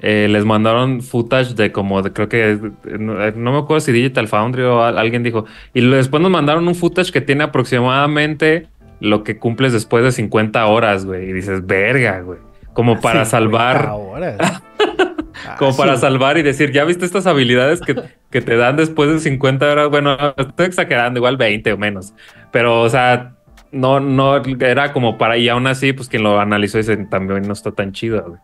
[SPEAKER 5] eh, les mandaron footage de como, de- creo que, eh, no, eh, no me acuerdo si Digital Foundry o al- alguien dijo, y lo- después nos mandaron un footage que tiene aproximadamente lo que cumples después de 50 horas, güey, y dices, verga, güey,
[SPEAKER 1] <laughs>
[SPEAKER 5] como para salvar
[SPEAKER 4] Ahora.
[SPEAKER 5] <laughs>
[SPEAKER 4] Ah,
[SPEAKER 1] Ah,
[SPEAKER 5] como para salvar y decir, ya viste estas habilidades que, que te dan después de 50 horas. Bueno, estoy exagerando, igual 20 o menos. Pero, o sea, no, no era como para, y aún así, pues quien lo analizó dice, también no está tan chido,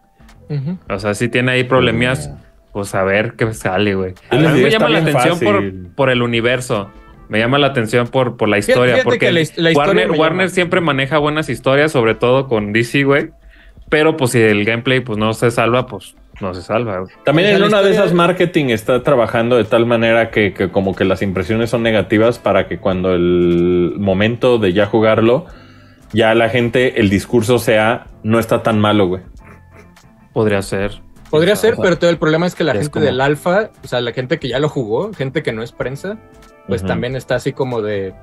[SPEAKER 5] güey.
[SPEAKER 1] Ujú.
[SPEAKER 5] O sea, si tiene ahí problemas, pues a ver qué sale, güey. A
[SPEAKER 2] Sí,
[SPEAKER 5] mí me
[SPEAKER 2] está
[SPEAKER 5] llama la
[SPEAKER 2] bien
[SPEAKER 5] atención
[SPEAKER 2] fácil.
[SPEAKER 5] por, por el universo. Me llama la atención por, por la historia.
[SPEAKER 1] fíjate
[SPEAKER 5] porque
[SPEAKER 1] que la his- la historia
[SPEAKER 5] Warner,
[SPEAKER 1] me llama.
[SPEAKER 5] Warner siempre maneja buenas historias, sobre todo con DC, güey. Pero pues si el gameplay pues no se salva, pues no se salva, güey.
[SPEAKER 1] O
[SPEAKER 2] También
[SPEAKER 1] sea,
[SPEAKER 2] en
[SPEAKER 1] la
[SPEAKER 2] una de
[SPEAKER 1] historia-
[SPEAKER 2] esas marketing está trabajando de tal manera que, que como que las impresiones son negativas para que cuando el momento de ya jugarlo, ya la gente, el discurso sea, no está tan malo, güey.
[SPEAKER 5] Podría ser.
[SPEAKER 1] Podría
[SPEAKER 5] Sí,
[SPEAKER 1] ser,
[SPEAKER 5] o sea,
[SPEAKER 1] pero todo el problema es que la
[SPEAKER 5] es
[SPEAKER 1] gente
[SPEAKER 5] como-
[SPEAKER 1] del alfa, o sea, la gente que ya lo jugó, gente que no es prensa, pues
[SPEAKER 2] Ujú.
[SPEAKER 1] también está así como de...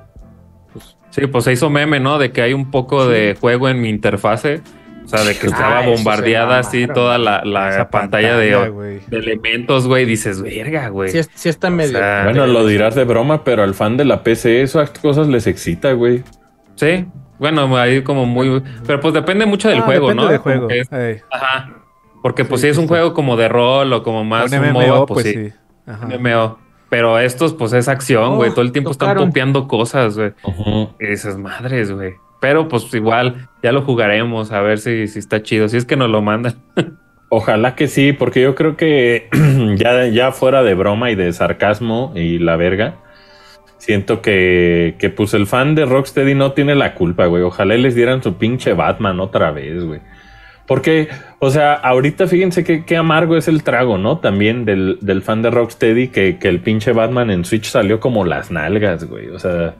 [SPEAKER 5] Sí, pues se hizo meme, ¿no? De que hay un poco de juego en mi interfase. O sea, de que
[SPEAKER 1] Ah,
[SPEAKER 5] estaba
[SPEAKER 1] eso se
[SPEAKER 5] bombardeada así
[SPEAKER 1] mamaron.
[SPEAKER 5] toda la, la
[SPEAKER 4] Esa
[SPEAKER 5] pantalla, de-
[SPEAKER 4] güey.
[SPEAKER 5] de, elementos, güey. Dices, verga, güey.
[SPEAKER 1] Sí, es- sí está medio...
[SPEAKER 5] sea, Ah,
[SPEAKER 2] bueno, lo dirás de broma, pero al fan de la PC esas cosas les excita, güey.
[SPEAKER 5] Sí, bueno, ahí como muy. Pero pues depende mucho del
[SPEAKER 4] Ah,
[SPEAKER 5] juego,
[SPEAKER 4] depende
[SPEAKER 5] ¿no?
[SPEAKER 4] del
[SPEAKER 5] Como
[SPEAKER 4] juego.
[SPEAKER 5] que es-
[SPEAKER 4] Ey.
[SPEAKER 5] ajá. Porque pues
[SPEAKER 4] Sí,
[SPEAKER 5] si es
[SPEAKER 4] sí,
[SPEAKER 5] un
[SPEAKER 4] sí.
[SPEAKER 5] juego como de rol o como más
[SPEAKER 4] Un
[SPEAKER 5] un
[SPEAKER 4] MMO,
[SPEAKER 5] MOBA,
[SPEAKER 4] pues sí. Ajá.
[SPEAKER 5] MMO. Pero estos, pues es acción,
[SPEAKER 1] Oh,
[SPEAKER 5] güey. Todo el tiempo
[SPEAKER 1] tocaron.
[SPEAKER 5] están copiando cosas, güey. Y dices, madres, güey. Pero pues igual, ya lo jugaremos, a ver si, si está chido. Si es que nos lo mandan.
[SPEAKER 2] Ojalá que sí, porque yo creo que <clears throat> ya, ya fuera de broma y de sarcasmo y la verga, siento que, que pues el fan de Rocksteady no tiene la culpa, güey. Ojalá y les dieran su pinche Batman otra vez, güey. Porque, o sea, ahorita fíjense que- qué amargo es el trago, ¿no? También del, del fan de Rocksteady que, que el pinche Batman en Switch salió como las nalgas, güey. O sea,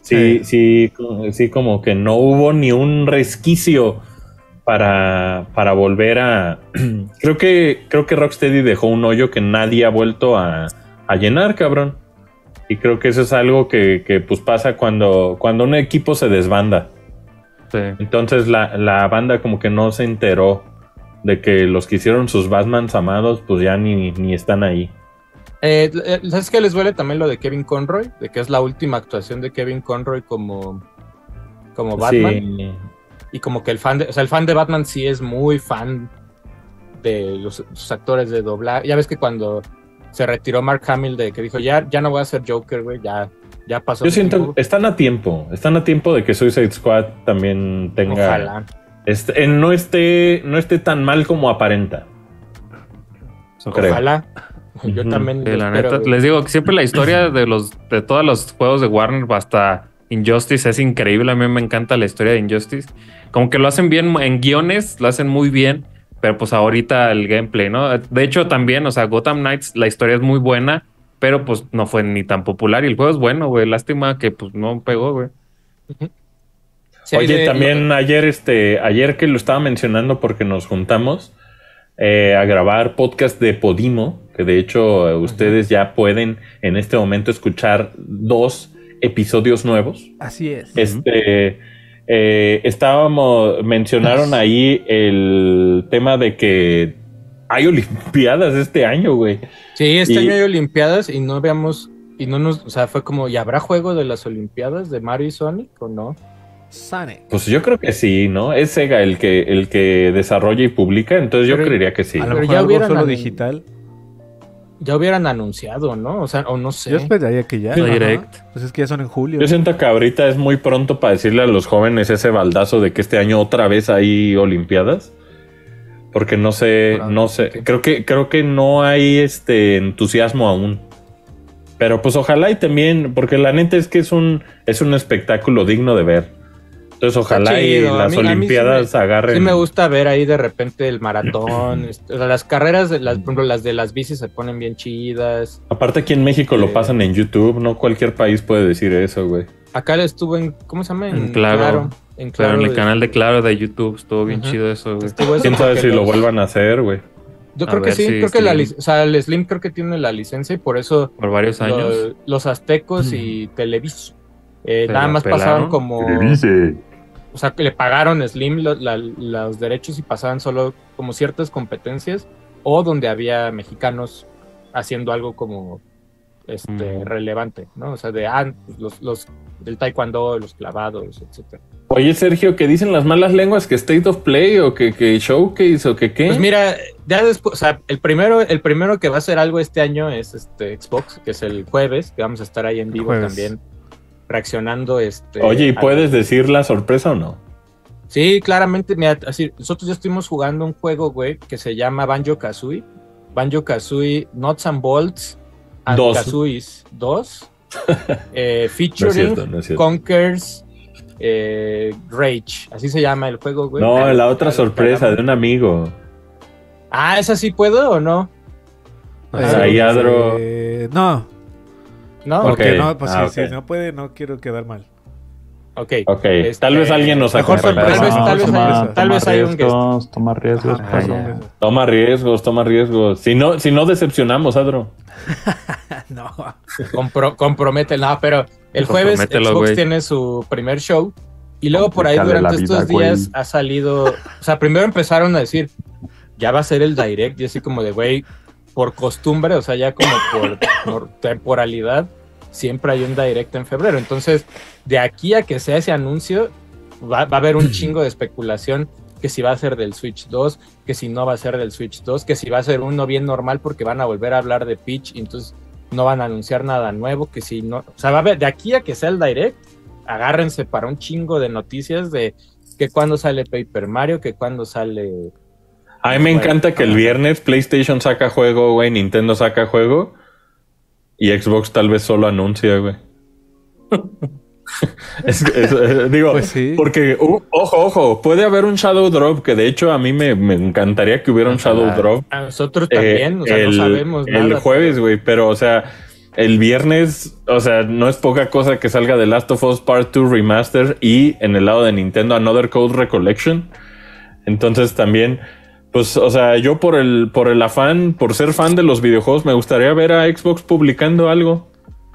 [SPEAKER 2] sí, sí, co- sí, como que no hubo ni un resquicio para, para volver a... <clears throat> creo, que, creo que Rocksteady dejó un hoyo que nadie ha vuelto a, a llenar, cabrón. Y creo que eso es algo que, que, pues pasa cuando, cuando un equipo se desbanda.
[SPEAKER 5] Sí.
[SPEAKER 2] Entonces la, la banda como que no se enteró de que los que hicieron sus Batmans amados pues ya ni, ni están ahí.
[SPEAKER 1] Eh, eh, ¿Sabes qué les duele también lo de Kevin Conroy? De que es la última actuación de Kevin Conroy como, como Batman.
[SPEAKER 2] Sí.
[SPEAKER 1] Y como que el fan de, o sea, el fan de Batman sí es muy fan de los, sus actores de doblar. Ya ves que cuando se retiró Mark Hamill de que dijo, ya, ya no voy a ser Joker, güey, ya, ya pasó.
[SPEAKER 2] Yo
[SPEAKER 1] mi
[SPEAKER 2] siento,
[SPEAKER 1] tiempo".
[SPEAKER 2] están a tiempo, están a tiempo de que Suicide Squad también tenga...
[SPEAKER 1] Ojalá.
[SPEAKER 2] Este, eh, no, esté, no esté tan mal como aparenta. Creo.
[SPEAKER 1] Ojalá. <laughs> Yo
[SPEAKER 2] Ujú.
[SPEAKER 1] también.
[SPEAKER 5] Sí,
[SPEAKER 1] lo
[SPEAKER 5] la
[SPEAKER 1] espero,
[SPEAKER 5] neta,
[SPEAKER 1] güey.
[SPEAKER 5] les digo que siempre la historia de los de todos los juegos de Warner hasta Injustice es increíble. A mí me encanta la historia de Injustice. Como que lo hacen bien en guiones, lo hacen muy bien, pero pues ahorita el gameplay, ¿no? De hecho, también, o sea, Gotham Knights, la historia es muy buena, pero pues no fue ni tan popular y el juego es bueno, güey. Lástima que pues no pegó, güey.
[SPEAKER 1] Sí, hay
[SPEAKER 2] Oye,
[SPEAKER 1] de-
[SPEAKER 2] también ayer, este, ayer que lo estaba mencionando porque nos juntamos eh, a grabar podcast de Podimo, que de hecho eh, ustedes ya pueden en este momento escuchar dos episodios nuevos.
[SPEAKER 4] Así es.
[SPEAKER 2] Este eh,
[SPEAKER 1] <laughs>
[SPEAKER 2] estábamos, mencionaron ahí el tema de que hay Olimpiadas este año, güey.
[SPEAKER 1] Sí, este
[SPEAKER 2] Y-
[SPEAKER 1] año hay Olimpiadas y no habíamos. Y no nos. O sea, fue como, ¿y habrá juego de las Olimpiadas de Mario y Sonic o no?
[SPEAKER 4] Sonic.
[SPEAKER 2] Pues yo creo que sí, ¿no? Es Sega el que, el que desarrolla y publica, entonces yo
[SPEAKER 1] Pero-
[SPEAKER 2] creería que sí.
[SPEAKER 4] A lo
[SPEAKER 1] Pero
[SPEAKER 4] mejor
[SPEAKER 1] ya
[SPEAKER 4] algo
[SPEAKER 1] hubieran
[SPEAKER 4] solo
[SPEAKER 1] an-
[SPEAKER 4] digital.
[SPEAKER 1] Ya hubieran anunciado, ¿no? O sea, o no sé.
[SPEAKER 4] Yo esperaría que ya.
[SPEAKER 2] Sí.
[SPEAKER 4] ajá.
[SPEAKER 5] Direct.
[SPEAKER 4] Pues es que ya son en julio.
[SPEAKER 2] Yo siento que ahorita es muy pronto para decirle a los jóvenes ese baldazo de que este año otra vez hay Olimpiadas. Porque no sé, no sé, creo que, creo que no hay este entusiasmo aún. Pero pues ojalá y también, porque la neta es que es un, es un espectáculo digno de ver. Entonces ojalá
[SPEAKER 1] chido,
[SPEAKER 2] y
[SPEAKER 1] a
[SPEAKER 2] las
[SPEAKER 1] mí- a mí sí
[SPEAKER 2] Olimpiadas agarren.
[SPEAKER 1] Sí me gusta ver ahí de repente el
[SPEAKER 5] <clears throat>
[SPEAKER 1] maratón, este, o sea, las carreras, de las, por ejemplo, las de las bicis se ponen bien chidas.
[SPEAKER 2] Aparte aquí en México
[SPEAKER 1] Eh.
[SPEAKER 2] lo pasan en YouTube, no cualquier país puede decir eso, güey.
[SPEAKER 1] Acá estuvo en, ¿cómo se llama?
[SPEAKER 5] En Claro.
[SPEAKER 1] en
[SPEAKER 5] Pero
[SPEAKER 1] Claro.
[SPEAKER 5] en el
[SPEAKER 1] de-
[SPEAKER 5] canal de Claro de YouTube estuvo bien
[SPEAKER 1] Ajá.
[SPEAKER 5] chido eso, güey.
[SPEAKER 1] estuvo eso
[SPEAKER 2] Quién sabe
[SPEAKER 1] porque
[SPEAKER 2] si lo
[SPEAKER 1] Pues los-
[SPEAKER 2] vuelvan a hacer, güey.
[SPEAKER 1] Yo
[SPEAKER 5] A
[SPEAKER 1] creo que
[SPEAKER 5] ver
[SPEAKER 1] sí,
[SPEAKER 5] si
[SPEAKER 1] creo que la,
[SPEAKER 5] Slim-
[SPEAKER 1] lic- o sea, el Slim creo que tiene la licencia y por eso
[SPEAKER 5] por varios
[SPEAKER 1] lo-
[SPEAKER 5] años.
[SPEAKER 1] los aztecos
[SPEAKER 4] Mm.
[SPEAKER 1] y
[SPEAKER 5] <clears throat>
[SPEAKER 1] Televis eh,
[SPEAKER 5] Se
[SPEAKER 1] nada
[SPEAKER 5] la
[SPEAKER 1] más
[SPEAKER 5] pelaron.
[SPEAKER 1] pasaban como
[SPEAKER 3] dice?
[SPEAKER 1] o sea, que le pagaron a Slim lo- la- los derechos y pasaban solo como ciertas competencias o donde había mexicanos haciendo algo como este
[SPEAKER 5] Mm.
[SPEAKER 1] relevante, ¿no? O sea, de ah, los, los del taekwondo, los clavados, etcétera.
[SPEAKER 2] Oye, Sergio, ¿qué dicen las malas lenguas? ¿Que State of Play o que, que Showcase o que qué?
[SPEAKER 1] Pues mira, ya después, o sea, el primero, el primero que va a hacer algo este año es este Xbox, que es el jueves, que vamos a estar ahí en vivo
[SPEAKER 4] Jueves.
[SPEAKER 1] también reaccionando este
[SPEAKER 2] Oye, ¿y
[SPEAKER 1] a-
[SPEAKER 2] puedes decir la sorpresa o no?
[SPEAKER 1] Sí, claramente, mira, así, nosotros ya estuvimos jugando un juego, güey, que se llama Banjo Kazooie. Banjo Kazooie Nuts and Bolts and
[SPEAKER 2] Dos.
[SPEAKER 1] Kazooies
[SPEAKER 2] <laughs>
[SPEAKER 1] 2. eh,
[SPEAKER 2] No es
[SPEAKER 1] featuring
[SPEAKER 2] cierto, no es cierto.
[SPEAKER 1] Conquers eh, Rage. Así se llama el juego, güey.
[SPEAKER 2] No,
[SPEAKER 1] Ya-
[SPEAKER 2] la
[SPEAKER 1] ya
[SPEAKER 2] otra
[SPEAKER 1] lo
[SPEAKER 2] sorpresa de
[SPEAKER 1] esperamos.
[SPEAKER 2] un amigo.
[SPEAKER 1] Ah, ¿esa sí puedo o no?
[SPEAKER 2] Pues ahí, Adro.
[SPEAKER 4] Eh, no,
[SPEAKER 1] No,
[SPEAKER 2] Ok.
[SPEAKER 1] ok.
[SPEAKER 4] porque no, pues
[SPEAKER 2] ah,
[SPEAKER 4] sí,
[SPEAKER 2] ok.
[SPEAKER 4] sí, no puede, no quiero quedar mal.
[SPEAKER 2] Ok,
[SPEAKER 1] Este,
[SPEAKER 2] tal vez alguien nos
[SPEAKER 4] mejor
[SPEAKER 2] acompañará.
[SPEAKER 1] Tal vez- tal vez hay- tal vez hay un
[SPEAKER 3] riesgos, toma
[SPEAKER 2] Ah,
[SPEAKER 3] riesgos.
[SPEAKER 4] Ajá,
[SPEAKER 3] pues,
[SPEAKER 4] son
[SPEAKER 1] <laughs>
[SPEAKER 3] no.
[SPEAKER 4] besos.
[SPEAKER 2] Toma riesgos, toma riesgos. Si no, si no decepcionamos, Adro.
[SPEAKER 4] No.
[SPEAKER 1] compro- compromete, no, pero
[SPEAKER 5] <laughs>
[SPEAKER 1] el jueves
[SPEAKER 5] Compromételo,
[SPEAKER 1] Xbox
[SPEAKER 5] güey.
[SPEAKER 1] tiene su primer show y luego por ahí
[SPEAKER 3] Complícale
[SPEAKER 1] durante
[SPEAKER 3] la
[SPEAKER 1] estos
[SPEAKER 3] vida, güey.
[SPEAKER 1] días ha salido, o sea, primero empezaron a decir, ya va a ser el direct y así como de, güey, por costumbre, o sea, ya como por, por temporalidad, siempre hay un direct en febrero. Entonces, de aquí a que sea ese anuncio, va, va a haber
[SPEAKER 3] <clears throat>
[SPEAKER 1] un chingo de especulación que si va a ser del Switch 2, que si no va a ser del Switch 2, que si va a ser uno bien normal porque van a volver a hablar de Peach y entonces no van a anunciar nada nuevo, que si no, o sea, va a haber, de aquí a que sea el direct, agárrense para un chingo de noticias de que cuando sale Paper Mario, que cuando sale...
[SPEAKER 2] A mí me
[SPEAKER 1] Bueno,
[SPEAKER 2] encanta que el
[SPEAKER 1] ajá.
[SPEAKER 2] viernes PlayStation saca juego, güey, Nintendo saca juego y Xbox tal vez solo anuncia, güey. <laughs> Es- es- eh, digo,
[SPEAKER 4] Pues sí.
[SPEAKER 2] porque, u- ojo, ojo, puede haber un Shadow Drop, que de hecho a mí me, me encantaría que hubiera un Shadow
[SPEAKER 5] Ojalá.
[SPEAKER 2] Drop.
[SPEAKER 1] A nosotros Ah, también,
[SPEAKER 2] eh,
[SPEAKER 1] o sea, no sabemos
[SPEAKER 2] el
[SPEAKER 1] nada.
[SPEAKER 2] jueves, güey, pero o sea, el viernes, o sea, no es poca cosa que salga de Last of Us Part 2 Remaster y en el lado de Nintendo Another Code Recollection. Entonces también, pues, o sea, yo por el, por el afán, por ser fan de los videojuegos, me gustaría ver a Xbox publicando algo.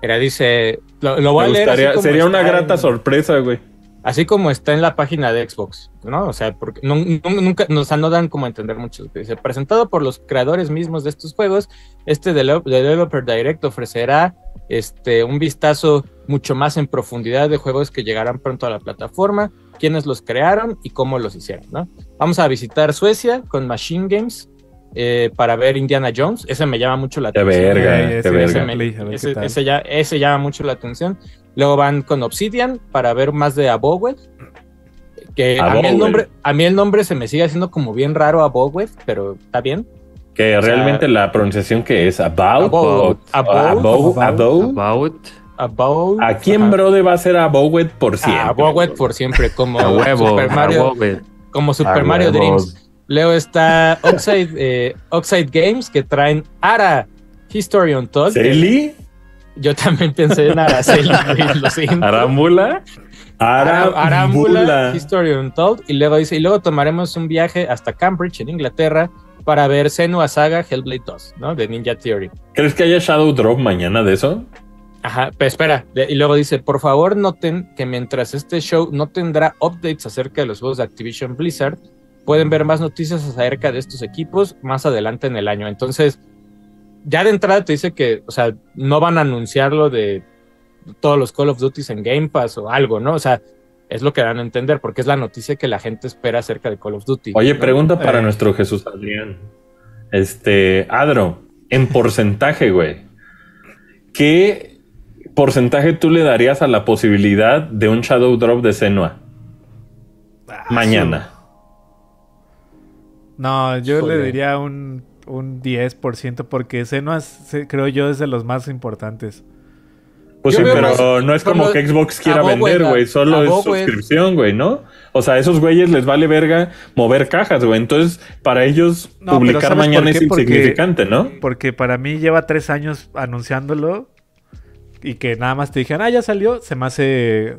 [SPEAKER 1] Mira, dice, lo, lo voy
[SPEAKER 2] Me
[SPEAKER 1] a leer así
[SPEAKER 2] gustaría,
[SPEAKER 1] como
[SPEAKER 2] sería una
[SPEAKER 1] está
[SPEAKER 2] grata
[SPEAKER 1] en-
[SPEAKER 2] sorpresa, güey.
[SPEAKER 1] Así como está en la página de Xbox, ¿no? O sea, porque nun- nun- nunca nos no dan como a entender mucho. Dice, presentado por los creadores mismos de estos juegos, este Delo- Developer Direct ofrecerá este, un vistazo mucho más en profundidad de juegos que llegarán pronto a la plataforma, quiénes los crearon y cómo los hicieron, ¿no? Vamos a visitar Suecia con Machine Games eh, para ver Indiana Jones. Ese me llama mucho la
[SPEAKER 2] De
[SPEAKER 1] atención.
[SPEAKER 2] verga,
[SPEAKER 4] Eh,
[SPEAKER 2] de
[SPEAKER 4] sí,
[SPEAKER 2] verga.
[SPEAKER 1] Ese,
[SPEAKER 4] sí.
[SPEAKER 1] me-
[SPEAKER 4] Play, a ver
[SPEAKER 1] ese-
[SPEAKER 4] qué tal.
[SPEAKER 1] ese ya, ese llama mucho la atención. Luego van con Obsidian para ver más de Abowed. Que a, mí
[SPEAKER 2] Abowed.
[SPEAKER 1] el nombre, a mí el nombre se me sigue haciendo como bien raro Abowed, pero está bien.
[SPEAKER 2] Que realmente la pronunciación que es
[SPEAKER 1] About,
[SPEAKER 2] about, o-
[SPEAKER 1] about,
[SPEAKER 2] about, about.
[SPEAKER 5] About
[SPEAKER 1] Abowed.
[SPEAKER 2] ¿A quién
[SPEAKER 1] ajá. Ah,
[SPEAKER 2] Brode va a ser a Bowet por siempre?
[SPEAKER 1] A Abowed por siempre, como
[SPEAKER 5] a huevo,
[SPEAKER 1] Super
[SPEAKER 5] a
[SPEAKER 1] Mario,
[SPEAKER 5] huevo. güey.
[SPEAKER 1] como
[SPEAKER 3] Ah,
[SPEAKER 1] Super Mario
[SPEAKER 3] huevos.
[SPEAKER 1] Dreams. Luego está Oxide, eh, Oxide Games que traen Ara History on Talk.
[SPEAKER 2] ¿Celi?
[SPEAKER 1] Yo también pensé en Araceli, güey, lo siento.
[SPEAKER 5] Arámbula.
[SPEAKER 1] Ara- Arámbula,
[SPEAKER 2] Arámbula.
[SPEAKER 1] History Untold, y luego dice, y luego tomaremos un viaje hasta Cambridge, en Inglaterra, para ver Senua Saga Hellblade 2, ¿no? De Ninja Theory.
[SPEAKER 2] ¿Crees que haya Shadow Drop mañana de eso?
[SPEAKER 1] Ajá, pero espera, de- y luego dice, por favor noten que mientras este show no tendrá updates acerca de los juegos de Activision Blizzard, pueden ver más noticias acerca de estos equipos más adelante en el año. Entonces, ya de entrada te dice que, o sea, no van a anunciarlo de todos los Call of Duty en Game Pass o algo, ¿no? O sea, es lo que dan a entender porque es la noticia que la gente espera acerca de Call of Duty.
[SPEAKER 2] Oye,
[SPEAKER 1] ¿no?
[SPEAKER 2] pregunta para
[SPEAKER 4] Eh.
[SPEAKER 2] nuestro Jesús Adrián. Este, Adro, en porcentaje, güey. ¿Qué porcentaje tú le darías a la posibilidad de un Shadow Drop de Senua mañana?
[SPEAKER 4] No, yo
[SPEAKER 1] Híjole.
[SPEAKER 4] le diría un, un 10% porque Senua, se- creo yo, es de los más importantes.
[SPEAKER 2] Pues
[SPEAKER 1] Yo
[SPEAKER 2] sí,
[SPEAKER 1] veo
[SPEAKER 2] pero
[SPEAKER 1] más-
[SPEAKER 2] no es
[SPEAKER 1] por
[SPEAKER 2] como
[SPEAKER 1] lo-
[SPEAKER 2] que Xbox quiera
[SPEAKER 1] a Bowen,
[SPEAKER 2] vender,
[SPEAKER 1] a-
[SPEAKER 2] güey. Solo
[SPEAKER 1] a
[SPEAKER 2] es
[SPEAKER 1] Bowen.
[SPEAKER 2] suscripción, güey, ¿no? O sea, a esos güeyes les vale verga mover cajas, güey. Entonces, para ellos,
[SPEAKER 4] No, pero
[SPEAKER 2] publicar
[SPEAKER 4] ¿sabes
[SPEAKER 2] mañana
[SPEAKER 4] por
[SPEAKER 2] es
[SPEAKER 4] qué? Porque-
[SPEAKER 2] insignificante, ¿no?
[SPEAKER 4] Porque para mí lleva tres años anunciándolo y que nada más te dijeran, ah, ya salió, se me hace...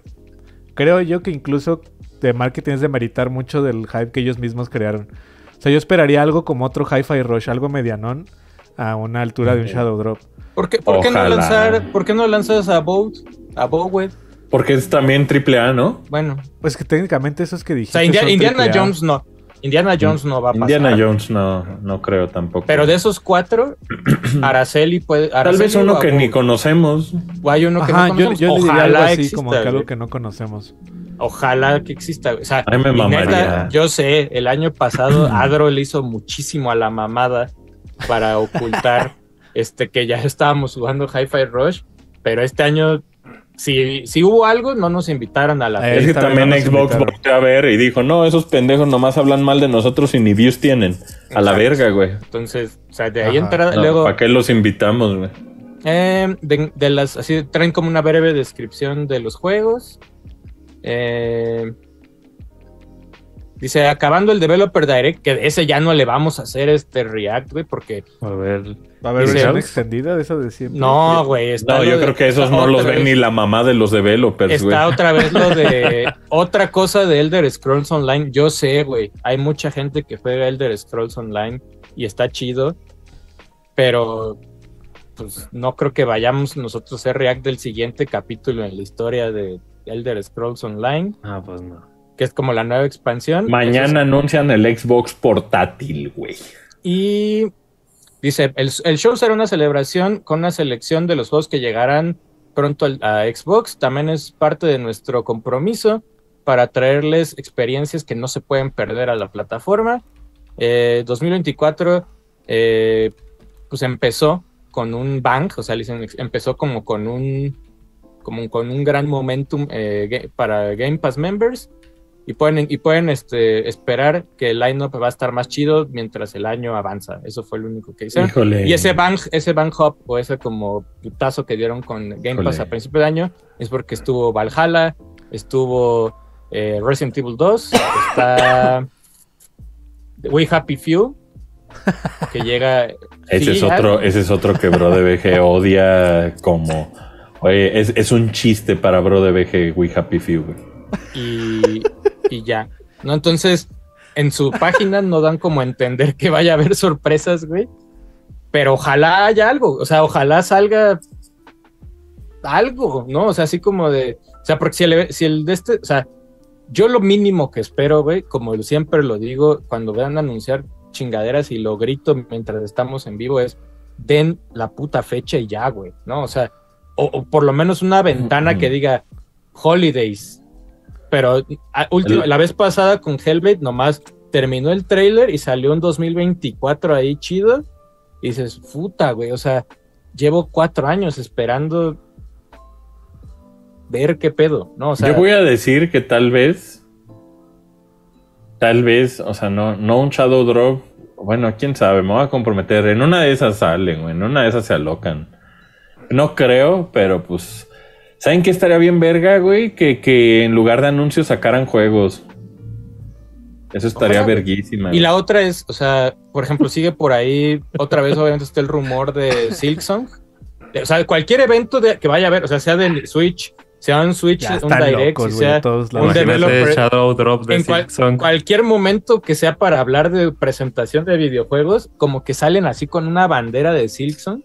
[SPEAKER 4] Creo yo que incluso de marketing es demeritar mucho del hype que ellos mismos crearon. O sea, yo esperaría algo como otro Hi-Fi Rush, algo medianón a una altura de un
[SPEAKER 2] Ok.
[SPEAKER 4] Shadow Drop.
[SPEAKER 1] ¿Por qué, por qué no
[SPEAKER 2] Ojalá.
[SPEAKER 1] lanzar, por qué no lanzas a Bowed? A Bowed,
[SPEAKER 2] Porque es también triple A, ¿no?
[SPEAKER 1] bueno.
[SPEAKER 4] Pues que técnicamente esos que
[SPEAKER 1] O
[SPEAKER 2] Este
[SPEAKER 4] dijiste.
[SPEAKER 1] sea, India-
[SPEAKER 4] son
[SPEAKER 1] Indiana
[SPEAKER 4] AAA.
[SPEAKER 1] Jones no. Indiana Jones no va a pasar.
[SPEAKER 2] Indiana Jones no, no creo tampoco.
[SPEAKER 1] Pero de esos
[SPEAKER 2] <clears throat>
[SPEAKER 1] cuatro, Araceli puede.
[SPEAKER 2] Tal vez
[SPEAKER 1] Araceli o
[SPEAKER 2] uno
[SPEAKER 1] a
[SPEAKER 2] que
[SPEAKER 1] Bowed.
[SPEAKER 2] ni conocemos.
[SPEAKER 1] O hay uno que
[SPEAKER 4] Ajá,
[SPEAKER 1] no
[SPEAKER 4] yo,
[SPEAKER 1] conocemos.
[SPEAKER 4] yo le diría algo
[SPEAKER 1] Ojalá
[SPEAKER 4] así,
[SPEAKER 1] exista.
[SPEAKER 4] como que algo
[SPEAKER 1] güey.
[SPEAKER 4] que no conocemos.
[SPEAKER 1] Ojalá que exista. güey. O sea,
[SPEAKER 2] Ay, me
[SPEAKER 1] y neta,
[SPEAKER 2] mamaría.
[SPEAKER 1] yo sé, el año
[SPEAKER 2] <clears throat>
[SPEAKER 1] pasado Adro le hizo muchísimo a la mamada para
[SPEAKER 2] <laughs>
[SPEAKER 1] ocultar este que ya estábamos jugando Hi-Fi Rush, pero este año, si, si hubo algo, no nos invitaron a la
[SPEAKER 4] Eh,
[SPEAKER 2] Es
[SPEAKER 1] fiesta.
[SPEAKER 2] que
[SPEAKER 4] esta vez
[SPEAKER 2] también
[SPEAKER 4] no nos
[SPEAKER 2] Xbox
[SPEAKER 4] invitaron.
[SPEAKER 2] volteó a ver y dijo, no, esos pendejos nomás hablan mal de nosotros y ni views tienen. A la
[SPEAKER 1] Exacto.
[SPEAKER 2] verga, güey.
[SPEAKER 1] Entonces, o sea, de ahí
[SPEAKER 4] Ajá.
[SPEAKER 1] entra.
[SPEAKER 2] No,
[SPEAKER 1] luego,
[SPEAKER 2] ¿Para qué los invitamos, güey?
[SPEAKER 1] Eh, de, de las, así traen como una breve descripción de los juegos. Eh, dice, acabando el Developer Direct, que ese ya no le vamos a hacer este React, güey, porque
[SPEAKER 5] A ver.
[SPEAKER 4] ¿Va a haber
[SPEAKER 1] Dice-
[SPEAKER 4] versión extendida de esa de siempre?
[SPEAKER 1] no, güey. está
[SPEAKER 2] No,
[SPEAKER 1] lo
[SPEAKER 2] yo
[SPEAKER 1] de-
[SPEAKER 2] creo que esos no
[SPEAKER 1] otra
[SPEAKER 2] los ven
[SPEAKER 1] vez-
[SPEAKER 2] ni la mamá de los developers, güey.
[SPEAKER 1] Está otra vez lo de otra cosa de Elder Scrolls Online. Yo sé, güey, hay mucha gente que juega Elder Scrolls Online y está chido, pero pues no creo que vayamos nosotros a hacer react del siguiente capítulo en la historia de Elder Scrolls Online,
[SPEAKER 5] Ah, pues no.
[SPEAKER 1] que es como la nueva expansión.
[SPEAKER 2] Mañana anuncian el Xbox portátil, güey.
[SPEAKER 1] Y dice, el, el show será una celebración con una selección de los juegos que llegarán pronto al- a Xbox. También es parte de nuestro compromiso para traerles experiencias que no se pueden perder a la plataforma. Eh, 2024 eh, pues empezó con un bang, o sea, le dicen, empezó como con un como con un gran momentum eh, ga- para Game Pass members y pueden, y pueden este, esperar que el lineup va a estar más chido mientras el año avanza. Eso fue lo único que hicieron.
[SPEAKER 2] Híjole.
[SPEAKER 1] Y ese bang, ese bang hop o ese como putazo que dieron con Game Pass
[SPEAKER 2] Híjole.
[SPEAKER 1] a principio de año es porque estuvo Valhalla, estuvo eh, Resident Evil
[SPEAKER 2] <coughs>
[SPEAKER 1] 2, está We Happy Few, que llega.
[SPEAKER 2] Ese es
[SPEAKER 1] Sí,
[SPEAKER 2] otro, ese es otro que Bro de BG odia como. Oye, es, es un chiste para Bro de BG, We Happy Few, güey.
[SPEAKER 1] y, y ya. ¿No? Entonces, en su página no dan como a entender que vaya a haber sorpresas, güey. Pero ojalá haya algo. O sea, ojalá salga algo, ¿no? O sea, así como de. O sea, porque si el, si el de este. O sea, yo lo mínimo que espero, güey, como siempre lo digo, cuando vean anunciar chingaderas y lo grito mientras estamos en vivo, es den la puta fecha y ya, güey, ¿no? O sea, o, o por lo menos una ventana que diga holidays. Pero a- última-
[SPEAKER 2] El-
[SPEAKER 1] la vez pasada con Hellblade nomás terminó el trailer y salió un 2024 ahí chido. Y dices, puta, güey, o sea, llevo cuatro años esperando ver qué pedo, ¿no? O sea,
[SPEAKER 2] Yo voy a decir que tal vez. Tal vez, o sea, no, no un Shadow Drop. Bueno, quién sabe, me voy a comprometer. En una de esas salen, güey. En una de esas se alocan. No creo, pero pues. ¿Saben qué estaría bien verga, güey? Que, que en lugar de anuncios sacaran juegos. Eso estaría
[SPEAKER 1] Ojalá.
[SPEAKER 2] verguísima.
[SPEAKER 1] Y
[SPEAKER 2] güey.
[SPEAKER 1] la otra es, o sea, por ejemplo, sigue por ahí, otra vez obviamente está el rumor de Silksong. De- O sea, cualquier evento de- que vaya a haber, o sea, sea de Switch, sea un Switch,
[SPEAKER 4] Ya
[SPEAKER 1] un
[SPEAKER 4] están
[SPEAKER 1] Direct,
[SPEAKER 4] locos,
[SPEAKER 1] si
[SPEAKER 4] güey, de
[SPEAKER 1] sea
[SPEAKER 4] todos
[SPEAKER 1] un
[SPEAKER 4] lados.
[SPEAKER 5] Imagínate
[SPEAKER 1] developer-
[SPEAKER 5] Shadow Drop de
[SPEAKER 1] en cual-
[SPEAKER 5] Silksong.
[SPEAKER 1] cualquier momento que sea para hablar de presentación de videojuegos, como que salen así con una bandera de Silksong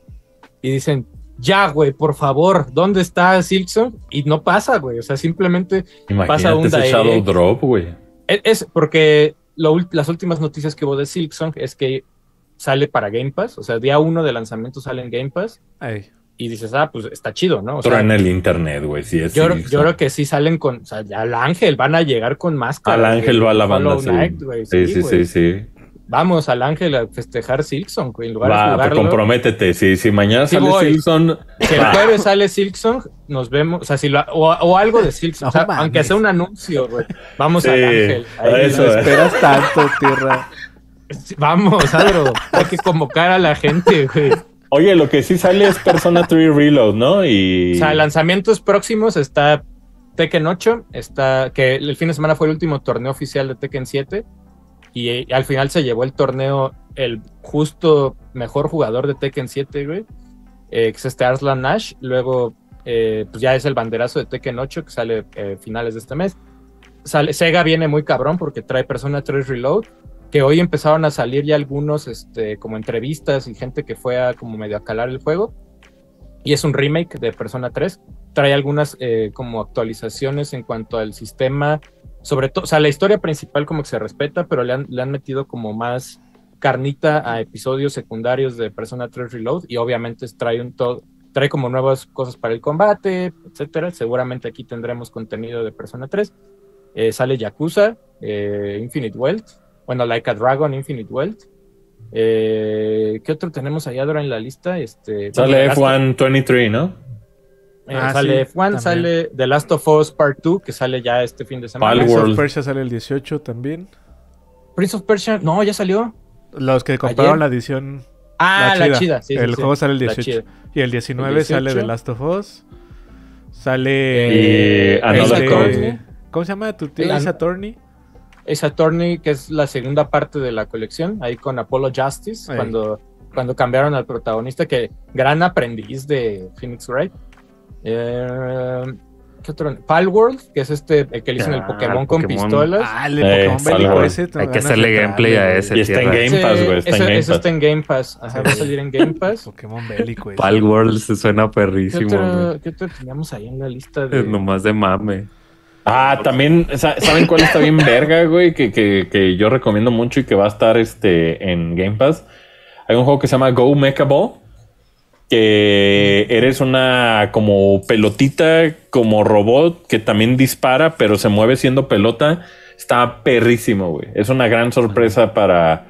[SPEAKER 1] y dicen, ya, güey, por favor, ¿dónde está Silksong? Y no pasa, güey, o sea, simplemente
[SPEAKER 2] Imagínate
[SPEAKER 1] pasa un
[SPEAKER 2] ese
[SPEAKER 1] direct.
[SPEAKER 2] Shadow Drop, güey.
[SPEAKER 1] Es, es porque lo ul- las últimas noticias que hubo de Silksong es que sale para Game Pass, o sea, día uno de lanzamiento sale en Game Pass
[SPEAKER 4] Ay,
[SPEAKER 1] y dices, ah, pues está chido, ¿no? O sea,
[SPEAKER 2] en el internet, güey. Sí, es
[SPEAKER 1] yo, creo-
[SPEAKER 2] Silksong.
[SPEAKER 1] yo creo que sí salen con, o sea, al ángel van a llegar con máscara.
[SPEAKER 2] Al ángel va la banda. Sí, sí, sí, sí, sí.
[SPEAKER 1] Vamos al ángel a festejar Silksong, güey, en lugar de
[SPEAKER 2] Va, pues
[SPEAKER 1] jugarlo.
[SPEAKER 2] comprométete. Si, si mañana
[SPEAKER 1] Sí
[SPEAKER 2] sale
[SPEAKER 1] voy.
[SPEAKER 2] Silson,
[SPEAKER 1] Si el jueves sale Silksong, nos vemos, o sea, si lo- o, o algo de Silksong, o sea,
[SPEAKER 4] No mames.
[SPEAKER 1] aunque sea un anuncio, güey. Vamos
[SPEAKER 2] Sí,
[SPEAKER 1] al ángel. Ahí,
[SPEAKER 2] eso,
[SPEAKER 1] güey.
[SPEAKER 4] esperas tanto, tierra.
[SPEAKER 1] Vamos, Adro, hay que convocar a la gente, güey.
[SPEAKER 2] Oye, lo que sí sale es Persona <laughs> 3 Reload, ¿no? Y.
[SPEAKER 1] O sea, lanzamientos próximos está Tekken 8, está que el fin de semana fue el último torneo oficial de Tekken 7 y, eh, al final se llevó el torneo el justo mejor jugador de Tekken 7, güey, eh, que es este Arslan Nash, luego eh, pues ya es el banderazo de Tekken 8 que sale eh, finales de este mes. Sale, Sega viene muy cabrón porque trae Persona 3 Reload, que hoy empezaron a salir ya algunos este, como entrevistas y gente que fue a como medio a calar el juego. Y es un remake de Persona 3. Trae algunas eh, como actualizaciones en cuanto al sistema. Sobre todo, o sea, la historia principal como que se respeta, pero le han, le han metido como más carnita a episodios secundarios de Persona 3 Reload. Y obviamente trae un todo. Trae como nuevas cosas para el combate, etcétera. Seguramente aquí tendremos contenido de Persona 3. Eh, sale Yakuza, eh, Infinite Wealth, bueno, Like a Dragon, Infinite Wealth. Eh, ¿Qué otro tenemos allá ahora en la lista? Este,
[SPEAKER 2] Sale
[SPEAKER 1] The Last of-
[SPEAKER 2] F1 23, ¿no?
[SPEAKER 1] eh,
[SPEAKER 4] Ah,
[SPEAKER 1] sale
[SPEAKER 4] sí,
[SPEAKER 1] F1,
[SPEAKER 4] también.
[SPEAKER 1] sale The Last of Us Part 2, que sale ya este fin de semana.
[SPEAKER 2] Pal-
[SPEAKER 4] Prince of
[SPEAKER 2] World.
[SPEAKER 4] Persia sale el 18 también.
[SPEAKER 1] Prince of Persia, no, ya salió.
[SPEAKER 4] Los que compraron
[SPEAKER 1] Ayer.
[SPEAKER 4] la edición
[SPEAKER 1] Ah, la chida. sí, sí,
[SPEAKER 4] el
[SPEAKER 1] sí.
[SPEAKER 4] juego sale el
[SPEAKER 1] La
[SPEAKER 4] 18.
[SPEAKER 1] chida.
[SPEAKER 4] Y el 19 sale
[SPEAKER 1] 18.
[SPEAKER 4] The Last of Us.
[SPEAKER 1] Eh,
[SPEAKER 4] Sale.
[SPEAKER 2] Y
[SPEAKER 5] Ah,
[SPEAKER 2] Another
[SPEAKER 4] este-
[SPEAKER 2] Code.
[SPEAKER 1] Attorney.
[SPEAKER 4] ¿Cómo se llama tu tío?
[SPEAKER 1] Alan-
[SPEAKER 4] Ace Attorney.
[SPEAKER 1] Es Attorney, que es la segunda parte de la colección, ahí con Apollo Justice,
[SPEAKER 4] Ey.
[SPEAKER 1] cuando, cuando cambiaron al protagonista, que gran aprendiz de Phoenix Wright. Eh, ¿Qué otro? Palworld, que es este, el que le dicen el
[SPEAKER 5] Ah,
[SPEAKER 1] Pokémon con
[SPEAKER 5] Pokémon.
[SPEAKER 1] pistolas.
[SPEAKER 4] Ah, el de
[SPEAKER 2] Eh,
[SPEAKER 4] Pokémon Belly,
[SPEAKER 2] Salvador.
[SPEAKER 4] por ese tengo
[SPEAKER 5] Hay que
[SPEAKER 4] ganas de
[SPEAKER 5] hacerle gameplay
[SPEAKER 4] entrarle,
[SPEAKER 5] a
[SPEAKER 4] güey.
[SPEAKER 5] ese.
[SPEAKER 2] Y está en
[SPEAKER 5] tierra.
[SPEAKER 2] Game Pass,
[SPEAKER 1] Sí,
[SPEAKER 2] güey. Está
[SPEAKER 1] eso,
[SPEAKER 2] en Game
[SPEAKER 1] eso
[SPEAKER 2] Pass.
[SPEAKER 1] está en Game Pass. Ajá, va a salir en Game Pass.
[SPEAKER 4] Pokémon bélico. ese.
[SPEAKER 5] Pal World se suena
[SPEAKER 1] ¿Qué
[SPEAKER 5] perrísimo, güey. Eh,
[SPEAKER 1] otro, qué otro teníamos ahí en la lista de...
[SPEAKER 5] Es <laughs> nomás de mame.
[SPEAKER 2] Ah, también, sa- ¿saben cuál está bien verga, güey? Que, que, que yo recomiendo mucho y que va a estar este, en Game Pass. Hay un juego que se llama Go Mecha Ball. Que eres una como pelotita, como robot, que también dispara, pero se mueve siendo pelota. Está perrísimo, güey. Es una gran sorpresa para,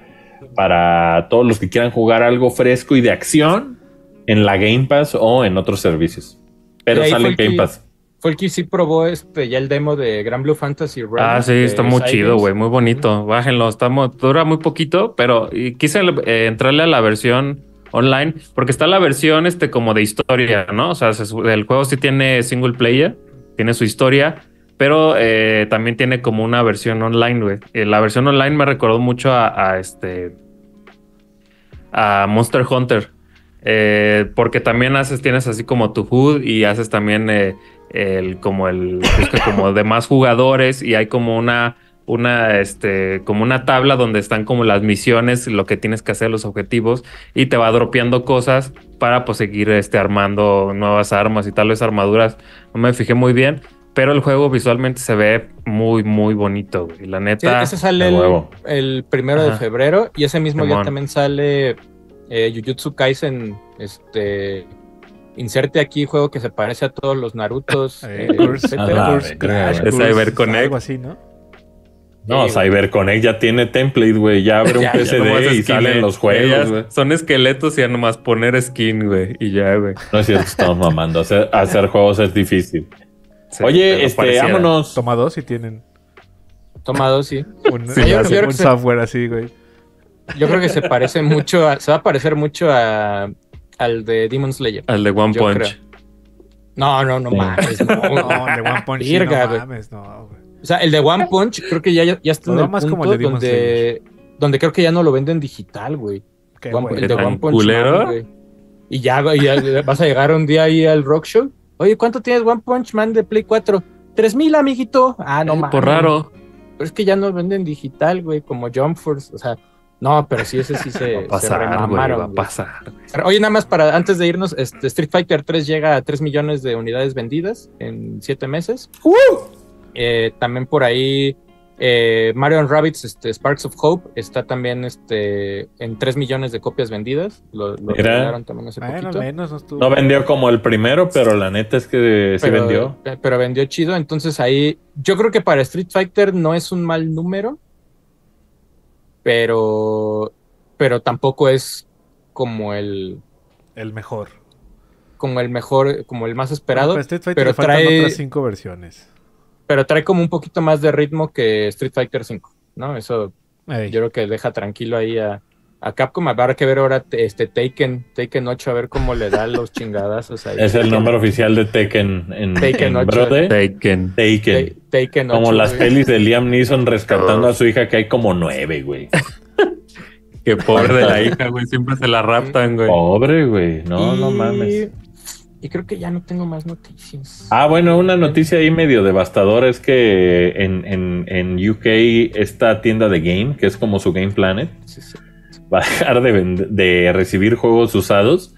[SPEAKER 2] para todos los que quieran jugar algo fresco y de acción en la Game Pass o en otros servicios. Pero
[SPEAKER 1] Y ahí
[SPEAKER 2] sale
[SPEAKER 1] fue
[SPEAKER 2] en
[SPEAKER 1] que-
[SPEAKER 2] Game Pass.
[SPEAKER 1] Fue el que sí probó este, ya el demo de Gran Blue Fantasy Realm
[SPEAKER 5] Ah, sí,
[SPEAKER 1] de
[SPEAKER 5] está muy
[SPEAKER 1] Cygames.
[SPEAKER 5] chido, güey, muy bonito. Bájenlo, está mu- dura muy poquito, pero y quise eh, entrarle a la versión online porque está la versión este como de historia, ¿no? O sea, se su- el juego sí tiene single player, tiene su historia, pero eh, también tiene como una versión online, güey. Eh, la versión online me recordó mucho a, a este a Monster Hunter. eh, porque también haces, tienes así como tu HUD y haces también eh, el como el busca como demás jugadores y hay como una una este como una tabla donde están como las misiones lo que tienes que hacer los objetivos y te va dropeando cosas para pues seguir este armando nuevas armas y tal vez armaduras no me fijé muy bien pero el juego visualmente se ve muy muy bonito y la
[SPEAKER 1] Sí,
[SPEAKER 5] neta
[SPEAKER 1] ese sale
[SPEAKER 2] de
[SPEAKER 1] el,
[SPEAKER 2] huevo.
[SPEAKER 1] el primero de
[SPEAKER 5] Ajá.
[SPEAKER 1] febrero y ese mismo día
[SPEAKER 5] Simón.
[SPEAKER 1] también sale eh, Jujutsu Kaisen, este... Inserte aquí juego que se parece a todos los
[SPEAKER 5] <laughs>
[SPEAKER 1] Narutos,
[SPEAKER 4] Eh,
[SPEAKER 1] eh,
[SPEAKER 4] Curse,
[SPEAKER 1] etcétera.
[SPEAKER 2] Ah,
[SPEAKER 4] Curse,
[SPEAKER 2] la
[SPEAKER 4] Crash,
[SPEAKER 2] verga,
[SPEAKER 5] güey.
[SPEAKER 4] Curse,
[SPEAKER 5] CyberConnect.
[SPEAKER 4] Algo así, ¿no?
[SPEAKER 2] No,
[SPEAKER 1] Sí, güey.
[SPEAKER 2] CyberConnect ya tiene template, güey.
[SPEAKER 5] <laughs>
[SPEAKER 2] Ya abre un
[SPEAKER 1] Ya, ya
[SPEAKER 5] nomás
[SPEAKER 2] PCD y
[SPEAKER 5] skin,
[SPEAKER 2] salen
[SPEAKER 5] eh.
[SPEAKER 2] los
[SPEAKER 5] Ellas
[SPEAKER 2] juegos, güey.
[SPEAKER 5] son esqueletos y ya nomás poner skin güey y ya güey
[SPEAKER 2] No es cierto, estamos mamando. Hacer, hacer juegos es difícil.
[SPEAKER 5] Sí,
[SPEAKER 2] Oye,
[SPEAKER 5] pero
[SPEAKER 2] este,
[SPEAKER 5] pareciera.
[SPEAKER 2] vámonos.
[SPEAKER 4] Toma dos y tienen
[SPEAKER 1] Tomado, sí.
[SPEAKER 4] un,
[SPEAKER 5] Sí,
[SPEAKER 4] un
[SPEAKER 5] ya
[SPEAKER 1] sé.
[SPEAKER 4] software así, güey.
[SPEAKER 1] Yo creo que se parece mucho, a- se va a parecer mucho a, al de Demon Slayer.
[SPEAKER 5] al de One
[SPEAKER 1] Yo
[SPEAKER 5] Punch
[SPEAKER 1] creo. No, no, no
[SPEAKER 2] Sí.
[SPEAKER 1] mames. No,
[SPEAKER 2] <laughs>
[SPEAKER 4] No, el de One
[SPEAKER 1] <laughs>
[SPEAKER 4] Punch sí,
[SPEAKER 1] Virga,
[SPEAKER 4] no
[SPEAKER 1] güey.
[SPEAKER 4] mames, no, güey.
[SPEAKER 1] O sea, el de One Punch creo que ya, ya está en
[SPEAKER 4] Todo
[SPEAKER 1] el
[SPEAKER 4] más
[SPEAKER 1] punto
[SPEAKER 4] como el de Demon
[SPEAKER 1] donde, donde creo que ya no lo venden digital, güey.
[SPEAKER 4] Qué
[SPEAKER 1] One-
[SPEAKER 4] güey.
[SPEAKER 1] el de
[SPEAKER 5] ¿Tan
[SPEAKER 1] One Punch
[SPEAKER 5] culero?
[SPEAKER 1] Man, güey. Y ya, güey, ya vas a llegar un día ahí al rock show. Oye, ¿cuánto tienes One Punch Man de Play 4? Tres mil, amiguito. Ah, no
[SPEAKER 5] Eh,
[SPEAKER 1] mames.
[SPEAKER 5] por raro
[SPEAKER 1] Pero es que ya no venden digital, güey, como Jump Force. O sea, no, pero sí, ese sí se,
[SPEAKER 5] <laughs> va a
[SPEAKER 1] se
[SPEAKER 5] pasar güey,
[SPEAKER 1] remamaron,
[SPEAKER 5] va a
[SPEAKER 1] güey.
[SPEAKER 5] pasar
[SPEAKER 1] Oye, nada más para antes de irnos, este, Street Fighter 3 llega a 3 millones de unidades vendidas en 7 meses. Eh, también por ahí eh, Mario Rabbits este, Sparks of Hope está también este, en 3 millones de copias vendidas. Lo, lo
[SPEAKER 2] Mira.
[SPEAKER 1] regalaron también hace
[SPEAKER 4] Bueno, al
[SPEAKER 1] poquito.
[SPEAKER 4] menos no estuvo.
[SPEAKER 2] No vendió como el primero, pero la neta es que sí vendió.
[SPEAKER 1] eh, Pero vendió chido. Entonces ahí, yo creo que para Street Fighter no es un mal número. Pero, pero tampoco es como el,
[SPEAKER 4] el mejor.
[SPEAKER 1] como el mejor, como el más
[SPEAKER 4] Bueno,
[SPEAKER 1] esperado.
[SPEAKER 4] para Street Fighter
[SPEAKER 1] pero
[SPEAKER 4] le faltan
[SPEAKER 1] trae-
[SPEAKER 4] otras cinco versiones.
[SPEAKER 1] pero trae como un poquito más de ritmo que Street Fighter V, ¿no? Eso
[SPEAKER 4] Ey.
[SPEAKER 1] yo creo que deja tranquilo ahí a, a Capcom. Habrá que ver ahora te- este Taken, Taken 8, a ver cómo le da los chingadazos ahí.
[SPEAKER 2] Es el nombre oficial de Tekken en,
[SPEAKER 1] Tekken
[SPEAKER 2] en
[SPEAKER 1] ocho.
[SPEAKER 2] Brode.
[SPEAKER 5] Taken
[SPEAKER 1] Ta-
[SPEAKER 2] Taken.
[SPEAKER 1] Taken 8.
[SPEAKER 2] Como las
[SPEAKER 1] güey.
[SPEAKER 2] pelis de Liam Neeson rescatando a su hija, que hay como nueve, güey.
[SPEAKER 5] Que pobre de la hija, güey. Siempre se la raptan, güey.
[SPEAKER 2] Pobre, güey. No, no
[SPEAKER 1] Y
[SPEAKER 2] mames.
[SPEAKER 1] Y creo que ya no tengo más noticias.
[SPEAKER 2] Ah, bueno, una noticia ahí medio devastadora es que en, en, en UK esta tienda de game, que es como su Game Planet, <laughs>
[SPEAKER 1] Sí, sí.
[SPEAKER 2] va a dejar de, vend- de recibir juegos usados.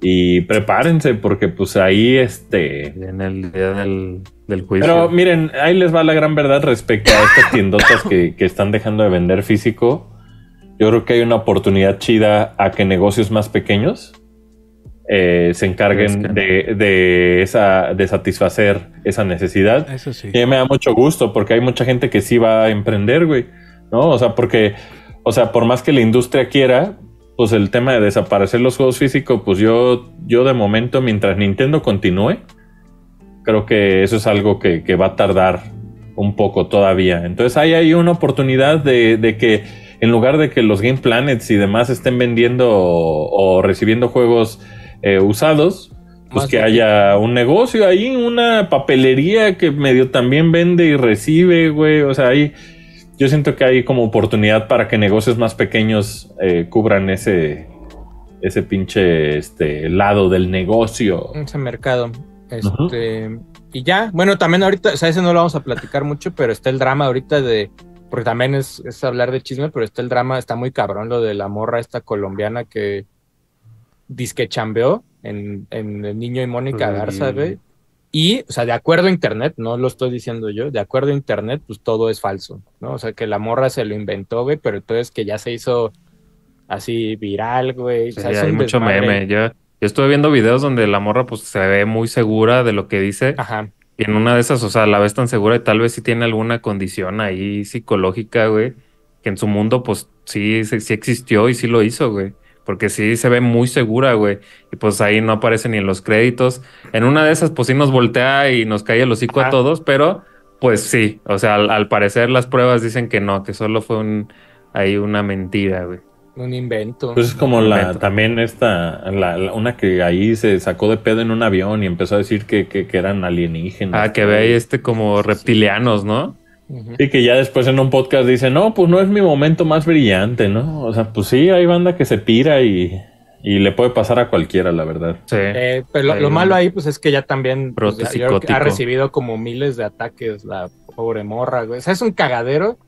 [SPEAKER 2] Y prepárense porque pues ahí este...
[SPEAKER 5] En el día del, del juicio.
[SPEAKER 2] Pero miren, ahí les va la gran verdad respecto a estas tiendotas que, que están dejando de vender físico. Yo creo que hay una oportunidad chida a que negocios más pequeños eh, se
[SPEAKER 5] Es
[SPEAKER 2] encarguen
[SPEAKER 5] que-
[SPEAKER 2] de, de esa, de satisfacer esa necesidad.
[SPEAKER 4] Eso sí.
[SPEAKER 2] Y a mí me da mucho gusto porque hay mucha gente que sí va a emprender, güey. ¿No? O sea, porque, o sea, por más que la industria quiera, pues el tema de desaparecer los juegos físicos, pues yo, yo de momento, mientras Nintendo continúe, creo que eso es algo que, que va a tardar un poco todavía. Entonces ahí hay una oportunidad de, de que en lugar de que los Game Planets y demás estén vendiendo o, o recibiendo juegos eh, usados, pues
[SPEAKER 1] Más
[SPEAKER 2] que
[SPEAKER 1] de-
[SPEAKER 2] haya un negocio ahí, una papelería que medio también vende y recibe, güey. O sea, ahí yo siento que hay como oportunidad para que negocios más pequeños eh, cubran ese, ese pinche este, lado del negocio.
[SPEAKER 1] ese mercado. Este, Y ya, bueno, también ahorita, o sea, ese no lo vamos a platicar mucho, pero está el drama ahorita de, porque también es, es hablar de chisme, pero está el drama, está muy cabrón lo de la morra esta colombiana que disque chambeó en, en El Niño y Mónica
[SPEAKER 5] Mm.
[SPEAKER 1] Garza, güey. Y, o sea, de acuerdo a Internet, no lo estoy diciendo yo, de acuerdo a Internet, pues todo es falso, ¿no? O sea, que la morra se lo inventó, güey, pero entonces que ya se hizo así viral, güey. O
[SPEAKER 5] Sí,
[SPEAKER 1] sea, es
[SPEAKER 5] hay
[SPEAKER 1] un
[SPEAKER 5] mucho
[SPEAKER 1] desmadre.
[SPEAKER 5] meme. Yo, yo estuve viendo videos donde la morra pues se ve muy segura de lo que dice.
[SPEAKER 1] Ajá.
[SPEAKER 5] Y en una de esas, o sea, la ves tan segura y tal vez sí tiene alguna condición ahí psicológica, güey. Que en su mundo, pues sí, sí, sí existió y sí lo hizo, güey. Porque sí se ve muy segura, güey. Y pues ahí no aparece ni en los créditos. En una de esas, pues sí nos voltea y nos cae el hocico a
[SPEAKER 1] Ajá.
[SPEAKER 5] todos, pero pues sí. O sea, al, al parecer las pruebas dicen que no, que solo fue un, ahí una mentira, güey.
[SPEAKER 1] Un invento.
[SPEAKER 2] Pues es como la,
[SPEAKER 5] Momento.
[SPEAKER 2] también esta, la, la- una que ahí se sacó de pedo en un avión y empezó a decir que, que, que eran alienígenas.
[SPEAKER 5] Ah, que ve ahí este como reptilianos, ¿no?
[SPEAKER 1] Ujú.
[SPEAKER 2] Y que ya después en un podcast dice, no, pues no es mi momento más brillante, ¿no? O sea, pues sí, hay banda que se pira y, y le puede pasar a cualquiera, la verdad.
[SPEAKER 5] Sí.
[SPEAKER 1] Eh, pero lo,
[SPEAKER 5] Ahí
[SPEAKER 1] lo
[SPEAKER 5] un
[SPEAKER 1] malo ahí, pues es que ya también pues,
[SPEAKER 5] brote
[SPEAKER 1] yo creo que ha
[SPEAKER 5] psicótico.
[SPEAKER 1] recibido como miles de ataques la pobre morra, güey. O sea, es un cagadero.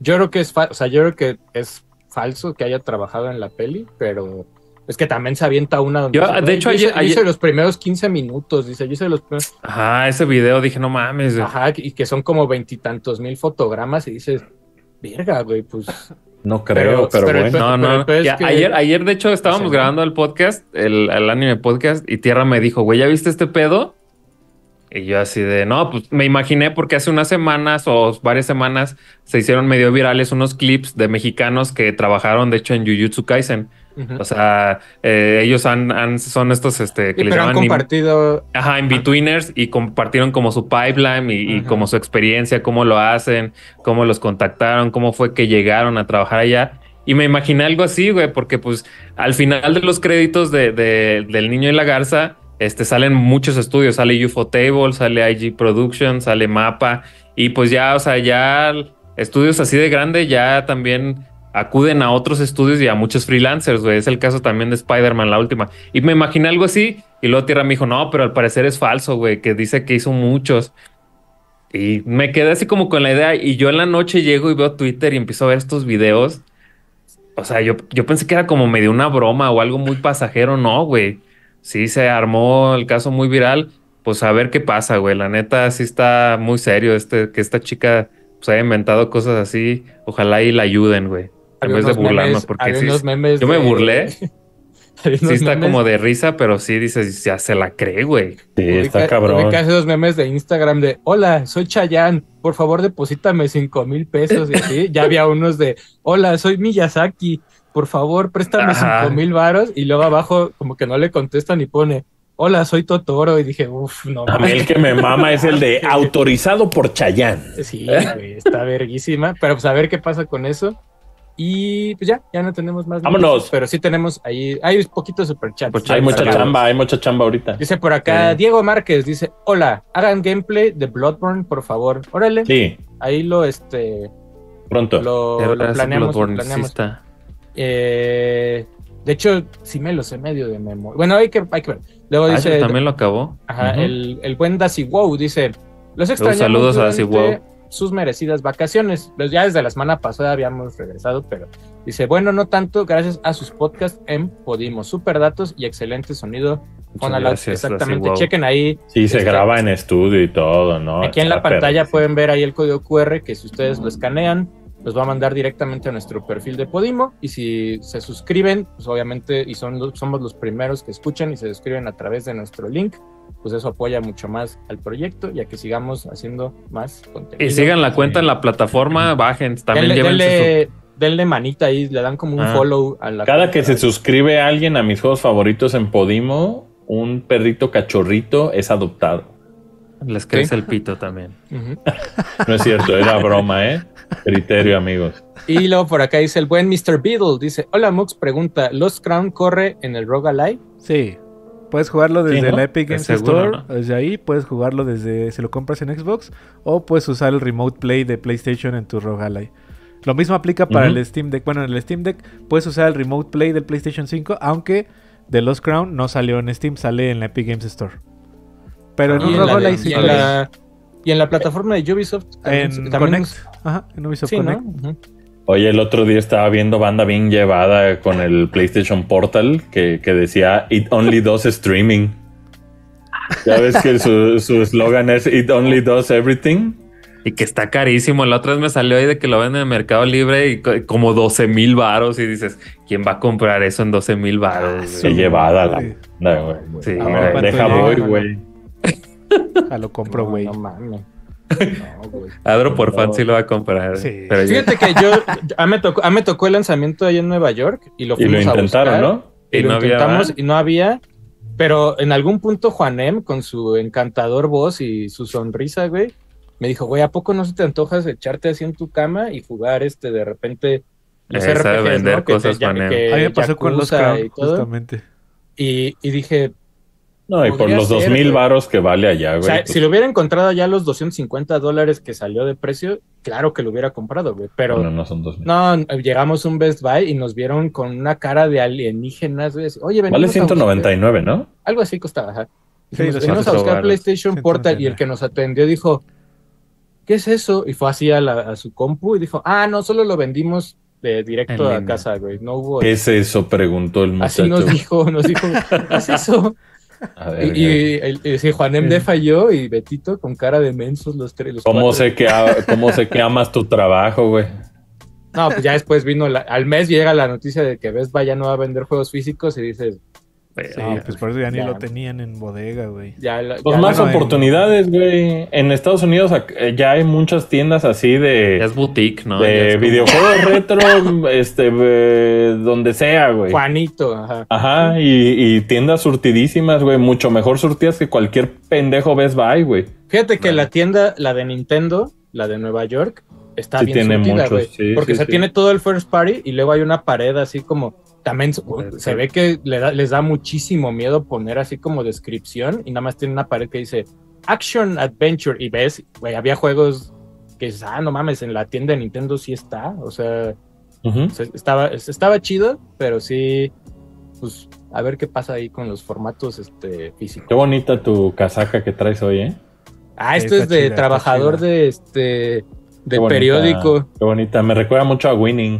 [SPEAKER 1] Yo creo que es, fa- o sea, yo creo que es falso que haya trabajado en la peli, pero es que también se avienta una. donde
[SPEAKER 5] Yo,
[SPEAKER 1] dice,
[SPEAKER 5] de
[SPEAKER 1] "Güey,
[SPEAKER 5] hecho,
[SPEAKER 1] yo hice-
[SPEAKER 5] ayer-
[SPEAKER 1] yo hice
[SPEAKER 5] ayer-
[SPEAKER 1] los primeros 15 minutos, dice, yo hice los primeros.
[SPEAKER 5] Ajá, ese video dije, no mames. güey.
[SPEAKER 1] Ajá, y que son como veintitantos mil fotogramas y dices, verga, güey, pues.
[SPEAKER 2] No creo, pero,
[SPEAKER 1] Pero- pero-
[SPEAKER 2] bueno.
[SPEAKER 5] No,
[SPEAKER 1] Pero
[SPEAKER 5] no,
[SPEAKER 1] el peor es
[SPEAKER 5] ya
[SPEAKER 1] que- Pues
[SPEAKER 5] ayer, ayer de hecho estábamos
[SPEAKER 1] Sí.
[SPEAKER 5] grabando el podcast, el, el anime podcast, y Tierra me dijo, güey, ¿ya viste este pedo? Y yo así de, no, pues me imaginé porque hace unas semanas o varias semanas se hicieron medio virales unos clips de mexicanos que trabajaron, de hecho, en Jujutsu Kaisen.
[SPEAKER 1] ujú".
[SPEAKER 5] O sea, eh, ellos han, han- son estos, este, que
[SPEAKER 1] Sí,
[SPEAKER 5] les
[SPEAKER 1] pero han
[SPEAKER 5] llaman in-
[SPEAKER 1] compartido.
[SPEAKER 5] Ajá, en betweeners y compartieron como su pipeline y, y
[SPEAKER 1] Ajá.
[SPEAKER 5] como su experiencia, cómo lo hacen, cómo los contactaron, cómo fue que llegaron a trabajar allá. Y me imaginé algo así, güey, porque pues al final de los créditos de, de- del niño y la garza, este, salen muchos estudios, sale UFO Table, sale IG Production, sale Mapa, y pues ya, o sea, ya estudios así de grande ya también acuden a otros estudios y a muchos freelancers, güey. Es el caso también de Spider-Man, la última. Y me imaginé algo así, y luego Tierra me dijo, no, pero al parecer es falso, güey, que dice que hizo muchos. Y me quedé así como con la idea, y yo en la noche llego y veo Twitter y empiezo a ver estos videos. O sea, yo, yo pensé que era como medio una broma o algo muy pasajero, no, güey. Sí, se armó el caso muy viral. Pues a ver qué pasa, güey. La neta sí está muy serio este, que esta chica pues, haya inventado cosas así. Ojalá y la ayuden, güey. En
[SPEAKER 1] había
[SPEAKER 5] vez de
[SPEAKER 1] unos
[SPEAKER 5] burlarnos,
[SPEAKER 1] memes-
[SPEAKER 5] porque
[SPEAKER 1] había
[SPEAKER 5] sí,
[SPEAKER 1] unos memes
[SPEAKER 5] yo me
[SPEAKER 1] de-
[SPEAKER 5] burlé.
[SPEAKER 1] había
[SPEAKER 5] Sí
[SPEAKER 1] unos
[SPEAKER 5] está
[SPEAKER 1] memes
[SPEAKER 5] como de risa, pero sí dices, ya se la cree, güey.
[SPEAKER 2] Sí, está
[SPEAKER 1] Ubica-
[SPEAKER 2] cabrón.
[SPEAKER 1] ubica esos memes de Instagram de hola, soy Chayanne, por favor deposítame cinco mil pesos y
[SPEAKER 2] <laughs>
[SPEAKER 1] así. Ya había unos de hola, soy Miyazaki, por favor préstame
[SPEAKER 5] Ajá.
[SPEAKER 1] cinco mil varos. Y luego abajo como que no le contestan y pone hola, soy Totoro. Y dije, uff, no
[SPEAKER 2] A mí el
[SPEAKER 1] mames.
[SPEAKER 2] que me mama es
[SPEAKER 1] <laughs>
[SPEAKER 2] el de autorizado por Chayán.
[SPEAKER 1] Sí, güey, está verguísima. Pero pues a ver qué pasa con eso. Y pues ya, ya no tenemos más. noticias,
[SPEAKER 2] Vámonos. Pues,
[SPEAKER 1] Pero sí tenemos ahí, hay poquitos superchats.
[SPEAKER 5] Superchats.
[SPEAKER 2] Hay mucha
[SPEAKER 5] Saludos.
[SPEAKER 2] chamba, hay mucha chamba ahorita.
[SPEAKER 1] Dice por acá
[SPEAKER 5] Sí.
[SPEAKER 1] Diego Márquez, dice, hola, hagan gameplay de Bloodborne, por favor. Órale,
[SPEAKER 2] Sí,
[SPEAKER 1] ahí lo este
[SPEAKER 2] pronto.
[SPEAKER 1] lo,
[SPEAKER 5] De
[SPEAKER 1] lo
[SPEAKER 5] verdad, sí,
[SPEAKER 1] planeamos. lo
[SPEAKER 5] Bloodborne, sí
[SPEAKER 1] planeamos.
[SPEAKER 5] está.
[SPEAKER 1] Eh, de hecho, sí me lo sé medio de memoria. Bueno, hay que, hay que ver. Luego
[SPEAKER 5] Ah,
[SPEAKER 1] dice.
[SPEAKER 5] también lo acabó.
[SPEAKER 1] Ajá,
[SPEAKER 2] Ujú.
[SPEAKER 1] el, el buen Daci Wow dice: Los extrañamos.
[SPEAKER 5] saludos a
[SPEAKER 1] durante
[SPEAKER 5] Daci Wow.
[SPEAKER 1] Sus merecidas vacaciones. Pues ya desde la semana pasada habíamos regresado, pero dice: Bueno, no tanto, gracias a sus podcasts en Podimos. Super datos y excelente sonido. Fonaloud".
[SPEAKER 5] gracias, Daci
[SPEAKER 1] Exactamente.
[SPEAKER 5] Wow.
[SPEAKER 1] Chequen ahí.
[SPEAKER 2] Sí, se
[SPEAKER 1] Este-
[SPEAKER 2] graba en estudio y todo,
[SPEAKER 5] Ah,
[SPEAKER 2] ¿no?
[SPEAKER 1] Aquí en la
[SPEAKER 2] Está
[SPEAKER 1] pantalla
[SPEAKER 2] perro.
[SPEAKER 1] pueden ver ahí el código QR que si ustedes lo escanean, los va a mandar directamente a nuestro perfil de Podimo. Y si se suscriben, pues obviamente, y son los- somos los primeros que escuchan y se suscriben a través de nuestro link, pues eso apoya mucho más al proyecto y a que sigamos haciendo más contenido.
[SPEAKER 5] Y sigan la cuenta en la plataforma, bajen, también
[SPEAKER 1] denle,
[SPEAKER 5] llévense su-
[SPEAKER 1] denle, denle manita ahí, le dan como un
[SPEAKER 5] Ah.
[SPEAKER 1] follow a la
[SPEAKER 2] Cada
[SPEAKER 1] cuenta.
[SPEAKER 2] que se suscribe alguien a mis juegos favoritos en Podimo, un perrito cachorrito es adoptado.
[SPEAKER 5] Les crece el pito también.
[SPEAKER 1] Ujú.
[SPEAKER 2] No es cierto, era broma, ¿eh? Criterio, amigos.
[SPEAKER 1] Y luego por acá dice el buen Mr. Beetle, dice, hola Mux, pregunta, ¿Los Crown corre en el Roguelike?
[SPEAKER 4] Sí. Puedes jugarlo desde
[SPEAKER 2] ¿no?
[SPEAKER 4] la Epic Games
[SPEAKER 5] Es seguro,
[SPEAKER 4] Store, desde ahí. Puedes jugarlo desde si lo compras en Xbox o puedes usar el Remote Play de PlayStation en tu Rogalai. Lo mismo aplica para
[SPEAKER 2] Ujú.
[SPEAKER 4] el Steam Deck. Bueno, en el Steam Deck puedes usar el Remote Play del PlayStation 5, aunque The Lost Crown no salió en Steam, sale en la Epic Games Store. Pero en
[SPEAKER 5] Ah,
[SPEAKER 1] y,
[SPEAKER 4] un
[SPEAKER 1] en la,
[SPEAKER 5] Roguelike
[SPEAKER 4] Rogalai
[SPEAKER 1] de-
[SPEAKER 4] sí.
[SPEAKER 1] y en
[SPEAKER 4] puedes.
[SPEAKER 1] la- y en la plataforma de Ubisoft también,
[SPEAKER 4] en
[SPEAKER 1] también-
[SPEAKER 4] Connect. Ajá, en Ubisoft
[SPEAKER 1] Sí, ¿no?
[SPEAKER 4] Connect.
[SPEAKER 1] Ujú.
[SPEAKER 2] Oye, el otro día estaba viendo banda bien llevada con el PlayStation Portal que, que decía It Only Does Streaming. Ya ves que su su eslogan es It Only Does Everything.
[SPEAKER 5] Y que está carísimo. La otra vez me salió ahí de que lo venden en Mercado Libre y co- como 12 mil varos. Y dices, ¿quién va a comprar eso en 12 mil
[SPEAKER 1] Ah,
[SPEAKER 5] varos?
[SPEAKER 2] Qué
[SPEAKER 5] güey?
[SPEAKER 4] sí.
[SPEAKER 2] llevada la
[SPEAKER 4] Sí.
[SPEAKER 2] banda, güey.
[SPEAKER 5] Sí,
[SPEAKER 2] A
[SPEAKER 5] güey.
[SPEAKER 2] ver, Deja
[SPEAKER 4] ¿Cuánto
[SPEAKER 2] voy,
[SPEAKER 4] llega?
[SPEAKER 2] güey.
[SPEAKER 4] Ah, lo compro,
[SPEAKER 1] No,
[SPEAKER 4] güey.
[SPEAKER 1] No, mames. No, güey.
[SPEAKER 5] Adro por fan sí lo va a comprar.
[SPEAKER 4] Sí.
[SPEAKER 5] Pero yo-
[SPEAKER 1] Fíjate que yo, a mí, me tocó, a mí me tocó el lanzamiento ahí en Nueva York y lo
[SPEAKER 2] Y lo
[SPEAKER 1] fuimos a
[SPEAKER 2] intentaron,
[SPEAKER 1] buscar,
[SPEAKER 2] ¿no?
[SPEAKER 1] Y
[SPEAKER 5] Y
[SPEAKER 1] lo
[SPEAKER 5] no había,
[SPEAKER 1] intentamos
[SPEAKER 5] ¿verdad?
[SPEAKER 1] y no había, pero en algún punto Juanem con su encantador voz y su sonrisa, güey, me dijo, güey, ¿a poco no se te antojas echarte así en tu cama y jugar este de repente los
[SPEAKER 5] Eh, sabe
[SPEAKER 1] RPGs, ¿no?
[SPEAKER 5] vender
[SPEAKER 1] Que te-
[SPEAKER 5] cosas,
[SPEAKER 1] ya-
[SPEAKER 5] Juanem.
[SPEAKER 1] que
[SPEAKER 4] A mí me pasó con Lost
[SPEAKER 1] Eh, Yakuza
[SPEAKER 4] Crown,
[SPEAKER 1] y todo.
[SPEAKER 4] justamente.
[SPEAKER 1] Y, y dije,
[SPEAKER 2] No, y por
[SPEAKER 1] Podría
[SPEAKER 2] los
[SPEAKER 1] ser,
[SPEAKER 2] 2000
[SPEAKER 1] güey.
[SPEAKER 2] varos que vale allá,
[SPEAKER 5] Ah,
[SPEAKER 2] güey.
[SPEAKER 1] O sea,
[SPEAKER 2] pues,
[SPEAKER 1] si lo hubiera encontrado ya los 250 dólares que salió de precio, claro que lo hubiera comprado, güey. Pero
[SPEAKER 2] bueno, no son 2000.
[SPEAKER 1] no, eh, llegamos a un Best Buy y nos vieron con una cara de alienígenas, güey. así, Oye, venimos
[SPEAKER 2] vale
[SPEAKER 1] a
[SPEAKER 2] 199, ¿no?
[SPEAKER 1] buscar-". Algo así costaba, ajá.
[SPEAKER 4] Sí,
[SPEAKER 1] Dijimos,
[SPEAKER 4] los
[SPEAKER 1] venimos a
[SPEAKER 5] otros
[SPEAKER 1] buscar
[SPEAKER 5] varos.
[SPEAKER 1] PlayStation Portal y el
[SPEAKER 4] 199.
[SPEAKER 1] que nos atendió dijo, ¿qué es eso? Y fue así a, la- a su compu y dijo, ah, no, solo lo vendimos de
[SPEAKER 5] En
[SPEAKER 1] directo a
[SPEAKER 5] línea.
[SPEAKER 1] casa, güey. No hubo...
[SPEAKER 2] ¿Qué es eso? Preguntó el muchacho.
[SPEAKER 1] Así nos dijo, nos dijo, ¿qué es
[SPEAKER 2] <laughs>
[SPEAKER 1] eso?
[SPEAKER 2] A
[SPEAKER 1] Y,
[SPEAKER 2] ver,
[SPEAKER 1] y, el- y sí, Juan M.
[SPEAKER 4] Sí.
[SPEAKER 1] D falló y Betito con cara de mensos los tres. Los
[SPEAKER 2] ¿cómo,
[SPEAKER 1] cuatro.
[SPEAKER 2] sé que, a- ¿Cómo sé que amas tu trabajo, güey?
[SPEAKER 1] No, pues ya después vino, la- al mes llega la noticia de que Best Buy ya no va a vender juegos físicos y dices,
[SPEAKER 4] Sí,
[SPEAKER 5] Pero-
[SPEAKER 4] pues por eso ya ni
[SPEAKER 1] Ah, ya.
[SPEAKER 4] lo tenían en bodega, güey.
[SPEAKER 1] ya... la-
[SPEAKER 2] Pues
[SPEAKER 1] ya
[SPEAKER 2] más
[SPEAKER 1] la-
[SPEAKER 4] bueno,
[SPEAKER 2] oportunidades, güey. En Estados Unidos ac- eh, ya hay muchas tiendas así
[SPEAKER 5] Ya
[SPEAKER 2] de,
[SPEAKER 5] es boutique, ¿no? Ya
[SPEAKER 2] de
[SPEAKER 5] es como-
[SPEAKER 2] videojuegos retro, este, eh, donde sea, güey.
[SPEAKER 1] Juanito, ajá.
[SPEAKER 2] Ajá, y, y tiendas surtidísimas, güey. Mucho mejor surtidas que cualquier pendejo Best Buy, güey.
[SPEAKER 1] Fíjate que
[SPEAKER 5] Bueno.
[SPEAKER 1] la tienda, la de Nintendo, la de Nueva York, está
[SPEAKER 2] Sí
[SPEAKER 1] bien
[SPEAKER 2] tiene
[SPEAKER 1] surtida,
[SPEAKER 2] muchos,
[SPEAKER 1] güey.
[SPEAKER 2] sí,
[SPEAKER 1] porque
[SPEAKER 2] sí,
[SPEAKER 1] se
[SPEAKER 2] sí.
[SPEAKER 1] tiene todo el first party y luego hay una pared así como también se-
[SPEAKER 5] Puede
[SPEAKER 1] se
[SPEAKER 5] ser.
[SPEAKER 1] ve que le da- les da muchísimo miedo poner así como descripción y nada más tiene una pared que dice Action Adventure y ves, güey, había juegos que dices, ah, no mames, en la tienda de Nintendo sí está, o sea,
[SPEAKER 2] Ujú.
[SPEAKER 1] se- estaba, estaba chido, pero sí, pues a ver qué pasa ahí con los formatos este, físicos.
[SPEAKER 2] Qué bonita tu casaca que traes hoy, ¿eh?
[SPEAKER 1] Ah,
[SPEAKER 4] Sí,
[SPEAKER 1] esto
[SPEAKER 4] está
[SPEAKER 1] es de
[SPEAKER 4] chida, está
[SPEAKER 1] trabajador
[SPEAKER 4] chida.
[SPEAKER 1] de este
[SPEAKER 2] Qué
[SPEAKER 1] de
[SPEAKER 2] bonita,
[SPEAKER 1] periódico.
[SPEAKER 2] Qué bonita. Me recuerda mucho a Winning.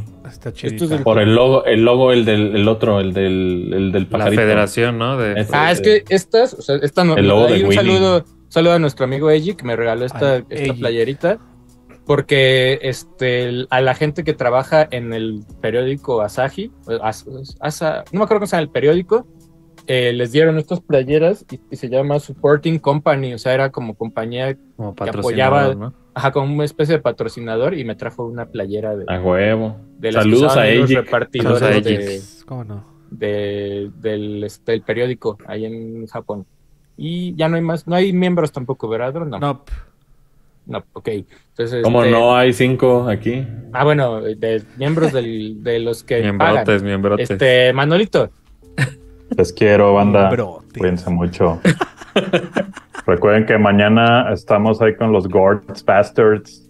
[SPEAKER 1] Esto
[SPEAKER 4] Está chido.
[SPEAKER 1] es del-
[SPEAKER 2] Por el logo, el logo, el del el otro, el del, el del
[SPEAKER 5] La
[SPEAKER 2] pajarito.
[SPEAKER 5] federación, ¿no? De-
[SPEAKER 2] Es-
[SPEAKER 1] Ah, es que estas, o sea, esta no,
[SPEAKER 2] El logo
[SPEAKER 1] ahí
[SPEAKER 2] de
[SPEAKER 1] un
[SPEAKER 2] Winnie.
[SPEAKER 1] saludo, un saludo a nuestro amigo Eji que me regaló esta,
[SPEAKER 4] Al
[SPEAKER 1] esta
[SPEAKER 4] Eji.
[SPEAKER 1] playerita. Porque este el- a la gente que trabaja en el periódico Asahi, o As- Asa- no me acuerdo cómo se llama el periódico, eh, les dieron estas playeras y, y se llama Supporting Company, o sea, era como compañía,
[SPEAKER 5] como
[SPEAKER 1] que
[SPEAKER 5] patrocinador,
[SPEAKER 1] apoyaba-
[SPEAKER 5] ¿no?
[SPEAKER 1] ajá, como una especie de patrocinador y me trajo una playera de,
[SPEAKER 2] A huevo.
[SPEAKER 1] de las que
[SPEAKER 2] Ah, Saludos
[SPEAKER 1] usaban
[SPEAKER 2] a
[SPEAKER 1] los
[SPEAKER 2] ella.
[SPEAKER 1] repartidores
[SPEAKER 5] Saludos a
[SPEAKER 1] de-
[SPEAKER 5] Eji.
[SPEAKER 4] Pues, ¿Cómo no?
[SPEAKER 1] de- del, este, el periódico ahí en Japón. Y ya no hay más, no hay miembros tampoco, ¿verdad? Adro? No, no,
[SPEAKER 4] No, p-
[SPEAKER 1] ok. Entonces,
[SPEAKER 2] Como
[SPEAKER 1] este,
[SPEAKER 2] no hay cinco aquí.
[SPEAKER 1] Ah, bueno, de miembros del- de los que pagan.
[SPEAKER 5] <laughs> Miembrotes, miembrotes.
[SPEAKER 1] Este, Manolito,
[SPEAKER 3] Les quiero, banda.
[SPEAKER 4] brote.
[SPEAKER 3] Cuídense mucho. <laughs> Recuerden que mañana estamos ahí con los Gords Bastards.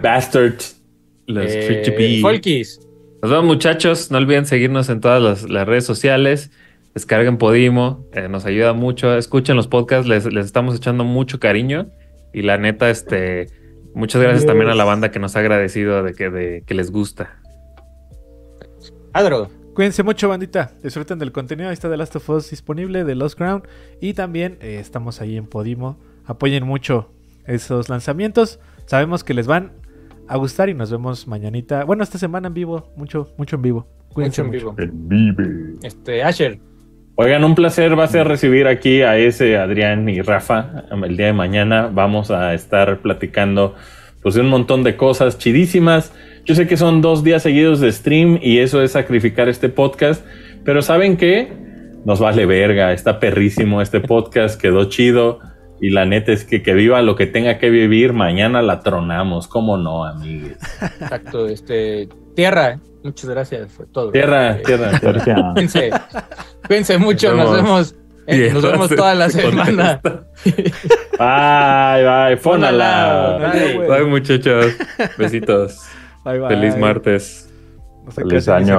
[SPEAKER 2] Bastards.
[SPEAKER 5] Los
[SPEAKER 1] eh,
[SPEAKER 5] Tricky Bee.
[SPEAKER 1] Folkis,
[SPEAKER 5] Nos vemos, muchachos. No olviden seguirnos en todas las, las redes sociales. descarguen Podimo, eh, nos ayuda mucho, escuchen los podcasts, les, les estamos echando mucho cariño y la neta, este, muchas gracias también a la banda que nos ha agradecido de que, de, que les gusta.
[SPEAKER 1] Adro.
[SPEAKER 4] Cuídense mucho, bandita. Disfruten del contenido. Ahí está The Last of Us disponible, de Lost Ground. Y también eh, estamos ahí en Podimo. Apoyen mucho esos lanzamientos. Sabemos que les van a gustar y nos vemos mañanita. Bueno, esta semana en vivo. Mucho, mucho en vivo.
[SPEAKER 1] Mucho
[SPEAKER 4] Cuídense
[SPEAKER 1] en vivo.
[SPEAKER 3] El vive.
[SPEAKER 1] Este, Asher.
[SPEAKER 2] Oigan, un placer va a ser recibir aquí a ese Adrián y Rafa. El día de mañana vamos a estar platicando pues de un montón de cosas chidísimas. Yo sé que son dos días seguidos de stream y eso es sacrificar este podcast, pero ¿saben qué? Nos vale verga, está perrísimo este podcast, quedó chido y la neta es que que viva lo que tenga que vivir, mañana la tronamos, ¿cómo no, amigues?
[SPEAKER 1] Exacto. Este, tierra. Muchas gracias por todo.
[SPEAKER 2] Tierra,
[SPEAKER 1] Eh,
[SPEAKER 2] tierra, tierra.
[SPEAKER 3] <laughs> Gracias.
[SPEAKER 1] Cuídense. Cuídense mucho. Nos vemos. eh, nos vemos toda la semana.
[SPEAKER 2] Bye, bye, fónala.
[SPEAKER 1] Bye.
[SPEAKER 5] <laughs> Bye muchachos, besitos,
[SPEAKER 4] Bye, bye.
[SPEAKER 5] feliz martes.
[SPEAKER 4] No se
[SPEAKER 3] Feliz
[SPEAKER 4] casen y se
[SPEAKER 3] año.